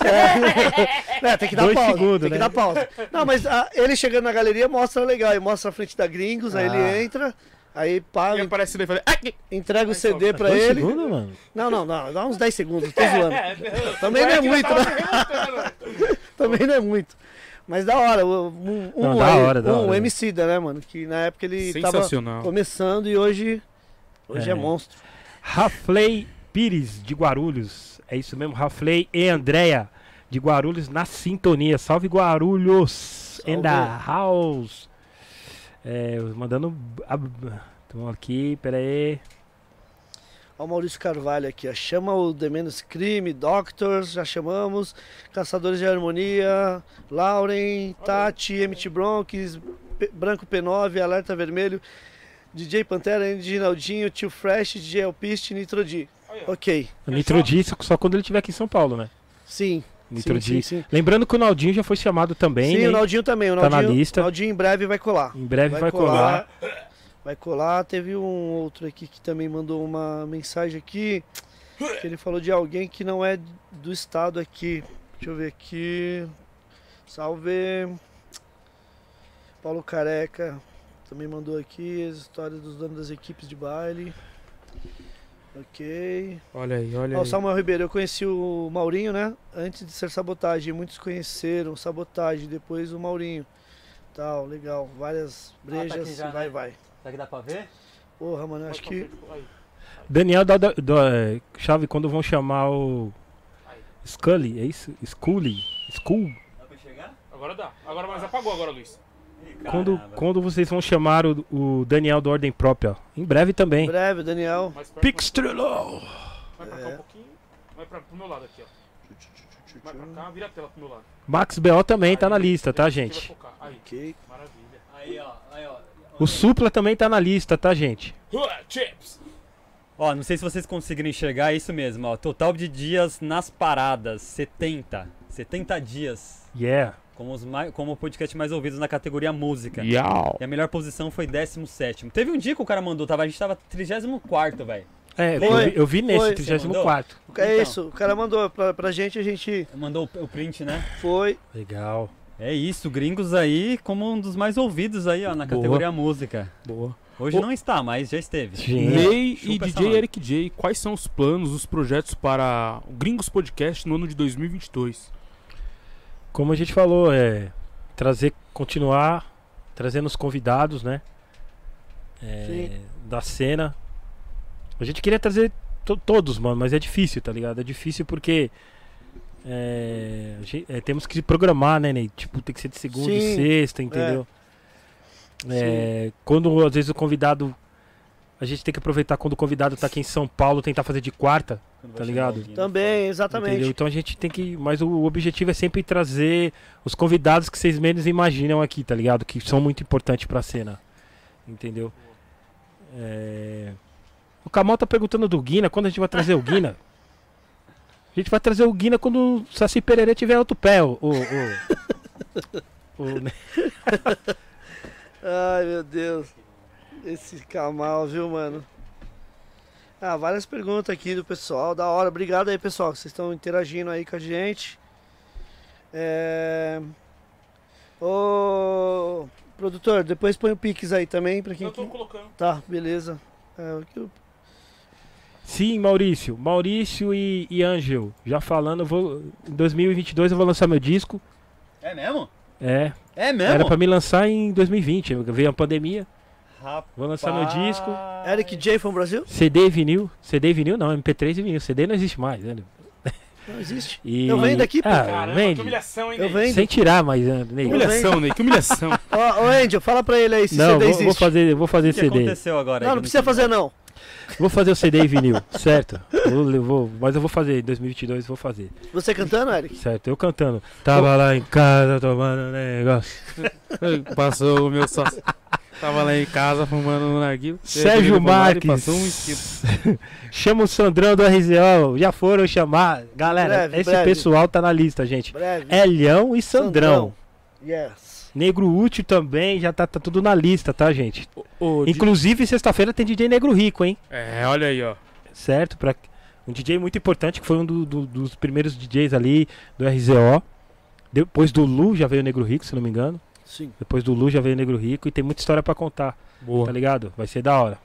S3: É. É, tem que dar
S4: Dois
S3: pausa.
S4: segundos,
S3: tem que
S4: né?
S3: dar pausa. Não, mas ah, ele chegando na galeria mostra legal, ele mostra a frente da Gringos, aí
S4: Ah.
S3: ele entra, aí pá,
S2: Ele aparece daí e fala. "Ah, que-"
S3: entrega o CD pra
S4: Dois
S3: ele.
S4: segundos, mano?
S3: Não, não, não, dá uns 10 segundos, tô zoando. Também não é muito, né? Também não é muito. Mas da hora, o- um, um,
S4: Não, da
S3: aí,
S4: hora, da
S3: um
S4: hora.
S3: MC da, né, mano? Que na época ele tava
S2: Sensacional.
S3: começando e hoje, hoje é,
S4: É.
S3: monstro.
S4: Rafley Pires, de Guarulhos. É isso mesmo, Rafley e Andréia, de Guarulhos, na sintonia. Salve Guarulhos! In the house! É, mandando. Estamos aqui, peraí.
S3: Ó o Maurício Carvalho aqui, ó. Chama o The Menos Crime, Doctors, já chamamos. Caçadores de Harmonia, Lauren, Tati, MT Bronx, P- Branco P9, Alerta Vermelho, DJ Pantera, Reginaldinho, Tio Fresh, DJ Alpiste, Nitro D. Ok,
S4: Nitro disse só quando ele estiver aqui em São Paulo, né?
S3: sim.
S4: Nitro
S3: sim,
S4: D.
S3: sim.
S4: Lembrando que o Naldinho já foi chamado também.
S3: Sim,
S4: né?
S3: o Naldinho também. O
S4: Tá na
S3: Naldinho,
S4: lista.
S3: o Naldinho em breve vai colar.
S4: Em breve vai, colar.
S3: Vai colar. Teve um outro aqui que também mandou uma mensagem aqui. Que ele falou de alguém que não é do estado aqui. Deixa eu ver aqui. Salve. Paulo Careca também mandou aqui as histórias dos donos das equipes de baile. Ok.
S2: Olha aí, olha
S3: Ó, o
S2: aí.
S3: Samuel Ribeiro, eu conheci o Maurinho, né? Antes de ser sabotagem. Muitos conheceram sabotagem, depois o Maurinho. Tal, legal.
S2: Ah,
S3: Várias
S1: tá aqui
S3: brejas,
S1: já,
S3: vai,
S1: né?
S3: vai.
S1: Será que dá pra ver?
S3: Porra, mano, eu acho que.
S4: Daniel da, da- da- é, Chave, quando vão chamar o. Scully, é isso? Scully? Skull?
S1: Dá pra enxergar?
S2: Agora dá. Agora, mas apagou agora, Luiz.
S1: Ih,
S4: Quando,
S1: caramba.
S4: quando vocês vão chamar o, o Daniel do Ordem Própria? Em breve
S3: Em
S4: também.
S3: breve, Daniel. É,
S2: Mais perto,
S4: Pixtrelou!
S2: vai pra cá um pouquinho. Vai pra, pro meu lado aqui, ó. Vai pra cá, Tá, vira a tela pro meu lado.
S4: Max B.O. também tá na lista, tá,
S2: Você vai
S4: gente?
S2: focar. Aí,
S3: Ok.
S2: maravilha.
S1: Aí, ó, aí, ó.
S4: O Supla também tá na lista, tá, gente?
S2: Ué, Chips!
S1: Ó, não sei se vocês conseguiram enxergar, é isso mesmo, ó. Total de dias nas paradas, 70. 70 dias.
S4: Yeah.
S1: Como, os mai- como o podcast mais ouvido na categoria música.
S4: é
S1: E a melhor posição foi 17. Teve um dia que o cara mandou, tava, a gente tava 34, velho.
S4: É,
S3: Foi,
S4: eu, vi- eu vi nesse,
S3: foi.
S4: 34.
S3: É
S1: Então.
S3: isso, o cara mandou pra, pra gente, a gente
S1: Mandou o- o print, né?
S3: foi.
S4: Legal.
S1: É isso, gringos aí como um dos mais ouvidos aí, ó, na
S2: Boa.
S1: categoria música.
S2: Boa.
S1: Hoje
S2: Ô.
S1: não está, mas já esteve.
S4: Gente,
S2: Ney e
S1: Chupa essa
S2: DJ
S1: manga.
S2: Eric J, quais são os planos, os projetos para o Gringos Podcast no ano de 2022?
S4: como a gente falou, é trazer, continuar trazendo os convidados, né? É,
S3: Sim.
S4: da cena. A gente queria trazer to- todos, mano, mas é difícil, tá ligado? É difícil porque é, a gente- é, temos que se programar, né, Ney? Tipo, tem que ser de segunda e
S3: Sim.
S4: sexta, entendeu? É, quando às vezes o convidado. A gente tem que aproveitar quando o convidado tá aqui em São Paulo, tentar fazer de quarta. Tá ligado?
S3: Também, exatamente.
S4: Entendeu? Então a gente tem que. Mas o objetivo é sempre trazer os convidados que vocês menos imaginam aqui, tá ligado? Que são muito importantes pra cena. Entendeu? É, O Kamal tá perguntando do Guina, quando a gente vai trazer o Guina? A gente vai trazer o Guina quando o Saci Pererê tiver outro pé, o. o, o- o- né?
S3: Ai, meu Deus. Esse Kamal, viu, mano? Ah, várias perguntas aqui do pessoal. Da hora. Obrigado aí, pessoal, que vocês estão interagindo aí com a gente. É... Ô, produtor, depois põe o Pix aí também pra quem...
S2: Eu tô colocando.
S3: Tá, beleza. É, o que eu-
S4: Sim, Maurício. Maurício e, e Ângel, já falando, eu vou, em 2022 eu vou lançar meu disco.
S1: É mesmo?
S4: É,
S1: É mesmo?
S4: era pra me lançar em 2020, veio a pandemia.
S1: Rapaz.
S4: Vou lançar meu disco.
S1: Ah,
S3: Eric J from Brasil?
S4: CD e vinil. CD e vinil não, MP3 e vinil. CD não existe mais, né?
S3: Não existe.
S4: E...
S3: Eu vendo aqui, pô.
S4: ah,
S2: Caramba, que
S4: vende.
S2: humilhação, hein,
S3: Eu
S2: Ney?
S3: vendo.
S4: Sem tirar, mas. né, Ney?
S2: Que humilhação, Ney, que humilhação.
S3: Ó, ô, Angel, fala pra ele aí se
S4: Não,
S3: CD
S4: vou,
S3: existe.
S4: vou fazer, vou fazer
S1: O que
S4: CD.
S1: aconteceu agora? aí
S3: Não,
S1: que eu
S3: não precisa
S1: entendi?
S3: fazer não.
S4: Vou fazer o CD e vinil, certo? Vou, eu vou- mas eu vou fazer em 2022, vou fazer,
S3: Você cantando, Eric?
S4: certo? Eu cantando. Tava lá em casa tomando um negócio.
S6: Passou o meu sócio. Tava lá em casa fumando um narguilho.
S4: Sérgio
S6: Marques.
S4: Marques.
S6: Passou um esquilo.
S4: Chama o Sandrão do RZO. Já foram chamar. Galera,
S3: Breve,
S4: esse
S3: breve.
S4: pessoal tá na lista, gente.
S3: Breve.
S4: Elhão e É Sandrão.
S3: Yes.
S4: Negro Útil também, já tá, tá tudo na lista, tá, gente?
S2: Ô, Di-
S4: Inclusive, sexta-feira tem DJ Negro Rico, hein?
S2: É, olha aí, ó.
S4: Certo? Pra... Um DJ muito importante, que foi um do- do- dos primeiros DJs ali do RZO. Depois do Lu já veio o Negro Rico, se não me engano.
S3: Sim.
S4: Depois do Lu já veio o Negro Rico e tem muita história pra contar, tá
S2: Boa.
S4: ligado? Vai ser da hora.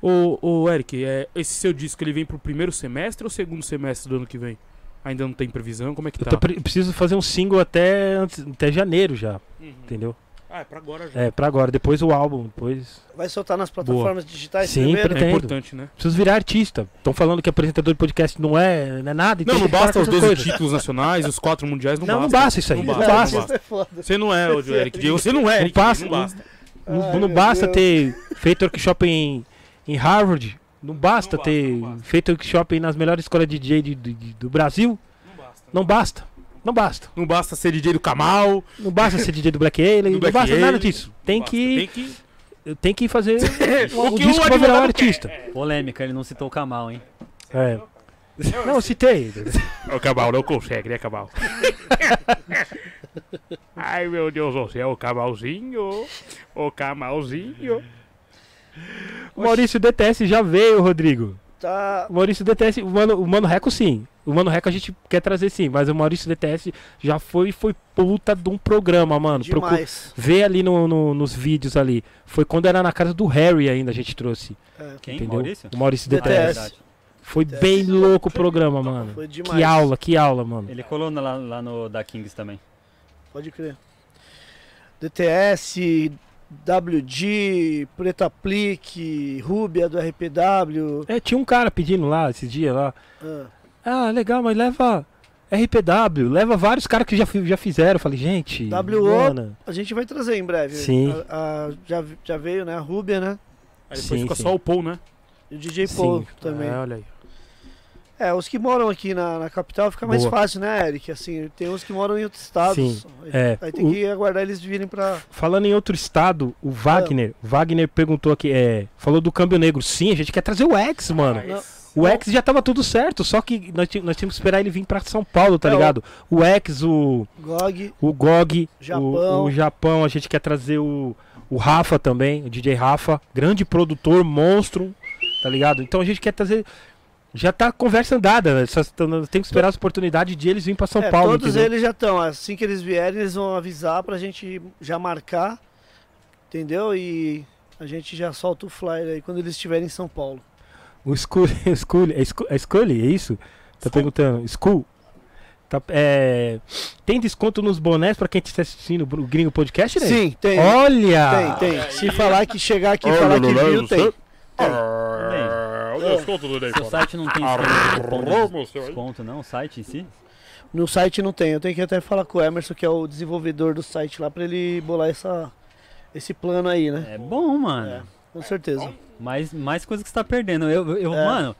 S2: Ô, ô, Eric, é, esse seu disco ele vem pro primeiro semestre ou segundo semestre do ano que vem? Ainda não tem previsão? Como é que
S4: Eu
S2: tá?
S4: tô pre- preciso fazer um single até, antes- até janeiro já,
S2: Uhum.
S4: entendeu?
S2: Ah, é pra agora já.
S4: É, pra agora. Depois o álbum, depois...
S3: Vai soltar nas plataformas digitais
S4: Sim,
S3: primeiro?
S4: pre-
S2: É
S4: Entendo.
S2: importante, né?
S4: Preciso virar artista. Estão falando que apresentador de podcast não é, não é nada. então
S2: Não, não
S4: tem que parar
S2: basta
S4: com
S2: os
S4: essas
S2: 12
S4: coisas.
S2: títulos nacionais, os quatro mundiais, não,
S4: Não, não
S2: basta.
S4: basta isso aí,
S2: Não
S4: não
S2: basta, não
S4: basta.
S2: basta.
S3: é foda.
S2: Você não é, ô, Joe Eric. Diego, Você não é, Eric.
S4: passa,
S2: Não basta.
S4: Não,
S3: Ai,
S4: não
S3: meu
S4: basta
S3: Deus.
S4: ter feito workshop em, em Harvard, não basta
S2: basta,
S4: ter
S2: não basta.
S4: feito workshop nas melhores escolas de DJ de- de- de- do Brasil,
S2: Não basta.
S4: não basta. Não basta.
S2: Não basta ser DJ do Kamal.
S4: Não basta ser DJ do Black Alien,
S2: Do
S4: não
S2: Black
S4: basta nada
S2: Alien,
S4: disso. Tem
S2: Basta,
S4: que,
S2: Tem que...
S4: tem... que fazer o,
S2: que o
S4: disco pra virar um
S2: advogado quer,
S4: artista.
S1: Polêmica, ele não citou o Kamal, hein?
S4: É. Não, eu citei.
S6: O Cabal não consegue, né, Cabal? Ai, meu Deus do céu, o Cabalzinho. O Camalzinho.
S4: O Maurício DTS já veio, Rodrigo.
S3: Tá.
S4: O Maurício DTS, o Mano, o Mano Reco sim. O Mano Reco a gente quer trazer sim, mas o Maurício DTS já foi foi puta de um programa, mano. Procu-
S3: Demais.
S4: Vê ali no, no- nos vídeos ali. Foi quando era na casa do Harry ainda a gente trouxe.
S1: Quem?
S4: entendeu?
S1: Maurício?
S4: O Maurício
S1: Ah, é
S4: DTS.
S1: verdade.
S4: foi bem louco o programa, mano.
S3: Foi demais.
S4: Que aula, que aula, mano.
S1: Ele colou lá, lá no da Kings também.
S3: Pode crer. DTS, WD, Preta Plique, Rubia do RPW.
S4: É, tinha um cara pedindo lá esses dias lá.
S3: ah,
S4: Ah, legal, mas leva RPW, leva vários caras que já, fi- já fizeram. Eu falei, gente.
S3: WO.
S4: mano,
S3: a gente vai trazer em breve.
S4: Sim.
S3: A- a- já, já veio, né? A Rubia, né?
S6: Aí depois
S4: Sim,
S6: fica
S4: sim.
S6: só o Paul, né?
S3: E o DJ
S4: Sim.
S3: Paul também.
S6: É, olha aí.
S3: É, os que moram aqui na, na capital fica mais
S4: Boa.
S3: fácil, né, Eric? Assim, tem uns que moram em outros estados.
S4: Sim,
S3: Aí,
S4: é.
S3: aí tem
S4: O-
S3: que aguardar eles virem pra.
S4: Falando em outro estado, o Wagner,
S3: Ah.
S4: Wagner perguntou aqui, é, falou do câmbio negro. Sim, a gente quer trazer o X, mano. o X já tava tudo certo, só que nós, ti- nós tínhamos que esperar ele vir pra São Paulo, tá
S3: É, o-
S4: ligado? O X, o,
S3: GOG,
S4: o GOG,
S3: Japão.
S4: O, o Japão, a gente quer trazer o, o Rafa também, o DJ Rafa, grande produtor, monstro, tá ligado? Então a gente quer trazer. Já tá a conversa andada, né? Só t- nós temos que esperar as oportunidades de eles virem pra São
S3: é,
S4: Paulo.
S3: todos
S4: entendeu?
S3: eles já estão. Assim que eles vierem, eles vão avisar pra gente já marcar, entendeu? E a gente já solta o flyer aí quando eles estiverem em São Paulo.
S4: O Skull, o Skull, é, Skull, é Scully, é isso? Tá perguntando. Skull. Tá, é, tem desconto nos bonés pra quem está assistindo o Gringo Podcast, né?
S3: Sim, tem.
S4: Olha!
S3: Tem, tem. Se falar que chegar aqui e falar que
S4: né?
S3: viu, tem.
S1: Ah,
S6: Olha o desconto do Day
S1: Seu site não tem esquema de cupom de desconto, não? O site em si?
S3: No site não tem. Eu tenho que até falar com o Emerson, que é o desenvolvedor do site lá, pra ele bolar essa, esse plano aí, né?
S1: É bom, mano.
S3: Com certeza.
S1: Mais, mais coisa que você tá perdendo. Eu, eu,
S3: É.
S1: Mano,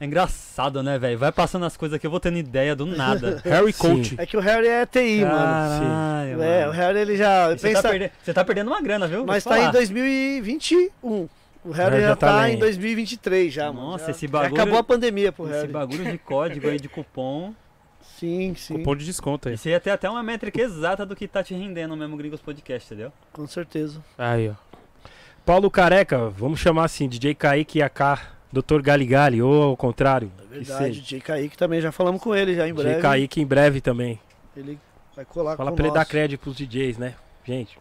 S1: é engraçado, né, velho? Vai passando as coisas que eu vou tendo ideia do nada.
S6: Harry
S4: Sim.
S6: Coach.
S3: É que o Harry é TI, mano.
S1: Caralho, mano.
S3: É, o Harry ele já
S1: E Você tá,
S3: pensa,
S1: perde- você tá perdendo uma grana, viu? Vou
S3: mas
S1: te
S3: tá em
S1: falar.
S3: 2021. O Harry
S4: É,
S3: já,
S4: já tá
S3: tá,
S4: bem.
S3: em 2023 já, mano.
S1: Nossa,
S3: já,
S1: esse
S3: já
S1: bagulho-
S3: acabou a pandemia pro
S1: Esse
S3: Harry.
S1: bagulho de código aí, de cupom.
S3: Sim, sim,
S6: Cupom de desconto aí.
S1: E você ia ter até uma métrica exata do que tá te rendendo mesmo Gringos Podcast, entendeu?
S3: com certeza.
S6: Aí, ó.
S4: Paulo Careca, vamos chamar assim, DJ Kaique AK, Dr. Galigali, ou ao contrário.
S3: É
S4: que
S3: verdade,
S4: seja.
S3: DJ Kaique também já falamos com ele já em breve.
S4: DJ Kaique em breve também.
S3: Ele vai colar
S4: Fala
S3: com
S4: pra ele dar
S3: nós.
S4: crédito pros DJs, né? Gente,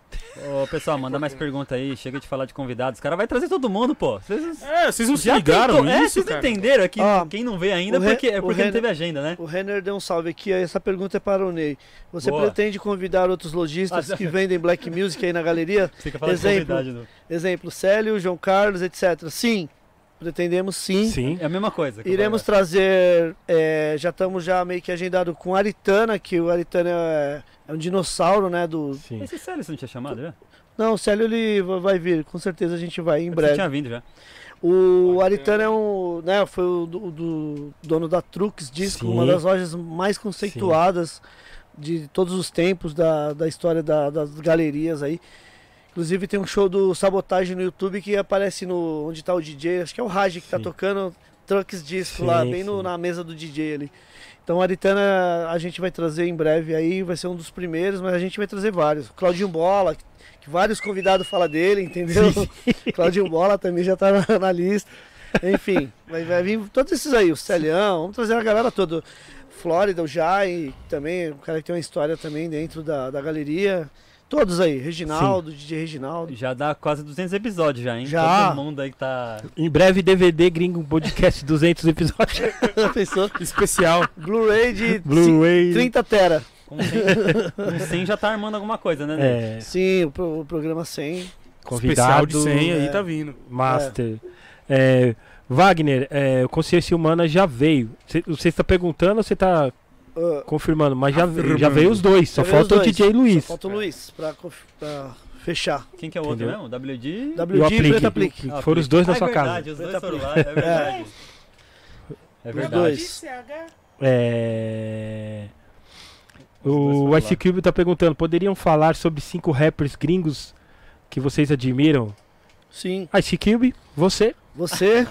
S1: Ô, pessoal, manda mais pergunta aí. Chega de falar de convidados. O cara vai trazer todo mundo, pô. Vocês
S6: É, vocês não se
S1: já
S6: ligaram
S1: tentou- É,
S6: isso,
S1: vocês
S6: cara?
S1: entenderam? É que
S3: Ó,
S1: quem não veio ainda
S3: o
S1: é
S3: Re-
S1: porque, é
S3: o
S1: porque não
S3: Renan-
S1: teve agenda, né?
S3: O Renner deu um salve aqui, essa pergunta é para o Ney. Você
S1: Boa.
S3: pretende convidar outros lojistas
S4: Ah,
S3: que vendem black music aí na galeria?
S1: Você quer falar
S3: Exemplo.
S1: de convidado. não.
S3: Exemplo, Célio, João Carlos, etc. Sim, pretendemos sim.
S4: sim.
S1: É a mesma coisa. que eu
S3: Iremos
S1: falei
S3: trazer, é, já estamos já meio que agendado com a Aritana, que o Aritana é, é um dinossauro, né, do...
S1: agora.
S4: sim.
S1: Esse sério você não tinha chamado já?
S3: Não, o Célio ele va- vai vir, com certeza a gente vai em
S1: Você
S3: breve.
S1: tinha vindo já.
S3: O Aritana é um, né, foi o do, do- dono da Trux Disco,
S4: Sim.
S3: uma das lojas mais conceituadas de todos os tempos da, da história da- das galerias aí. Inclusive tem um show do Sabotagem no YouTube que aparece no onde tá o DJ, acho que é o Raj que tá
S4: Sim.
S3: tocando Trux Disco
S4: Sim,
S3: lá, bem no-
S4: sim.
S3: na mesa do DJ ali. Então a Aritana a gente vai trazer em breve aí, vai ser um dos primeiros, mas a gente vai trazer vários. Claudinho Bola, que, que vários convidados falam dele, entendeu? Claudinho Bola também já tá na, na lista. Enfim, vai, vai vir todos esses aí, o Celião, vamos trazer a galera toda. Flórida, o Jai, também, o cara que tem uma história também dentro da, da galeria. Todos aí, Reginaldo, DJ Reginaldo.
S1: Já dá quase 200 episódios já, hein?
S3: Já.
S1: Todo mundo aí que tá...
S4: Em breve DVD Gringo Podcast 200 episódios.
S3: Pensou?
S6: Especial.
S3: Blu-ray de
S4: Blu-ray.
S3: 30 tera.
S1: Com 100, com 100 já tá armando alguma coisa, né? Ney?
S4: É,
S3: Sim, o, pro- o programa 100.
S6: Especial
S4: convidado.
S6: de 100 aí
S3: é.
S6: tá vindo.
S4: Master. É, Wagner, é, o Consciência Humana já veio. Cê- Você está perguntando ou você está
S3: Ah,
S4: confirmando? Mas já,
S6: Afirmando.
S4: já veio os dois, só
S3: Já veio os
S4: falta o
S3: dois.
S4: DJ Luiz.
S3: Só falta o Luiz pra, conf- pra fechar.
S1: Quem que é o outro
S4: Entendeu?
S1: mesmo? WD?
S4: E o
S3: WD e
S4: Aplique.
S3: Preta Aplique.
S1: Ah,
S4: Foram os dois na
S1: Ah, é
S4: sua
S1: verdade,
S4: casa. tá
S1: Os dois foram lá, é verdade. É
S3: Os
S1: verdade.
S3: dois.
S4: É,
S1: dois
S4: O
S1: foram
S4: Ice tá
S1: lá.
S4: Cube está perguntando: poderiam falar sobre cinco rappers gringos que vocês admiram?
S3: Sim.
S4: Ice Cube, você.
S3: Você,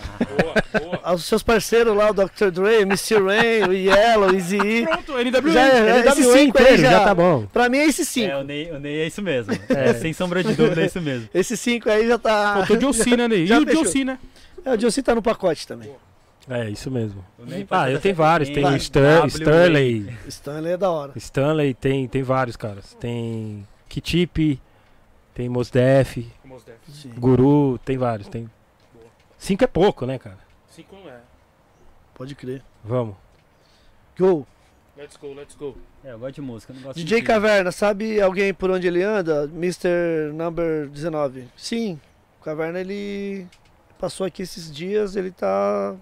S3: aos seus parceiros lá, o Dr. Dre, MC Rain, o Yellow, o Easy
S6: Pronto, NWA.
S3: Já é,
S4: NWA
S3: esses cinco aí
S4: inteiro,
S3: já,
S4: já tá bom.
S3: Pra mim é esses cinco.
S1: É, o Ney, o Ney é isso mesmo. É, sem sombra de dúvida, é isso mesmo.
S3: Esses cinco aí já tá.
S6: Faltou o John Cena, né? E
S3: Já
S6: o John
S3: fechou.
S6: Cena.
S3: É, o Jossi tá no pacote também.
S4: É, isso mesmo.
S1: O Ney faz
S4: Ah, eu
S1: essa
S4: tenho vários. Tem o
S1: referência,
S4: Stan,
S1: W,
S4: Stanley.
S3: Stanley é da hora.
S4: Stanley tem, tem vários, caras. Tem Kitip, tem Mos Def,
S3: Sim.
S4: Guru, tem vários. Tem... Cinco é pouco, né, cara?
S6: Cinco é.
S3: Pode crer.
S4: Vamos.
S3: Go.
S6: Let's go, let's go.
S1: É, eu gosto de música, eu não gosto
S3: DJ
S1: de filme.
S3: Caverna, sabe alguém por onde ele anda? Mr. Number 19. Sim. O Caverna ele passou aqui esses dias, ele tá.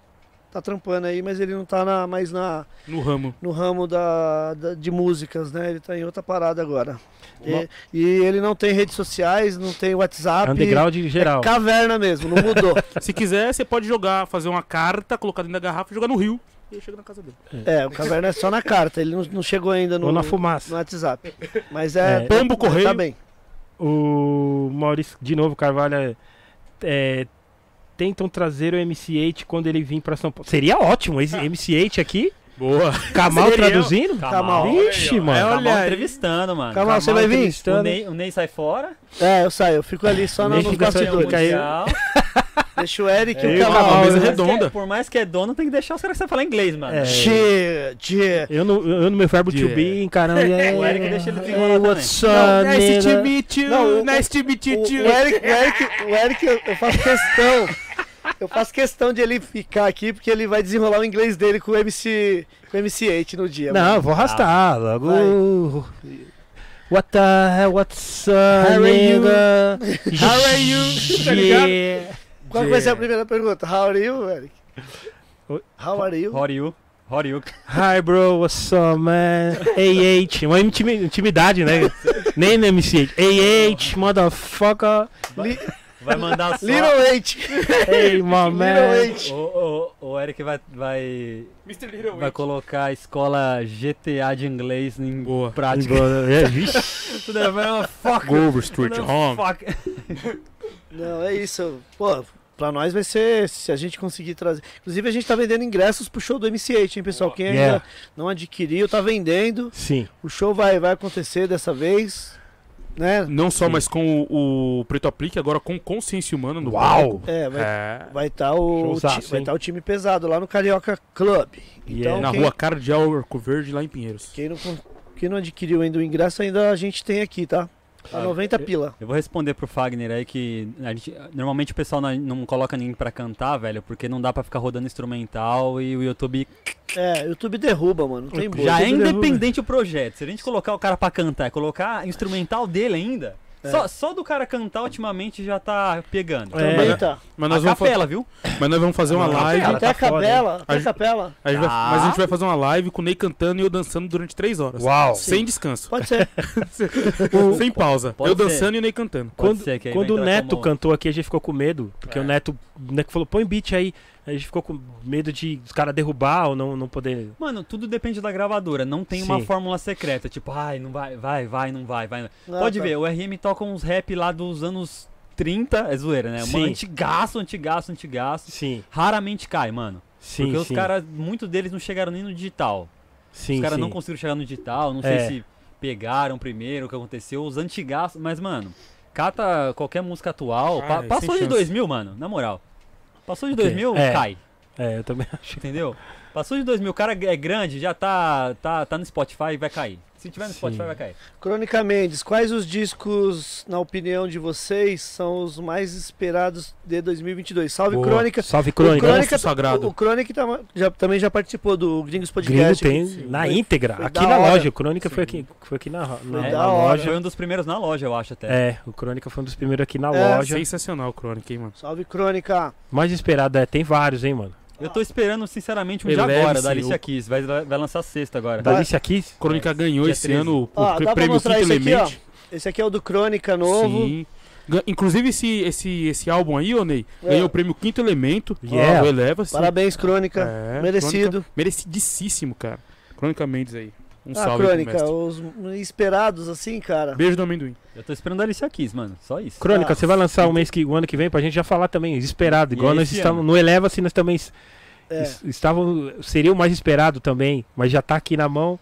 S3: tá trampando aí, mas ele não tá na- mais na,
S6: No ramo.
S3: no ramo da, da- de músicas, né? Ele tá em outra parada agora. E, e ele não tem redes sociais, não tem WhatsApp.
S4: Underground geral.
S3: Caverna mesmo, não mudou.
S6: Se quiser, você pode jogar, fazer uma carta, colocar dentro da garrafa e jogar no rio. E eu chego na casa dele.
S3: é, o Caverna é só na carta, ele não, não chegou ainda no,
S4: Ou na
S3: no
S4: fumaça.
S3: WhatsApp. Mas é.
S4: É.
S6: Pombo correio.
S3: Tá bem.
S4: O Maurício, de novo, Carvalho. é, é, tentam trazer o MC8 quando ele vir pra São Paulo. Seria ótimo esse MC8 aqui.
S6: Boa.
S4: Kamal
S3: Seria-
S4: traduzindo?
S3: Kamal.
S4: Vixe,
S1: Tá
S4: mano.
S1: mal
S6: Olha aí.
S1: entrevistando, mano.
S4: Tá
S3: Calma, você vai vir?
S1: O Ney, o Ney sai fora,
S3: É, eu saio, eu fico ali só Ah, no,
S4: Nem
S3: nos
S4: fica só-
S1: tem o
S3: bastidores.
S4: fica aí.
S1: mundial.
S3: Deixa o Eric e
S4: É,
S3: o
S4: eu-
S3: Camal.
S6: Uma mesa
S1: Por mais que é-
S6: redonda.
S1: por mais que é dono, tem que deixar os caras que sabem falar inglês, mano.
S4: É.
S3: Tchê, tchê.
S4: Eu no, eu no meu verbo to be, encarando.
S1: O Eric deixa ele desenrolar também.
S4: What's up,
S6: nice to
S4: nigga?
S6: meet you.
S3: Não, o-
S6: nice to meet you.
S3: O, o
S6: too.
S3: Eric, o Eric, o Eric, eu eu faço questão. Eu faço questão de ele ficar aqui, porque ele vai desenrolar o inglês dele com o MC, com o MC8 no dia.
S4: Não,
S3: mano.
S4: eu
S6: um
S4: vou arrastar logo. What the hell, what's up,
S3: How are you?
S4: nigga?
S6: How are you? Tá ligado?
S4: Yeah.
S3: Qual que vai ser a primeira pergunta? How are you, Eric?
S4: Oi?
S3: How are you?
S1: How are you? How are you?
S4: Hi, bro, what's up, man? AH, uma intimi- intimidade, né? Nem no MC8. AH, motherfucker.
S3: Li-
S1: Vai mandar só...
S3: Little Eight.
S4: Hey, my
S3: Little
S4: Oh, man.
S3: Eight.
S1: O, o, o Eric vai, vai,
S6: Mr. Little
S1: vai colocar a escola GTA de inglês em
S6: Boa.
S1: prática.
S6: né?
S4: É, vixe.
S1: Tudo é, vai uma fuck.
S6: Grover Street
S1: Tudo é
S6: Home.
S1: fuck.
S3: Não, é isso. Pô, pra nós vai ser se a gente conseguir trazer. Inclusive, a gente tá vendendo ingressos pro show do MC8, hein, pessoal? Quem ainda
S4: Oh, Yeah.
S3: não adquiriu, tá vendendo.
S4: Sim.
S3: O show vai, vai acontecer dessa vez, né?
S6: Não só, mas com o, o Preto Aplique, agora com consciência humana no
S4: Uau!
S6: palco.
S3: É, vai
S6: É.
S3: Vai estar o,
S4: Showzaço,
S3: ti- vai
S4: hein?
S3: tá o time pesado lá no Carioca Club. Então,
S4: Yeah.
S6: é Na
S3: quem,
S6: rua Cardeal Arco Verde, lá em Pinheiros.
S3: Quem não, con- quem não adquiriu ainda o ingresso, ainda a gente tem aqui, tá? Tá 90 pila.
S1: Eu vou responder pro Fagner aí que a gente- normalmente o pessoal não, não coloca ninguém pra cantar, velho, porque não dá pra ficar rodando instrumental e o YouTube
S3: É, o YouTube derruba, mano. Não tem boi.
S1: já é
S4: YouTube derruba.
S1: independente o projeto. Se a gente colocar o cara pra cantar, e colocar instrumental dele ainda, só, só do cara cantar ultimamente já tá pegando.
S4: É.
S3: Também tá.
S6: Mas
S1: A
S6: nós, vamos fa-
S1: capela, viu?
S6: mas nós vamos fazer uma
S4: Não,
S6: live.
S4: capela.
S3: Até
S4: tá
S3: a capela, até
S6: A
S3: a
S6: gente-
S3: capela.
S6: a gente vai-
S1: Tá.
S6: mas a gente vai fazer uma live com o Ney cantando e eu dançando durante três horas.
S4: Uau!
S6: Sem descanso.
S3: Pode ser.
S6: Sem pausa.
S1: pode
S6: eu
S1: ser.
S6: dançando e o Ney cantando.
S1: Pode
S4: Quando,
S1: ser que aí vai
S4: quando o
S1: entrar
S4: Neto
S1: como- É.
S4: cantou aqui, a gente ficou com medo. Porque o Neto, o Neto falou, põe beat aí. A gente ficou com medo de os caras derrubar ou não, não poder.
S1: Mano, tudo depende da gravadora. Não tem uma
S4: Sim. Ah,
S1: fórmula secreta. Tipo, ai, não vai, vai, vai, não vai, vai.
S3: Não,
S1: Pode
S3: tá.
S1: ver, o RM toca uns rap lá dos anos 30. É zoeira, né?
S4: Sim.
S1: Mano, antigaço, antigaço, antigaço.
S4: Sim,
S1: Raramente cai, mano.
S4: sim.
S1: porque
S4: sim,
S1: os caras, muitos deles não chegaram nem no digital.
S4: sim,
S1: os caras
S4: sim.
S1: não conseguiram chegar no digital, não
S4: É.
S1: sei se pegaram primeiro, o que aconteceu, os antigaços, mas, mano, cata qualquer música atual, pa-
S6: Ai, sem
S1: passou de
S6: chance.
S1: 2000, mano, na moral. Passou de
S4: Ok,
S1: 2000,
S4: é.
S1: cai,
S4: É, eu também acho.
S1: entendeu? Passou de 2000, o cara é grande, já tá, tá, tá no Spotify e vai cair. Se tiver no
S4: Sim.
S1: Spotify, vai cair.
S3: Crônica Mendes, quais os discos, na opinião de vocês, são os mais esperados de 2022? Salve,
S6: Boa.
S3: Crônica.
S4: Salve Crônica.
S3: o
S4: Crônica
S3: Crônica,
S6: Monstro Sagrado.
S3: o Crônica tá- já- também já participou do Gringos
S4: Gringo
S3: Podcast.
S4: tem na
S3: Foi-
S4: íntegra,
S3: foi
S4: aqui
S3: da
S4: na
S3: hora.
S4: loja. O Crônica foi aqui, foi aqui na, na,
S3: da
S1: É,
S4: na
S3: hora.
S4: loja.
S1: Foi um dos primeiros na loja, eu acho até.
S4: É, o Crônica foi um dos primeiros aqui na
S3: É,
S4: loja.
S6: Sensacional, Crônica, hein, mano.
S3: Salve, Crônica.
S4: Mais esperado é, tem vários, hein, mano.
S1: Eu tô esperando, sinceramente, um de
S6: Eleve-se,
S1: agora, da Alicia
S6: o-
S1: Keys, vai, vai lançar sexta agora.
S4: Da Alicia aqui,
S6: Crônica ganhou
S1: dia
S6: esse
S1: 13.
S6: ano o
S3: Ó,
S6: pre-
S3: dá
S6: prêmio
S3: pra
S6: Quinto
S3: mostrar esse aqui, ó.
S6: Elemento.
S3: Esse aqui é o do Crônica novo.
S6: Sim. Gan- Inclusive, esse, esse, esse álbum aí, ô Ney,
S3: É.
S6: ganhou o prêmio Quinto Elemento.
S4: Yeah.
S6: O Eleva-se.
S3: Parabéns, Crônica.
S6: É,
S3: Merecido.
S6: Crônica- merecidíssimo, cara. Crônica Mendes aí. Um
S3: Ah,
S6: salve aí pro
S3: crônica,
S6: mestre.
S3: os esperados, assim, cara.
S6: Beijo do amendoim.
S1: Eu tô esperando a Alicia Keys, mano. Só isso.
S4: Crônica,
S3: Ah.
S4: você vai lançar o mês que o ano que vem pra gente já falar também, esperado.
S1: E
S4: Igual nós
S1: esse
S4: estávamos
S1: ano?
S4: no Eleva-se, nós também es-
S3: É.
S4: es- estávamos. Seria o mais esperado também, mas já tá aqui na mão.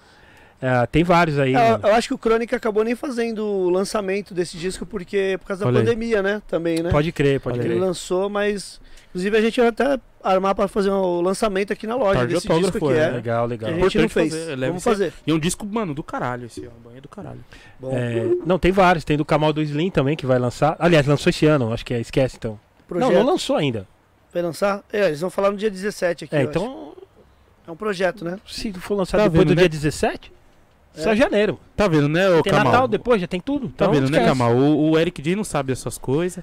S4: Ah, tem vários aí.
S3: É,
S4: mano.
S3: eu acho que o Crônica acabou nem fazendo o lançamento desse disco porque por causa da
S4: Olha aí.
S3: pandemia, né? Também, né?
S4: Pode crer, pode
S6: Olha
S3: Ele
S4: crer.
S3: lançou, mas inclusive a gente vai até armar pra fazer o lançamento aqui na loja
S6: Tarde de
S3: desse disco
S6: autógrafo,
S3: que
S6: é,
S3: é.
S6: né?
S4: Legal,
S3: que a
S4: legal.
S3: gente não
S6: Importante
S3: fez.
S6: fazer, leve
S3: Vamos
S6: esse-
S3: fazer.
S6: E é um disco, mano, do caralho esse, ó. Banho do caralho.
S3: Bom,
S4: É, não, tem vários. Tem do Kamal do Slim também que vai lançar. Aliás, lançou esse ano, acho que é. Esquece então.
S3: projeto.
S4: Não, não lançou ainda.
S3: Vai lançar? É, eles vão falar no dia 17 aqui.
S4: É,
S3: eu acho.
S4: então,
S3: É um projeto, né?
S4: se for lançado
S6: Tá
S4: depois
S6: vendo,
S4: do
S6: né?
S4: dia 17, só
S3: É.
S4: janeiro.
S6: Tá vendo, né, ô
S4: Tem
S6: Kamal?
S4: Natal depois, já tem tudo.
S6: Tá
S4: Então,
S6: vendo, né,
S4: esquece.
S6: Kamal? O, o Eric J não sabe dessas coisas.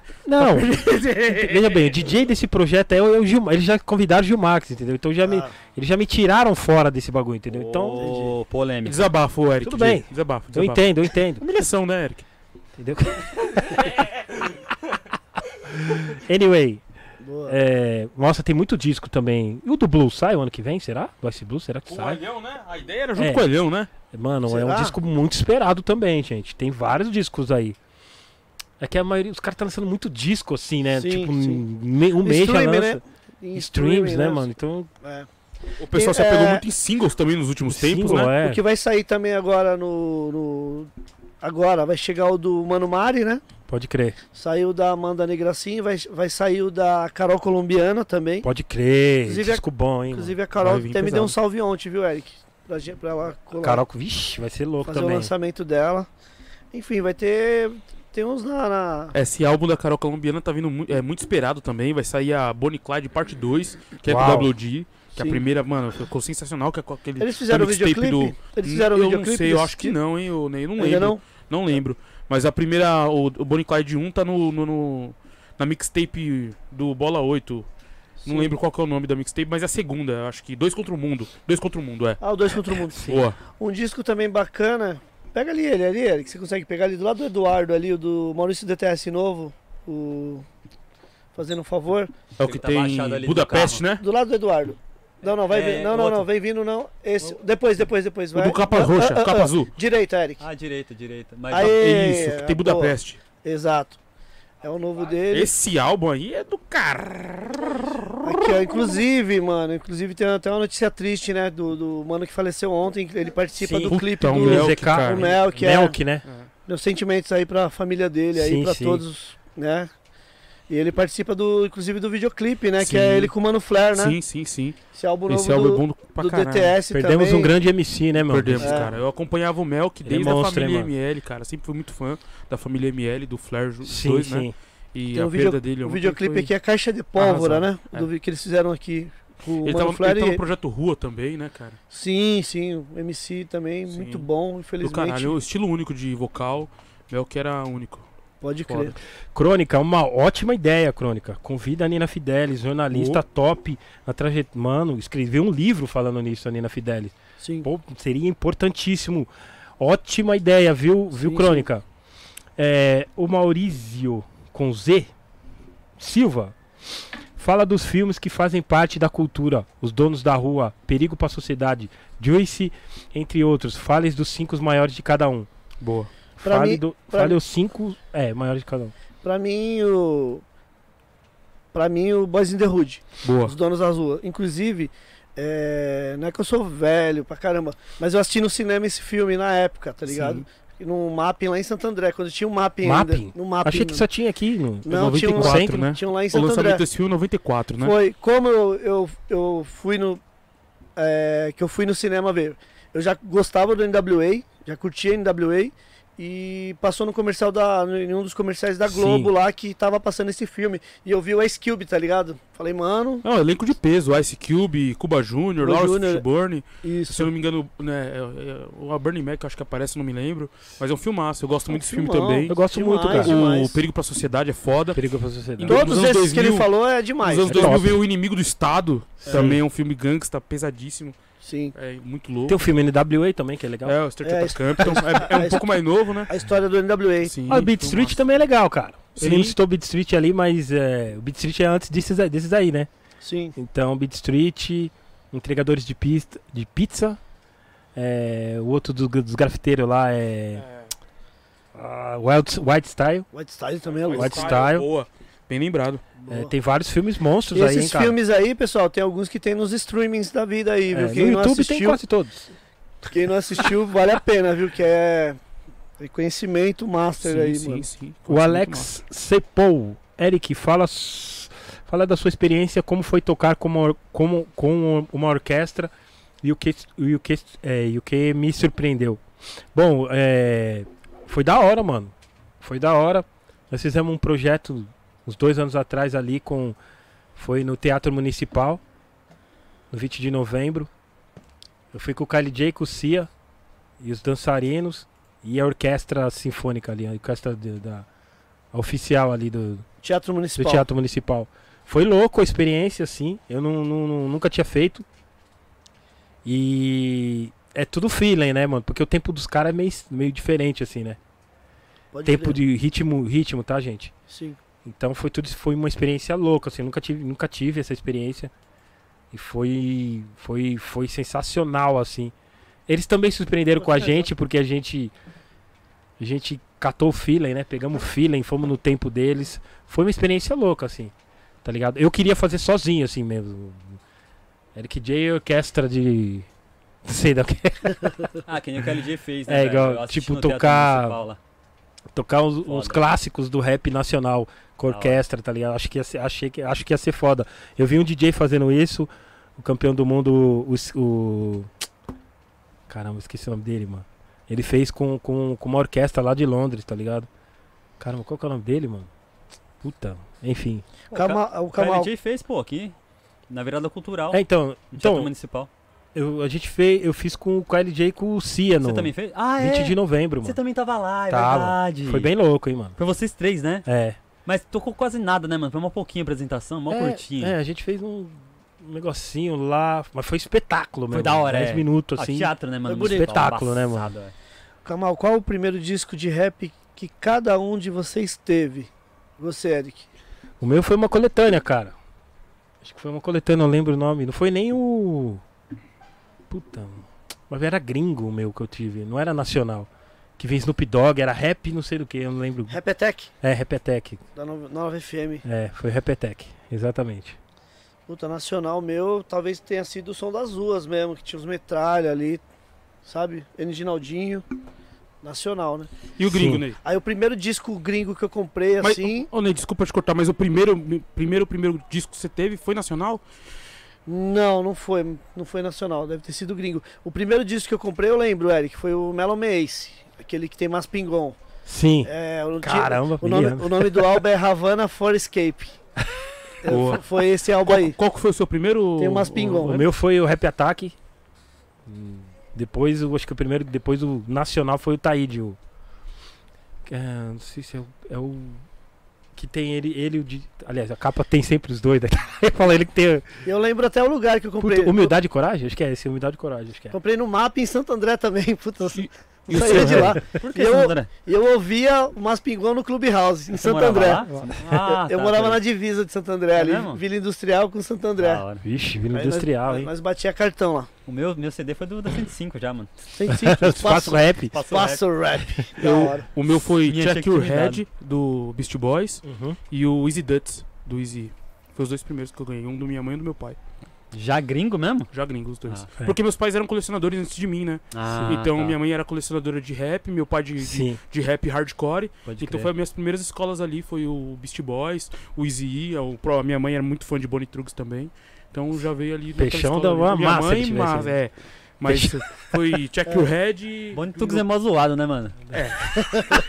S4: Não. Veja bem, o DJ desse projeto é o, é o Gilmar. Eles já convidaram o Gilmax, entendeu? Então já me,
S3: Ah.
S4: eles já me tiraram fora desse bagulho, entendeu? Então,
S1: Ô, polêmica.
S6: Desabafo, o Eric
S4: Tudo
S6: J.
S4: bem.
S6: Desabafo,
S4: eu
S6: desabafo.
S4: entendo, eu entendo.
S6: Humilhação, né, Eric?
S4: Entendeu? anyway,
S3: Boa.
S4: é, nossa, tem muito disco também. E o do Blue sai o ano que vem, será? Do Ice Blue, será que sai?
S6: Alhão, né? A ideia era junto
S4: É.
S6: com o Alhão, né?
S4: Mano, é um
S3: Será?
S4: disco muito esperado também, gente. Tem vários discos aí. É que a maioria. Os caras estão lançando muito disco assim, né?
S3: Sim,
S4: tipo,
S3: sim.
S4: me- um
S3: No
S4: mês já
S3: streaming,
S4: lança.
S3: né? Em
S4: Streams,
S3: streaming,
S4: né, mano? Então,
S3: É.
S6: O pessoal se
S3: É.
S6: apegou muito em singles também nos últimos tempos,
S4: single,
S6: né?
S4: é.
S3: O que vai sair também agora no, no- Agora vai chegar o do Mano Mari, né?
S4: Pode crer.
S3: Saiu da Amanda Negracinho, vai, vai sair o da Carol Colombiana também.
S4: Pode crer.
S3: Inclusive,
S4: disco bom, hein?
S3: Inclusive
S4: Inclusive,
S3: a Carol
S6: Vai
S3: até
S6: vir
S3: me
S6: pesado.
S3: deu um salve ontem, viu, Eric? Pra, gente- pra ela colar,
S4: Carol, vixe, vai ser louco
S3: fazer o
S4: também.
S3: lançamento dela. Enfim, vai ter. Tem uns na. na-
S4: é.
S6: Esse álbum da Carol Colombiana tá vindo muito, é, muito esperado também. Vai sair a Bonnie Clyde parte 2, que é
S4: Uau.
S6: do WD. Que é a
S3: Sim.
S6: primeira, mano, ficou sensacional. Que é com aquele
S3: Eles fizeram o
S6: mixtape
S3: videoclipe? Eles fizeram o
S6: eu
S3: videoclipe?
S6: não sei, eu
S3: desse
S6: acho que
S3: tipo?
S6: não, hein, eu, nem não lembro.
S3: Ainda
S6: não?
S3: não?
S6: lembro. Mas a primeira, o, o Bonnie Clyde 1 tá no, no- no- na mixtape do Bola 8. Não lembro qual que é o nome da mixtape, mas é a segunda, acho que. Dois contra o mundo. Dois contra o mundo, é.
S3: Ah, o Dois Contra o Mundo.
S6: Boa.
S3: Um disco também bacana. Pega ali ele, ali, Eric. Você consegue pegar ali do lado do Eduardo, ali, o do Maurício DTS novo. O. Fazendo um favor.
S6: É o
S1: Ele
S6: que
S1: tá
S6: tem
S1: baixado ali do
S6: Budapeste, né?
S3: Do lado do Eduardo. Não, não, vai
S1: É,
S3: vir. Não, não,
S1: outro.
S3: não, vem vindo, não. Esse. Depois, depois, depois.
S6: O
S3: Vai.
S6: do capa
S3: Ah,
S6: roxa,
S3: ah, ah,
S6: capa
S3: ah.
S6: azul.
S3: Direita, Eric.
S1: Ah, direita, direita. Mas
S3: Aê.
S6: É isso, que
S3: é,
S6: tem
S3: boa.
S6: Budapeste.
S3: Exato. É o novo dele.
S6: Esse álbum aí é do caralho.
S3: Aqui, ó, inclusive, mano, inclusive tem até uma notícia triste, né? Do, do mano que faleceu ontem, que ele participa
S4: Sim.
S3: do clipe
S6: Puta,
S3: do
S6: um Melk,
S4: ZK,
S6: cara.
S3: o Mel, que é
S4: Melk, né?
S3: meus sentimentos aí pra família dele, aí
S4: Sim,
S3: pra
S4: sim.
S3: todos, né? E ele participa do, inclusive, do videoclipe, né?
S6: Sim.
S3: Que é ele com o Mano Flair, né?
S6: Sim, sim, sim.
S3: Esse álbum
S6: Esse
S3: novo
S6: álbum é
S3: do,
S6: bom do- pra
S3: do
S6: caralho.
S3: DTS
S4: Perdemos
S3: também.
S4: um grande MC, né, mano?
S6: Perdemos,
S3: É.
S6: cara. Eu acompanhava o Melk
S4: Ele é
S6: desde a
S4: monstro, hein,
S6: família
S4: mano?
S6: ML, cara. Sempre fui muito fã da família ML, do Flair, os
S4: Sim,
S6: dois, né?
S4: sim.
S6: E
S3: Tem
S6: a
S3: um video-
S6: perda dele
S3: O
S6: ontem
S3: videoclipe
S6: foi-
S3: aqui é Caixa de Pólvora,
S6: Arrasado.
S3: né? Do vi- que eles fizeram aqui com o
S6: Ele
S3: Mano
S6: tava,
S3: Flair
S6: ele
S3: e...
S6: tá no projeto Rua também, né, cara?
S3: Sim, sim, o MC também,
S6: Sim.
S3: muito bom,
S6: Do
S3: infelizmente.
S6: caralho, o estilo único de vocal. Melk era único.
S3: Pode
S6: Foda.
S3: crer.
S4: Crônica, uma ótima ideia, Crônica. Convida a Nina Fidelis, jornalista
S6: Oh.
S4: top. A traje... Mano, escreveu um livro falando nisso, a Nina Fidelis.
S3: Sim.
S4: Pô, seria importantíssimo. Ótima ideia, viu, viu
S3: Sim,
S4: Crônica? É, o Maurício com Z Silva fala dos filmes que fazem parte da cultura, Os Donos da Rua, Perigo para a Sociedade, Juice, entre outros. Fales dos cinco maiores de cada um.
S6: Boa.
S3: Pra
S4: fale
S3: mim-
S4: do-
S3: pra
S4: fale
S3: mim-
S4: os cinco é, maiores de cada um.
S3: Pra mim, o. Pra mim, o Boys in the Hood,
S6: Boa.
S3: os donos das ruas. Inclusive, é, não é que eu sou velho pra caramba, mas eu assisti no cinema esse filme na época, tá ligado? E No mapping lá em Santo André, quando tinha um mapping,
S4: Mapping?
S3: ainda. No mapping.
S4: Achei que
S3: né?
S4: só tinha aqui no
S3: Não, tinha um-
S4: 94,
S6: Quatro, né?
S3: Tinha um lá em
S6: O
S3: Santo
S6: lançamento
S3: André.
S6: desse
S4: é
S6: filme em 94, né?
S3: Foi como eu, eu, eu fui no. é, que eu fui no cinema ver. Eu já gostava do NWA, já curtia NWA. E passou no comercial da. em um dos comerciais da Globo
S4: Sim.
S3: lá que tava passando esse filme. E eu vi o Ice Cube, tá ligado? Falei, mano,
S6: Não, é um elenco de peso. Ice Cube, Cuba Jr.,
S3: Cuba
S6: Lawrence
S3: Jr.
S6: Fishburne. Se eu
S3: isso.
S6: não me engano, né, é- é- o Bernie Mac, eu acho que aparece, não me lembro. Mas é um filmaço. Eu gosto muito desse filme
S3: filmão.
S6: também.
S4: Eu gosto muito,
S3: Demais,
S4: cara.
S6: O
S3: demais.
S6: Perigo pra Sociedade é
S3: né?
S6: foda.
S4: Perigo para a Sociedade.
S6: Então,
S3: Todos
S6: nos anos
S3: esses que ele
S6: 2000,
S3: falou é demais.
S6: Nos anos
S4: é
S6: 2000
S4: top.
S6: veio o Inimigo do Estado.
S4: Sim.
S6: Também é um filme gangsta, pesadíssimo.
S3: Sim.
S6: É muito louco.
S4: Tem o filme NWA também, que é legal.
S6: É, o Straight
S3: É,
S6: Outta
S3: isso-
S2: tá
S6: Compton. É, é um pouco mais novo, né?
S3: A história do NWA.
S6: Sim.
S2: um
S4: Ah, o Beat
S6: filmaço.
S4: Street também é legal, cara. Ele não
S6: Sim.
S4: citou o Beat Street ali, mas é, o Beat Street é antes desses, aí- desses aí, né?
S3: Sim.
S4: Então, Beat Street, Entregadores de, pista, de Pizza, é, o outro do- dos grafiteiros lá é. ah, Wild, White Style.
S3: White Style também é louco.
S4: White Style.
S2: Boa. Bem lembrado.
S4: É,
S3: Boa.
S4: tem vários filmes monstros
S3: E
S4: aí, hein,
S3: esses
S4: cara.
S3: filmes aí, pessoal, tem alguns que tem nos streamings da vida aí,
S4: É,
S3: viu?
S4: no
S3: Quem não
S4: YouTube tem
S3: assistiu,
S4: quase todos.
S3: quem não assistiu, vale a pena, viu? Que é reconhecimento master aí,
S2: sim,
S3: mano.
S2: sim.
S4: O Alex Sepou. Eric, fala, s- fala da sua experiência, como foi tocar como, or- como, com uma orquestra e o que, e o que, é, e o que me surpreendeu. Bom, é, foi da hora, mano. Foi da hora. Nós fizemos um projeto uns dois anos atrás ali com. Foi no Teatro Municipal, no 20 de novembro. Eu fui com o Kylie J, com o Cia e os dançarinos e a orquestra sinfônica ali, a orquestra de- da a oficial ali do,
S3: Teatro
S4: do
S3: Municipal.
S4: Teatro Municipal. Foi louco a experiência, assim. Eu não, não- não- nunca tinha feito. E é tudo feeling, né, mano? Porque o tempo dos caras é meio, meio diferente, assim, né?
S3: Pode
S4: Tempo
S3: crer.
S4: de ritmo, ritmo, tá, gente?
S3: Sim.
S4: Então foi tudo, foi uma experiência louca, assim, nunca tive, nunca tive essa experiência. E foi foi foi sensacional assim. Eles também se surpreenderam com a gente porque a gente a gente catou o feeling, né? Pegamos o feeling, fomos no tempo deles. Foi uma experiência louca assim. Tá ligado? Eu queria fazer sozinho assim mesmo. Eric J e orquestra de não sei da
S1: Ah, que nem o KLG fez, né?
S4: É,
S1: velho?
S4: igual,
S1: Eu assisti
S4: tipo,
S1: no Teatro
S4: tocar-
S1: Municipal lá.
S4: tocar uns, uns
S1: Foda.
S4: clássicos do rap nacional com
S1: Da hora.
S4: orquestra, tá ligado? Acho que ia ser, achei que, acho que ia ser foda. Eu vi um DJ fazendo isso, o campeão do mundo, o. S- o- Caramba, esqueci o nome dele, mano. Ele fez com, com, com uma orquestra lá de Londres, tá ligado? Caramba, qual que é o nome dele, mano? Puta, enfim.
S3: O Cama- o
S1: O Kylie
S3: Camal.
S1: J fez, pô, aqui. Na virada cultural.
S4: É, então,
S1: no Teatro
S4: então
S1: Municipal.
S4: eu, a gente fez, eu fiz com o KLJ e com o Cia no
S1: Você também fez? Ah, é.
S4: 20 de novembro,
S1: Você
S4: mano.
S1: também tava lá, é
S4: Tava.
S1: verdade.
S4: Foi bem louco, hein, mano.
S1: Foi vocês três, né?
S4: É.
S1: Mas tocou quase nada, né, mano? Foi uma pouquinha a apresentação, uma curtinha.
S4: É, a gente fez um negocinho lá, mas foi espetáculo,
S1: Foi
S4: meu.
S1: da hora,
S4: 10
S1: é.
S4: minutos,
S1: Ah,
S4: assim.
S1: teatro, né, mano?
S4: Foi bonito.
S1: Municipal,
S4: Espetáculo, né, mano?
S1: embaçado, é.
S3: Kamal, qual o primeiro disco de rap que cada um de vocês teve? Você, Eric.
S4: o meu foi uma coletânea, cara. Acho que foi uma coletânea, não lembro o nome. Não foi nem o. Puta. Mas era gringo o meu que eu tive, não era nacional. Que vinha Snoop Dogg, era rap, não sei do que, eu não lembro.
S3: Rap Attack,
S4: É, Repetec.
S3: da 9 FM.
S4: É, foi Repetec, exatamente.
S3: Puta, nacional meu, talvez tenha sido o som das ruas mesmo, que tinha os metralha ali, sabe? N. Ginaldinho. Nacional, né?
S2: E o gringo,
S4: Sim.
S2: Ney?
S3: Aí o primeiro disco gringo que eu comprei,
S2: Mas,
S3: assim,
S2: ô, ô, Ney, desculpa te cortar, mas o primeiro, primeiro, primeiro disco que você teve foi nacional?
S3: não, não foi, não foi nacional, deve ter sido gringo. O primeiro disco que eu comprei, eu lembro, Eric, foi o Melon Mace, aquele que tem mais pingon.
S4: Sim.
S3: É, o,
S4: Caramba,
S3: o nome,
S4: brilhante.
S3: o nome do álbum é Havana for Escape. É, fo- Foi esse álbum aí.
S2: Qual que foi o seu primeiro?
S3: Tem umas
S4: O
S3: pingon.
S4: meu foi o Rap Attack. Hum, Depois, eu acho que o primeiro, depois o nacional foi o Taíde. O, é, não sei se é o, é o que tem ele, ele e o Di- aliás, a capa tem sempre os dois, né? Eu falo ele que tem
S3: Eu lembro até o lugar que eu comprei.
S4: Puta, humildade e coragem, acho que é esse, humildade e coragem, acho que é.
S3: Comprei no mapa em Santo André também, puta. eu
S2: e o
S3: Não saía de
S2: seu
S3: lá.
S1: Por que,
S3: E eu-
S1: Santo André?
S3: E eu ouvia o Mas Pingon no Clubhouse, em
S1: Você
S3: Santo
S1: morava
S3: André.
S1: lá? Ah,
S3: eu
S1: tá,
S3: morava
S1: tá.
S3: na divisa de Santo André,
S1: É
S3: ali,
S1: mesmo? Ah,
S3: Vila Industrial com Santo André.
S1: Da hora.
S4: Vixe, vila
S3: Aí
S4: industrial,
S3: nós,
S4: hein?
S3: Nós batia cartão lá.
S1: O meu, meu CD foi do da 105 já, mano.
S3: 105,
S4: Faço
S3: espaço,
S4: rap.
S3: espaço rap. Da
S2: Eu-
S3: hora.
S2: O meu foi
S1: Minha
S2: Check Your
S1: intimidade.
S2: Head, do Beast Boys,
S4: Uhum.
S2: e o Easy Duts, do Easy. Foi os dois primeiros que eu ganhei, um do minha mãe e um do meu pai.
S1: Já gringo mesmo?
S2: Já gringo, os dois.
S1: Ah,
S4: é.
S2: Porque meus pais eram colecionadores antes de mim, né?
S1: Ah,
S2: então
S1: tá.
S2: minha mãe era colecionadora de rap, meu pai de, de,
S4: Sim,
S2: de rap hardcore.
S1: Pode
S2: Então
S1: crer.
S2: foi as minhas primeiras escolas ali, foi o Beast Boys, o Easy E, o Pro, a minha mãe era muito fã de Bonnie Trugs também. Então já veio ali naquela
S4: Peixão
S2: escola
S4: dava
S2: ali. minha
S4: massa né?
S2: mãe,
S4: se tivesse
S2: mas
S4: ali.
S2: é. Mas foi Check Your Head e-
S1: Bonnie Tux é mó zoado, né, mano?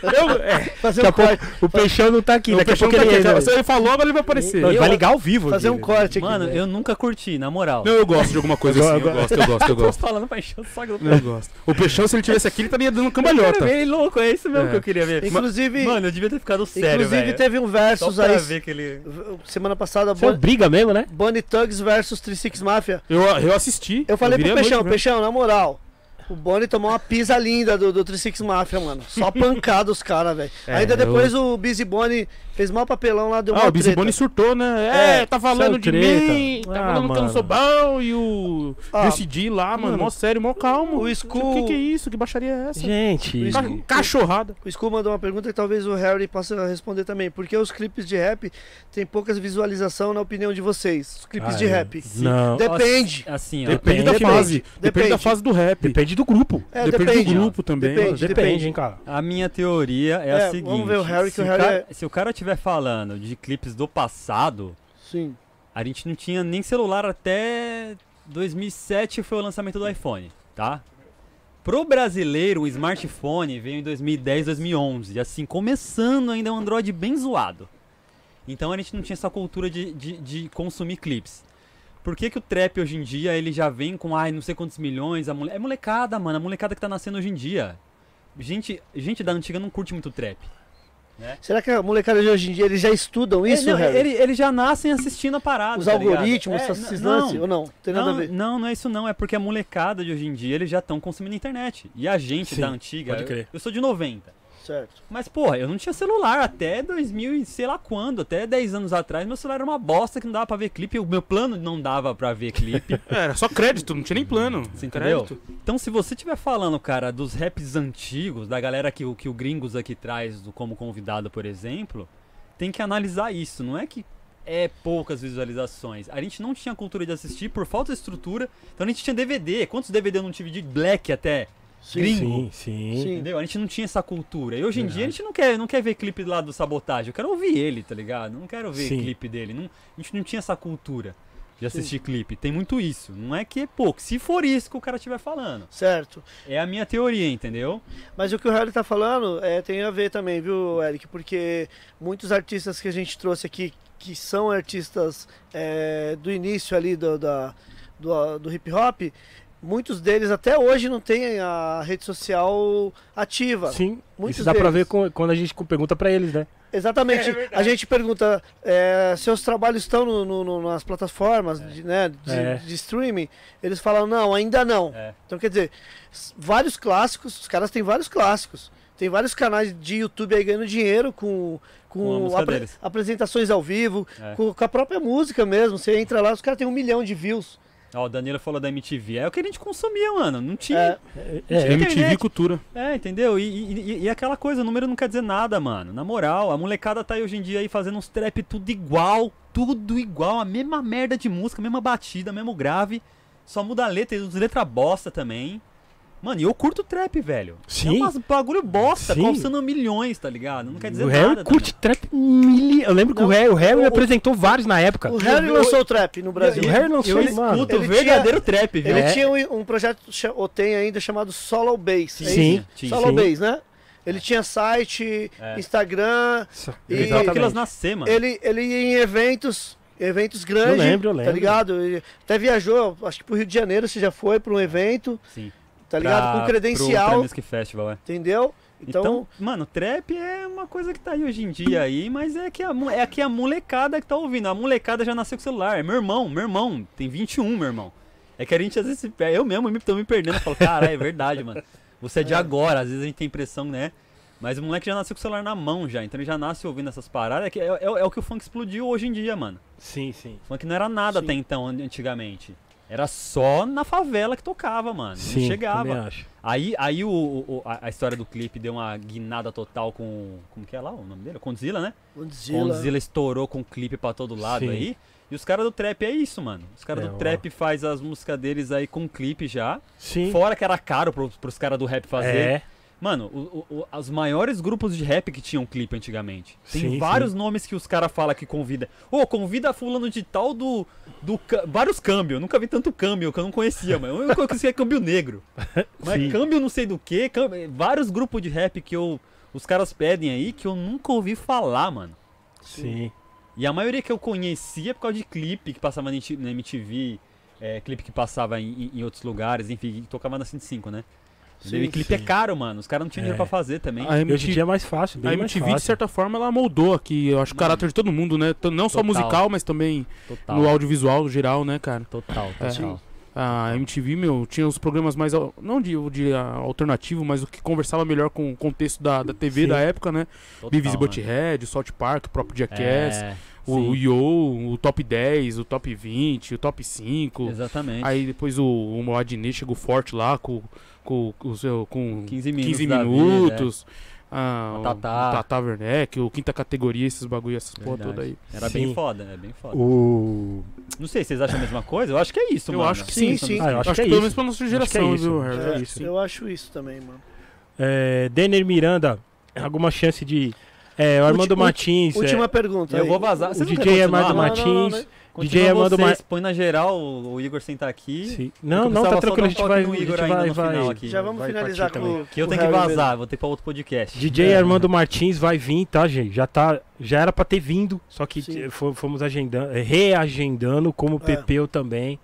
S2: Eu- é,
S3: Fazer
S4: Daqui
S3: um
S4: a pouco
S3: corte,
S4: o Peixão não tá aqui,
S2: o
S4: daqui a
S2: Peixão
S4: pouco
S2: tá
S4: ele é
S2: aqui,
S4: entra.
S6: um
S2: se ele falou, agora ele vai aparecer.
S4: Vai ligar ao vivo
S3: fazer
S4: aqui,
S3: um
S4: né?
S3: corte aqui.
S1: Mano, eu nunca curti, na moral.
S2: Não, eu gosto de alguma coisa
S4: Eu
S2: assim, eu
S4: agora-
S2: gosto, eu gosto, eu
S1: Tô
S2: gosto.
S1: falando pra encher o saco do
S2: Eu gosto. O Peixão, se ele tivesse aqui, ele estaria dando
S1: Cara,
S2: cambalhota.
S1: ele louco, é isso mesmo
S2: É.
S1: que eu queria ver.
S3: Tá. Inclusive,
S1: Mano, eu devia ter ficado sério,
S3: inclusive
S1: velho.
S3: teve um
S1: Só
S3: versus
S1: pra
S3: aí.
S1: ver é que ele...
S3: v- Semana passada,
S4: Você
S3: Bon-
S4: briga mesmo, né?
S3: Bonnie Tugs versus 36 Mafia.
S2: Eu, eu assisti.
S3: Eu falei
S2: vi
S3: pro
S2: à noite,
S3: Peixão,
S2: né?
S3: Peixão, na moral, O Boni tomou uma pisa linda do, do 36 Mafia, mano. Só pancada os caras, velho. Ainda depois o Busy Boni fez mal papelão lá, deu uma
S6: Ah, o Bice
S3: treta.
S6: Boni surtou, né? É,
S4: É,
S6: tá falando
S4: saiu
S6: de
S4: treta.
S6: mim, tá
S4: Ah,
S6: falando que eu não
S4: mano.
S6: sou bom, e o...
S3: Ah,
S6: Decidi lá, mano, mó sério, mó calmo.
S3: o
S6: Tipo, O
S3: Skull,
S6: que que é isso? Que baixaria é essa?
S4: Gente,
S6: Ca- Cachorrada.
S3: o Skull mandou uma pergunta que talvez o Harry possa responder também. Por que os clipes de rap têm poucas visualização na opinião de vocês? Os clipes
S4: Ah,
S3: de
S4: é.
S3: rap.
S4: não.
S3: Depende.
S1: Assim, ó.
S6: Depende, da
S4: é, Depende.
S6: fase. Depende.
S3: Depende.
S6: da fase do rap.
S4: Depende do grupo.
S3: É,
S6: Depende do
S3: depende.
S6: grupo também.
S3: Depende,
S4: Depende,
S3: depende.
S4: hein, cara.
S1: A minha teoria é,
S3: É,
S1: a seguinte.
S3: vamos ver o Harry, que
S1: se,
S3: o Harry é-
S1: cara, se o cara estiver falando de clipes do passado,
S3: Sim.
S1: a gente não tinha nem celular até 2007 foi o lançamento do iPhone, tá? Pro brasileiro, o smartphone veio em 2010, 2011. Assim, começando ainda um Android bem zoado. Então a gente não tinha essa cultura de, de, de consumir clipes. Por que, que o trap hoje em dia ele já vem com ai não sei quantos milhões? A mole... É molecada, mano, a molecada que tá nascendo hoje em dia. Gente, gente da antiga não curte muito trap.
S3: Será que a molecada de hoje em dia eles já estudam isso,
S1: é, não,
S3: Harry?
S1: ele- eles já nascem assistindo a parada.
S3: Os
S1: tá ligado?
S3: algoritmos,
S1: É,
S3: esses
S1: n- não,
S3: lances? Ou não? Tem nada
S1: não,
S3: a ver.
S1: Não, não é isso não. É porque a molecada de hoje em dia, eles já estão consumindo internet. E a gente da antiga,
S4: pode
S1: eu-
S4: crer.
S1: Eu, sou de 90.
S3: Certo.
S1: Mas, porra, eu não tinha celular até 2000 e sei lá quando. Até 10 anos atrás, meu celular era uma bosta que não dava pra ver clipe. O meu plano não dava pra ver clipe.
S6: É, Era só crédito, não tinha nem plano.
S1: Você entendeu?
S6: Crédito.
S1: Então, se você estiver falando, cara, dos raps antigos, da galera que, o- que o Gringos aqui traz do- como convidado, por exemplo, tem que analisar isso. Não é que é poucas visualizações. A gente não tinha cultura de assistir por falta de estrutura. Então, a gente tinha DVD. Quantos DVD eu não tive de Black até? Gringo.
S4: Sim, sim.
S3: Sim.
S1: Entendeu? A gente não tinha essa cultura. E hoje em dia a gente não quer, não quer ver clipe lá do sabotagem. Eu quero ouvir ele, tá ligado? Não quero ver
S4: Sim.
S1: clipe dele. Não- a gente não tinha essa cultura de assistir clipe. Tem muito isso. Não é que é pouco. Se for isso que o cara estiver falando.
S3: Certo.
S1: É a minha teoria, entendeu?
S3: Mas o que o Harry tá falando é, tem a ver também, viu, Eric? Porque muitos artistas que a gente trouxe aqui, que são artistas é, do início ali do, da, do, do hip hop, muitos deles até hoje não têm a rede social ativa.
S4: Sim,
S3: Muitos
S4: isso dá pra
S3: deles.
S4: ver com- quando a gente pergunta pra eles, né?
S3: Exatamente. a gente pergunta, é, seus trabalhos estão no- no- no- nas plataformas de, né, de-
S4: É.
S3: de streaming? Eles falam, não, ainda não.
S1: É.
S3: Então, quer dizer, s- vários clássicos, os caras têm vários clássicos. Tem vários canais de YouTube aí ganhando dinheiro com, com,
S1: Com a música
S3: apre-
S1: deles.
S3: apresentações ao vivo,
S1: É.
S3: com, com a própria música mesmo. Você entra lá, os caras têm um milhão de views.
S1: Ó, o Danilo falou da MTV. É o que a gente consumia, mano. Não
S3: É,
S1: tinha.
S4: É,
S1: Sim.
S6: MTV
S1: Internet.
S6: Cultura.
S1: É, entendeu? E, e- e- e aquela coisa, o número não quer dizer nada, mano. Na moral, a molecada tá aí hoje em dia aí fazendo uns trap tudo igual. Tudo igual. A mesma merda de música, a mesma batida, mesmo grave. Só muda a letra, e uns letra bosta também. Mano, e eu curto trap, velho. É
S4: Sim.
S1: umas bagulho bosta,
S4: Sim.
S1: calçando milhões, tá ligado? Não quer dizer
S4: o
S1: nada.
S4: Harry
S1: também.
S4: curte trap mili... Eu lembro que o Harry, o Harry me apresentou vários na época.
S3: o Harry lançou o trap no Brasil.
S4: O Harry lançou,
S1: Eu
S4: hein, mano.
S1: escuto
S3: Ele
S1: tá verdadeiro trap, viu?
S3: Ele
S4: É.
S3: tinha um, um projeto, cha- ou tem ainda, chamado Solo Bass. é
S4: Sim,
S3: isso?
S1: sim,
S3: Solo
S4: sim.
S3: Bass, né? Ele tinha site,
S1: É.
S3: Instagram, E-
S1: Ele tava com aquelas
S4: Exatamente.
S1: nascer, mano.
S3: ele, ele ia em eventos, eventos grandes,
S4: lembro, eu
S3: tá
S4: lembro.
S3: ligado? E Até viajou, acho que pro Rio de Janeiro você já foi pra um evento,
S1: Sim.
S3: tá ligado? Com credencial,
S1: Pro, pra Music Festival, é.
S3: entendeu?
S1: Então,
S3: Então,
S1: mano, trap é uma coisa que tá aí hoje em dia aí, mas é que a, mo- é que a molecada que tá ouvindo. A molecada já nasceu com celular. É meu irmão, meu irmão. Tem 21, meu irmão. É que a gente às vezes se perde. Eu mesmo me, tô me perdendo. Eu falo, caralho, é verdade, mano. Você é de agora. Às vezes a gente tem impressão, né? Mas o moleque já nasceu com o celular na mão já. Então ele já nasce ouvindo essas paradas. É, que é, é- é o que o funk explodiu hoje em dia, mano.
S4: Sim, sim.
S1: O funk não era nada até então, an- antigamente. Era só na favela que tocava, mano.
S4: Sim,
S1: não chegava.
S4: também acho.
S1: Aí, aí o, o- a, a história do clipe deu uma guinada total com. Como que é lá o nome dele? Condzilla, né? Condzilla estourou com o clipe pra todo lado
S4: Sim.
S1: aí. E os caras do trap é isso, mano. Os caras
S4: É,
S1: do
S4: ó.
S1: trap faz as músicas deles aí com clipe já.
S4: Sim.
S1: Fora que era caro pro, pros caras do rap fazer.
S4: É,
S1: Mano, o- o- o- os maiores grupos de rap que tinham clipe antigamente. Tem
S4: Sim,
S1: vários nomes que os caras falam que convida. Ô, convida fulano de tal do. do ca- Vários câmbio. Eu Nunca vi tanto câmbio que eu não conhecia, mano. Eu conhecia câmbio negro. Mas
S4: Sim.
S1: câmbio não sei do que. Vários grupos de rap que eu, os caras pedem aí que eu nunca ouvi falar, mano.
S4: sim.
S1: E a maioria que eu conhecia é por causa de clipe que passava na MT- na MTV, é, clipe que passava em, em- em outros lugares, enfim, que tocava na 105, né? Entendeu? e clipe é caro, mano. Os caras não tinham dinheiro
S6: É.
S1: pra fazer também.
S6: A
S4: Hoje em
S6: MTV,
S4: dia é mais fácil, bem
S6: a
S4: mais
S6: MTV,
S4: fácil.
S6: de certa forma, ela moldou aqui, eu acho, o caráter de todo mundo, né? T- Não só
S1: Total.
S6: musical, mas também
S1: Total.
S6: no audiovisual no geral, né, cara?
S1: Total,
S6: É.
S1: total.
S6: A MTV, meu, tinha os programas mais. al- Não de, de ah, alternativo, mas o que conversava melhor com o contexto da, da TV
S4: Sim.
S6: da época, né?
S1: Total,
S6: Beavis e
S1: mano.
S6: Butthead, o South Park, o próprio Jackass,
S1: É,
S6: o, o
S1: sim,
S6: Yo, o Top 10, o Top 20, o Top 5.
S1: Exatamente.
S6: Aí depois o, o Moadney chegou forte lá com, com, com o seu. Com
S1: 15 minutos.
S6: 15
S1: da vida,
S6: minutos. ah,
S1: A
S6: o
S1: Tatá.
S6: Tatá. Werneck, o quinta categoria, esses bagulho, essas porra
S1: Verdade.
S6: toda aí.
S1: é. Era
S4: Sim.
S1: bem foda, é bem foda.
S4: O.
S1: Não sei, vocês acham a mesma coisa? Eu acho que é isso,
S6: Eu
S1: mano.
S6: acho que
S3: sim, sim.
S4: Ah, eu
S6: Acho, que,
S4: acho, é
S6: pelo menos
S4: isso.
S6: pra nossa
S4: que é
S6: geração,
S4: isso.
S6: viu, Harry?
S4: É
S3: É,
S4: isso.
S3: eu acho isso também, mano.
S4: É, Denner Miranda, alguma chance de. É, o Armando
S3: Ulti-
S4: Martins.
S3: Última
S4: é,
S3: pergunta.
S1: Eu
S3: aí.
S1: vou vazar.
S4: o
S1: Vocês não
S4: DJ
S6: é
S1: querem
S4: Armando
S1: continuar?
S4: Martins.
S3: Não, não, não,
S1: Continua
S4: DJ Amando
S1: vocês,
S4: Mar-
S1: Põe na geral, o o Igor sentar aqui.
S4: Sim.
S1: Eu
S4: Não, não,
S1: precisava
S4: tá
S1: só
S4: tranquilo,
S1: dar
S4: a
S1: um
S4: gente
S1: toque
S4: vai.
S1: no
S4: a gente
S1: Igor ainda
S4: vai,
S1: no
S4: vai.
S1: final aqui.
S3: Já vamos
S4: Vai
S3: finalizar
S4: partir
S3: com o.
S1: Que eu
S3: com
S1: tenho
S3: o
S1: que
S3: Harry
S1: vazar,
S3: mesmo.
S1: vou ter pra outro podcast.
S4: DJ
S1: É.
S4: Armando Martins vai vir, tá, gente? Já, tá, já era pra ter vindo, só que
S3: Sim.
S4: eh, fo- fomos agendando, eh, reagendando, como o
S3: É.
S4: Pepeu também.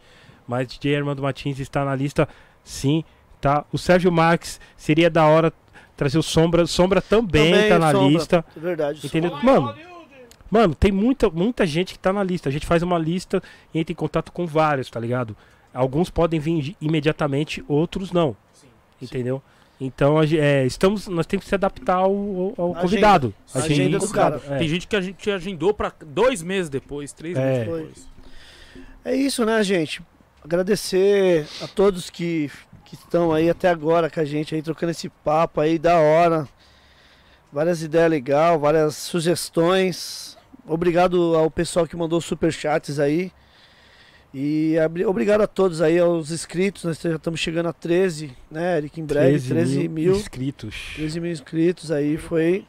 S4: Mas DJ Armando Martins está na lista, sim, tá? O Sérgio Marques seria da hora trazer o Sombra. O Sombra também,
S3: Também,
S4: tá na
S3: Sombra.
S4: lista.
S3: Verdade.
S4: Entendeu? Mano, mano, tem muita, muita gente que tá na lista. A gente faz uma lista e entra em contato com vários, tá ligado? Alguns podem vir de- imediatamente, outros não. entendeu? Então a ge- é, estamos, nós temos que se adaptar ao, ao- ao
S3: Agenda.
S4: convidado.
S3: A agenda do
S4: convidado,
S3: cara.
S4: é.
S6: Tem gente que a gente agendou pra dois meses depois, três
S4: É.
S6: meses
S3: Foi.
S6: depois.
S3: É isso, né, gente? Agradecer a todos que, que estão aí até agora com a gente aí, trocando esse papo aí, da hora. Várias ideias legais, várias sugestões. Obrigado ao pessoal que mandou superchats aí. E abri- obrigado a todos aí, aos inscritos. Nós já estamos chegando a 13, né, Eric? Em breve, 13, mil,
S4: inscritos.
S3: 13 mil inscritos aí. Foi.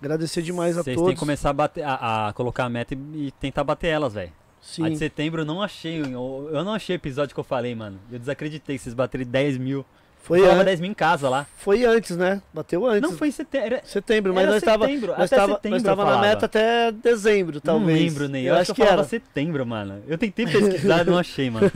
S3: Agradecer demais a
S1: Vocês
S3: todos.
S1: têm que começar a, bater, a, a colocar a meta e, e tentar bater elas, velho. A de
S3: Sim.
S1: setembro eu não achei. Eu, eu não achei o episódio que eu falei, mano. Eu desacreditei. Vocês baterem 10 mil.
S3: Foi,
S1: eu tava
S3: an-
S1: 10 mil em casa lá.
S3: foi antes, né? Bateu antes.
S1: Não foi em setembro. Era,
S3: Setembro, mas
S1: era
S3: nós estava
S1: setembro.
S3: Nós
S1: até
S3: tava, nós
S1: setembro. eu
S3: tava na
S1: falava.
S3: meta até dezembro, talvez.
S1: Não lembro, Ney. Eu, acho que eu falava
S3: era.
S1: setembro, mano. Eu tentei pesquisar e não achei, mano.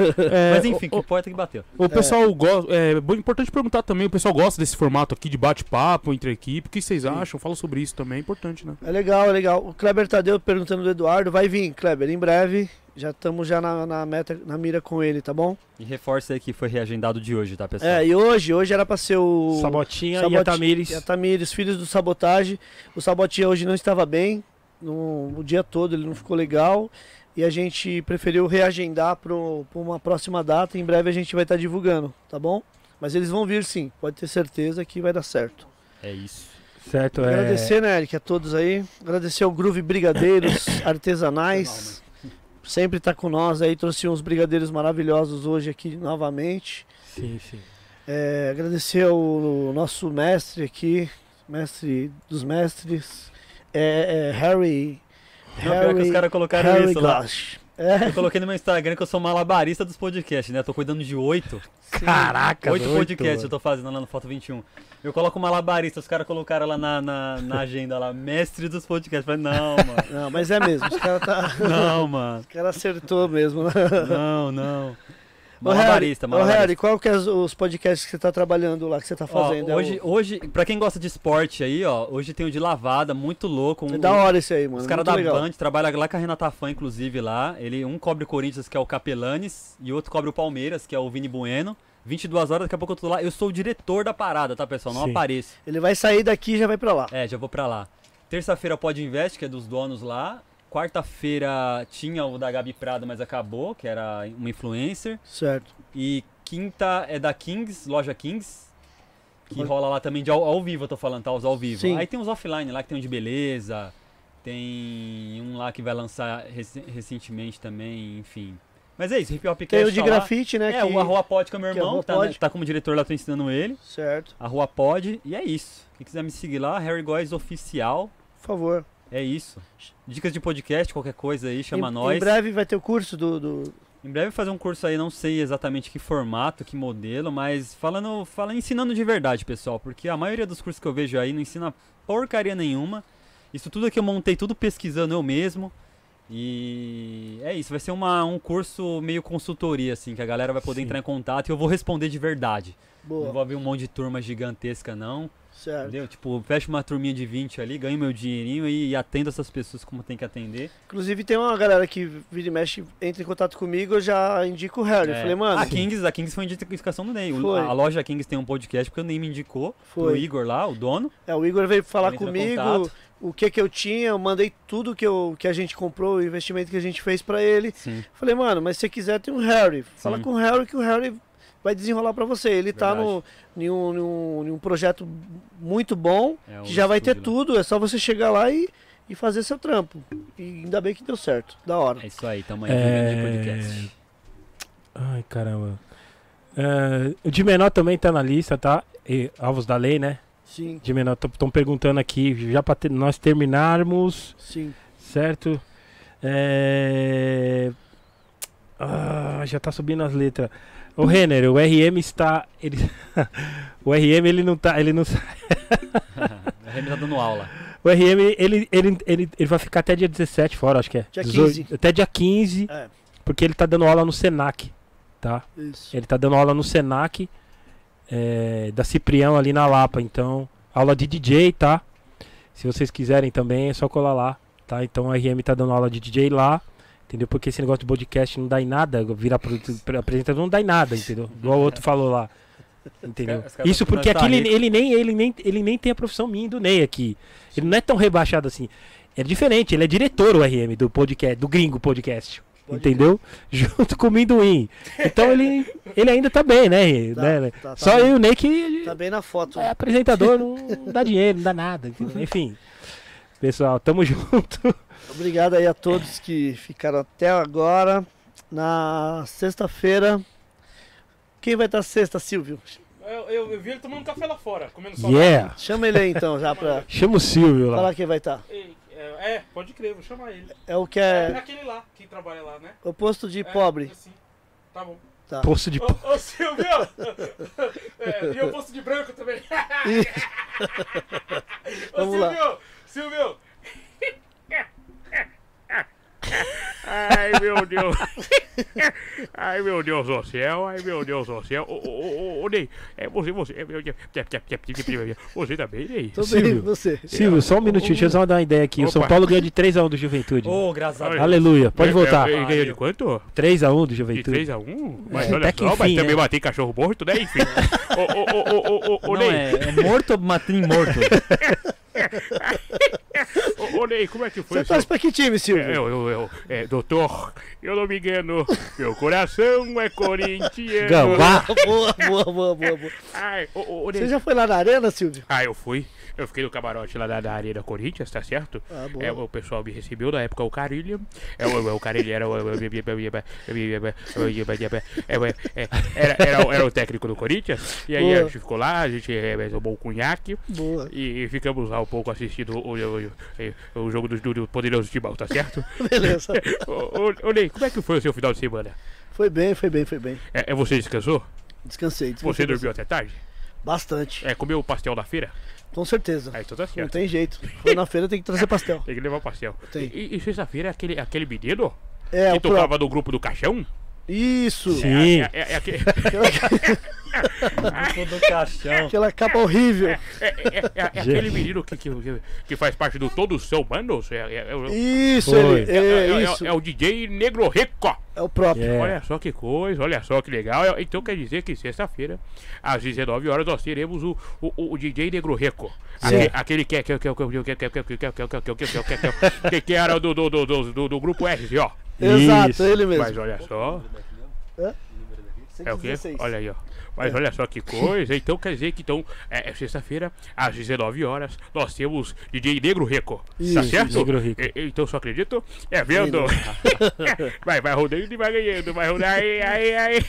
S1: Mas enfim, o que importa é que bateu.
S6: O pessoal gosta. É bom- importante perguntar também, o pessoal gosta desse formato aqui de bate-papo entre a equipe. O que vocês acham? Fala sobre isso também, é importante, né?
S3: É legal, é legal. O Kleber Tadeu perguntando do Eduardo. Vai vir, Kleber, em breve. Já estamos já na, na meta, na mira com ele, tá bom?
S1: E reforça aí que foi reagendado de hoje, tá, pessoal?
S3: É, e hoje, hoje era pra ser o...
S4: Sabotinha
S3: Saboti-
S4: e a Tamires.
S3: E a Tamires, filhos do Sabotagem. O Sabotinha hoje não estava bem, no, o dia todo ele não ficou legal. E a gente preferiu reagendar para uma próxima data. Em breve a gente vai estar divulgando, tá bom? Mas eles vão vir sim, pode ter certeza que vai dar certo.
S1: É isso.
S4: Certo, é.
S3: Agradecer, né, Eric, a todos aí. Agradecer ao Groove Brigadeiros Artesanais. Sempre tá com nós aí. Trouxe uns brigadeiros maravilhosos hoje aqui novamente.
S4: Sim, sim.
S3: É, agradecer ao nosso mestre aqui, mestre dos mestres, é, é, Harry.
S1: Não, É pior que os caras colocaram
S3: Harry
S1: isso lá.
S3: Glass. É,
S1: Eu coloquei no meu Instagram que eu sou um malabarista dos podcasts, né? Eu tô cuidando de oito.
S4: Caraca,
S1: Oito podcasts tá? eu
S4: mano.
S1: tô fazendo lá no Foto 21. Eu coloco malabarista, os caras colocaram lá na, na, na agenda lá, mestre dos podcasts. Eu falei, não, mano.
S3: não, mas é mesmo, os caras tá,
S1: Não, mano.
S3: os cara acertou mesmo. né?
S1: Não, não.
S3: Ô, Harry,
S1: Malabarista,
S3: ô,
S1: malabarista.
S3: Harry, qual que é os- os podcasts que você tá trabalhando lá, que você tá
S1: Ó,
S3: fazendo? É
S1: hoje, hoje, pra quem gosta de esporte aí, ó, hoje tem o de lavada, muito louco.
S3: o-
S1: Um,
S3: é da hora esse aí, mano.
S1: Os caras da
S3: muito legal.
S1: Band trabalham lá com a Renata Fã, inclusive, lá. Ele, um cobre o Corinthians, que é o Capelanes, e outro cobre o Palmeiras, que é o Vini Bueno. 22 horas, daqui a pouco eu tô lá. Eu sou o diretor da parada, tá, pessoal? Não
S4: Sim.
S1: apareço.
S3: Ele vai sair daqui e já vai pra lá.
S1: É, já vou pra lá. Terça-feira pode invest, que é dos donos lá. Quarta-feira tinha o da Gabi Prado, mas acabou, que era uma influencer.
S3: Certo.
S1: E quinta é da Kings, loja Kings. Que rola lá também de ao, ao vivo, eu tô falando, tá? Os ao vivo.
S3: Sim.
S1: Aí tem os offline lá, que tem um de beleza. Tem um lá que vai lançar rec- recentemente também, enfim. Mas é isso, Hip Hop
S3: Tem
S1: Cast
S3: o de
S1: tá lá.
S3: grafite, né?
S1: É, o Arroa Pod, que é meu
S3: que é
S1: irmão,
S3: Arroa
S1: que tá, né,
S3: Pod.
S1: tá como diretor lá, tô ensinando ele.
S3: Certo.
S1: Arroa Pod, e é isso. Quem quiser me seguir lá, Harry Góes Oficial,
S3: Por favor.
S1: é isso. Dicas de podcast, qualquer coisa aí, chama
S3: em,
S1: nós.
S3: Em breve vai ter o curso do. do-
S1: Em breve fazer um curso aí, não sei exatamente que formato, que modelo, mas falando, fala, ensinando de verdade, pessoal, porque a maioria dos cursos que eu vejo aí não ensina porcaria nenhuma. Isso tudo aqui eu montei tudo pesquisando eu mesmo. E é isso, vai ser uma, um curso meio consultoria, assim, que a galera vai poder
S4: Sim.
S1: entrar em contato e eu vou responder de verdade. Não
S3: Boa.
S1: vou abrir um monte de turma gigantesca, não.
S3: Certo.
S1: Entendeu? Tipo, fecho uma turminha de 20 ali, ganho meu dinheirinho e, e atendo essas pessoas como tem que atender.
S3: Inclusive tem uma galera que vira e mexe, entra em contato comigo, eu já indico o Harry.
S1: É.
S3: Falei, mano, assim,
S1: a Kings, a Kings foi indicação do Ney. O-
S3: Foi.
S1: A loja Kings tem um podcast porque o Ney me indicou pro
S3: Foi.
S1: Igor lá, o dono.
S3: é, o Igor veio falar
S1: Ele entrou em
S3: comigo
S1: contato.
S3: o que que eu tinha, eu mandei tudo que, eu, que a gente comprou, o investimento que a gente fez pra ele.
S1: Sim.
S3: Falei, mano, mas se você quiser tem um Harry. Fala
S1: Sim.
S3: com o Harry que o Harry vai desenrolar pra você. Ele tá
S1: Verdade.
S3: no, em, um, em um- em um projeto muito bom,
S1: É, o
S3: que já vai ter
S1: estúdio lá.
S3: tudo, é só você chegar lá e, e fazer seu trampo. E ainda bem que deu certo, da hora.
S1: É isso aí, tamo aí
S4: É.
S1: vivendo de podcast.
S4: Ai, caramba. Ah, o de menor também tá na lista, tá? E, alvos da lei, né?
S3: Sim,
S4: De menor, estão perguntando aqui, já pra ter- nós terminarmos,
S3: sim.
S4: certo? É... Ah, já tá subindo as letras. O Renner, o RM está. Ele... o RM ele não tá. Ele não...
S1: a Remy tá dando aula.
S4: O RM ele, ele, ele, ele vai ficar até dia 17 fora, acho que é.
S3: Dia 15.
S4: Até dia 15.
S3: É.
S4: Porque ele tá dando aula no Senac, tá?
S3: Isso.
S4: Ele tá dando aula no Senac é, da Ciprião ali na Lapa. Então, aula de DJ, tá? Se vocês quiserem também, é só colar lá, tá? Então, a RM tá dando aula de DJ lá, entendeu? Porque esse negócio de podcast não dá em nada, virar pro- pro apresentador não dá em nada, entendeu? Igual o outro falou lá. Entendeu?
S1: Os caras- os caras
S4: Isso
S1: tão
S4: porque
S1: pensando,
S4: aqui
S1: tá
S4: ele,
S1: rico.
S4: ele nem, ele, nem, ele nem tem a profissão minha e do Ney aqui. Ele não é tão rebaixado assim. É diferente, ele é diretor o RM do podcast, do gringo podcast. entendeu? Junto com o Minduim. Então ele, ele ainda tá bem, né?
S3: Tá,
S4: né?
S3: tá, tá
S4: Só
S3: bem.
S4: eu e o Ney que
S3: Tá bem na foto.
S4: é apresentador, não dá dinheiro, não dá nada. entendeu? Enfim. Pessoal, tamo junto.
S3: Obrigado aí a todos que ficaram até agora. Na sexta-feira. Quem vai estar sexta, Silvio?
S2: Eu, eu- eu vi ele tomando café lá fora, comendo só.
S4: Yeah!
S3: Chama ele aí então já pra
S4: Chama o Silvio lá.
S3: falar quem vai estar.
S2: É, é, pode crer, vou chamar ele.
S3: É o que
S2: É,
S3: é
S2: aquele lá que trabalha lá, né?
S3: oposto de
S2: É,
S3: pobre.
S2: assim. Tá bom.
S4: Poço de.
S2: Ô, ô Silvio! É, e eu posto de branco também. ô
S3: Vamos lá.
S2: Silvio! Silvio!
S6: Ai, meu Deus. Ai, meu Deus do céu. Ai, meu Deus do céu. Ô, ô, ô, ô, ô, Ney. É você, você. É meu Deus. Você também, Ney?
S3: Tudo
S4: Silvio.
S3: bem, você.
S4: Silvio, só um minutinho, deixa eu só dar uma ideia aqui. O São
S6: Opa.
S4: Paulo ganhou de 3x1 do Juventude.
S1: Ô, graças a Deus.
S4: Aleluia, pode
S6: É,
S4: voltar.
S6: é, Ele ganhou de quanto?
S4: 3x1 do
S6: De
S4: Juventude.
S6: 3 a 1? Mas
S4: É,
S6: olha
S4: até que
S6: só, mas
S4: enfim,
S6: também
S4: né?
S6: bater cachorro morto, né? Enfim. Ô, ô, ô, ô, ô, ô, ô,
S1: Não,
S6: Ney.
S1: é, é morto, matrim morto.
S6: Ô, ô, Ney, como é que foi
S3: Você
S6: o seu
S1: tá
S3: torce pra que time,
S6: É,
S3: Silvio?
S6: eu, eu, eu, é, doutor, eu não me engano. Meu coração é corintiano.
S4: Gambá.
S3: Boa, boa, boa, boa, boa.
S6: Ai, ô, ô, ô,
S3: Você
S6: Ney.
S3: já foi lá na arena, Silvio?
S6: Ah, eu fui. Eu fiquei no camarote lá da, da Arena Corinthians, tá certo?
S3: Ah, boa.
S6: É, o pessoal me recebeu na época o Carilho. É, o, o Carilho era o. é, é, Era, era, o- era o técnico do Corinthians. E aí a
S3: Boa.
S6: gente ficou lá, a gente eh, tomou um cunhaque.
S3: Boa.
S6: E, e ficamos lá um pouco assistindo o, o, o, o jogo do, do, do poderoso Timão, tá certo?
S3: Beleza.
S6: ô, ô, ô, Ney, como é que foi o seu final de semana?
S3: Foi bem, foi bem, foi bem.
S6: É, é, você descansou?
S3: Descansei.
S6: Você
S3: descansei
S6: dormiu até tarde?
S3: Bastante,
S6: É, comeu pastel na feira?
S3: com certeza.
S6: Ah, então tá
S3: Não
S6: certo.
S3: tem jeito. Foi na feira, tem que trazer pastel.
S6: Tem que levar pastel.
S3: Tem.
S6: E, e sexta-feira é aquele, aquele menino
S3: É,
S6: que
S3: o próprio.
S6: tocava no grupo do caixão?
S3: Isso.
S4: Sim.
S6: É, é, é aquele,
S1: Todo caixão.
S3: Aquela capa horrível.
S6: é, é- é- é aquele menino que, que, que faz parte do Todos São Manos? É, é, é, o-
S3: Isso,
S4: Foi.
S3: ele,
S6: é-
S3: é,
S6: é- é-
S3: isso.
S6: é o DJ Negro Rico.
S3: É o próprio.
S4: É.
S6: Olha só que coisa, olha só que legal. Então quer dizer que sexta-feira, às 19 horas, nós teremos o, o, o- o DJ Negro Rico. Aquele, aquele que é que é- que é- que é- que é- que é- que é- que é- que é- que é- que é- que é- que é- que é- que era do, do, do, do, do- do grupo RC, ó.
S3: Exato,
S4: Isso.
S3: ele mesmo.
S6: Mas olha só, é o quê?
S3: 116.
S6: Olha aí, ó. Mas olha só que coisa. Então quer dizer que então, é, é sexta-feira, às 19 horas, nós temos DJ Negro Rico. Tá
S4: Isso,
S6: certo?
S4: Negro Rico.
S6: E- e- então só acredito, é vendo. vai, vai rodando e vai ganhando, vai rodando. Aí, aí, aí.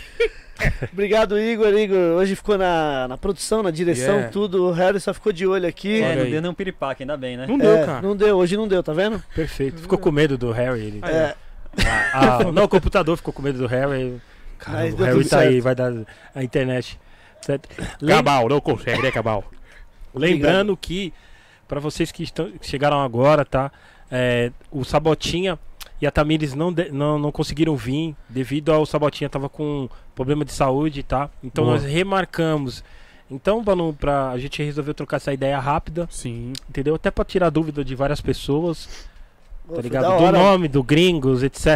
S3: Obrigado, Igor. Igor, hoje ficou na, na produção, na direção,
S6: Yeah.
S3: tudo. O Harry só ficou de olho aqui.
S1: É,
S6: Olha
S1: não
S6: aí.
S1: deu nem um piripaque, ainda bem, né?
S6: Não deu,
S3: É,
S6: cara.
S3: não deu, hoje não deu, tá vendo?
S4: Perfeito. Ficou com medo do Harry. Ele.
S3: É,
S4: Ah, não, o computador ficou com medo do Harry.
S3: Mas
S4: Caramba, o
S3: deu
S4: Harry
S3: tudo
S4: tá aí,
S3: certo.
S4: vai dar a internet. Certo? Lem-
S6: Cabal, não consegue, né, Cabal?
S4: Lembrando que, pra vocês que, estão, que chegaram agora, tá? É, o Sabotinha e a Tamires não, de- não, não conseguiram vir devido ao Sabotinha tava com problema de saúde, tá? Então
S6: Boa.
S4: nós remarcamos Então, pra, não, pra- a gente resolveu trocar essa ideia rápida,
S6: Sim.
S4: entendeu? Até pra tirar dúvida de várias pessoas,
S3: Pô,
S4: tá
S3: foi
S4: ligado?
S3: da
S4: Do
S3: hora.
S4: nome, do gringos, etc.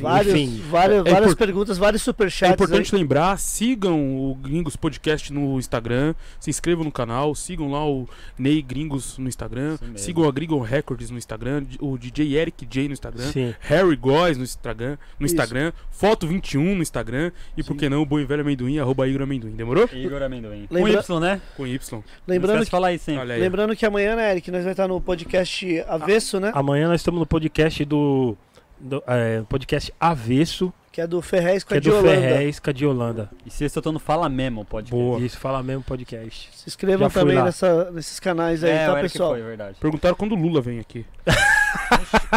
S3: Vários,
S4: Enfim.
S3: várias,
S6: É
S3: várias
S6: impor-
S3: perguntas, vários
S6: É
S3: superchats.
S6: importante lembrar, sigam o Gringos Podcast no Instagram, se inscrevam no canal, sigam lá o Ney Gringos no Instagram,
S1: Isso mesmo.
S6: sigam a Gringo Records no Instagram, o DJ Eric J no Instagram,
S4: Sim.
S6: Harry Góes no Instagram, no
S3: Isso.
S6: Instagram, Foto 21 no Instagram e por que não o Bom e Velho Amendoim, arroba Igor Amendoim, demorou?
S1: Igor Amendoim. Com
S3: Lembra-
S1: Y, né?
S6: Com Y.
S3: aí.
S1: Não esquece
S3: Lembrando,
S1: de
S3: que,
S1: falar aí sempre.
S6: Olha aí.
S3: lembrando que amanhã, né, Eric, nós vai estar no podcast Avesso,
S6: Ah.
S3: né?
S4: Amanhã nós estamos no podcast do. do, é, podcast Avesso,
S3: Que é do Ferrez com
S4: que
S3: a
S4: é
S3: de
S4: do
S3: Holanda.
S4: Ferrez, que é de Holanda.
S1: E sexta eu tô no Fala Memo, pode
S6: Boa.
S4: Isso, fala mesmo podcast.
S3: Se inscrevam
S4: Já fui
S3: também
S4: lá.
S3: nessa- nesses canais aí,
S1: É, o
S3: tá,
S1: Eric
S3: pessoal?
S1: foi, é verdade.
S6: Perguntaram quando o Lula vem aqui.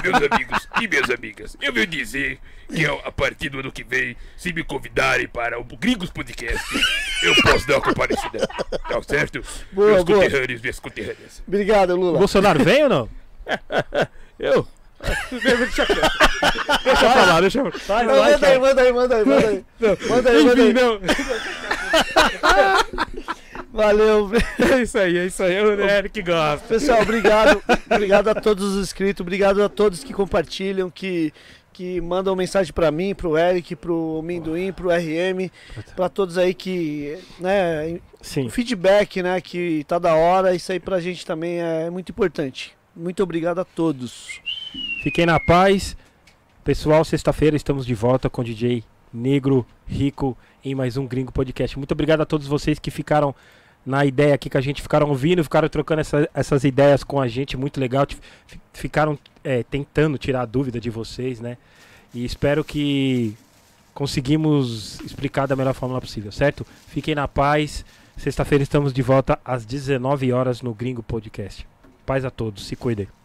S9: Meus amigos e minhas amigas, eu venho dizer que eu, a partir do ano que vem, se me convidarem para o Gringos Podcast, eu posso dar uma comparecida. Tá certo?
S3: Boa,
S9: meus
S3: boa.
S9: conterrâneos, minhas conterrâneas.
S3: Obrigado,
S4: O
S3: Lula.
S4: Bolsonaro vem ou não?
S6: Eu? deixa pra lá, deixa pra lá.
S3: Não, manda aí, manda aí, manda aí, manda aí. Manda aí,
S6: Enfim,
S3: manda aí.
S6: não.
S3: Valeu.
S6: É isso aí, é isso aí. O Eric gosta.
S3: Pessoal, obrigado. obrigado a todos os inscritos, obrigado a todos que compartilham, que, que mandam mensagem pra mim, pro Eric, pro Minduim, pro RM, pra todos aí que, né,
S4: Sim.
S3: o feedback, né, que tá da hora, isso aí pra gente também é muito importante. Muito obrigado a todos.
S4: Fiquem na paz. Pessoal, sexta-feira estamos de volta com o DJ Negro Rico em mais um Gringo Podcast. Muito obrigado a todos vocês que ficaram na ideia aqui com a gente, ficaram ouvindo, ficaram trocando essa- essas ideias com a gente, muito legal. Ti- fi- Ficaram é, tentando tirar a dúvida de vocês, né? E espero que conseguimos explicar da melhor forma possível, certo? Fiquem na paz. Sexta-feira estamos de volta às 19 horas no Gringo Podcast. Paz a todos, se cuidem.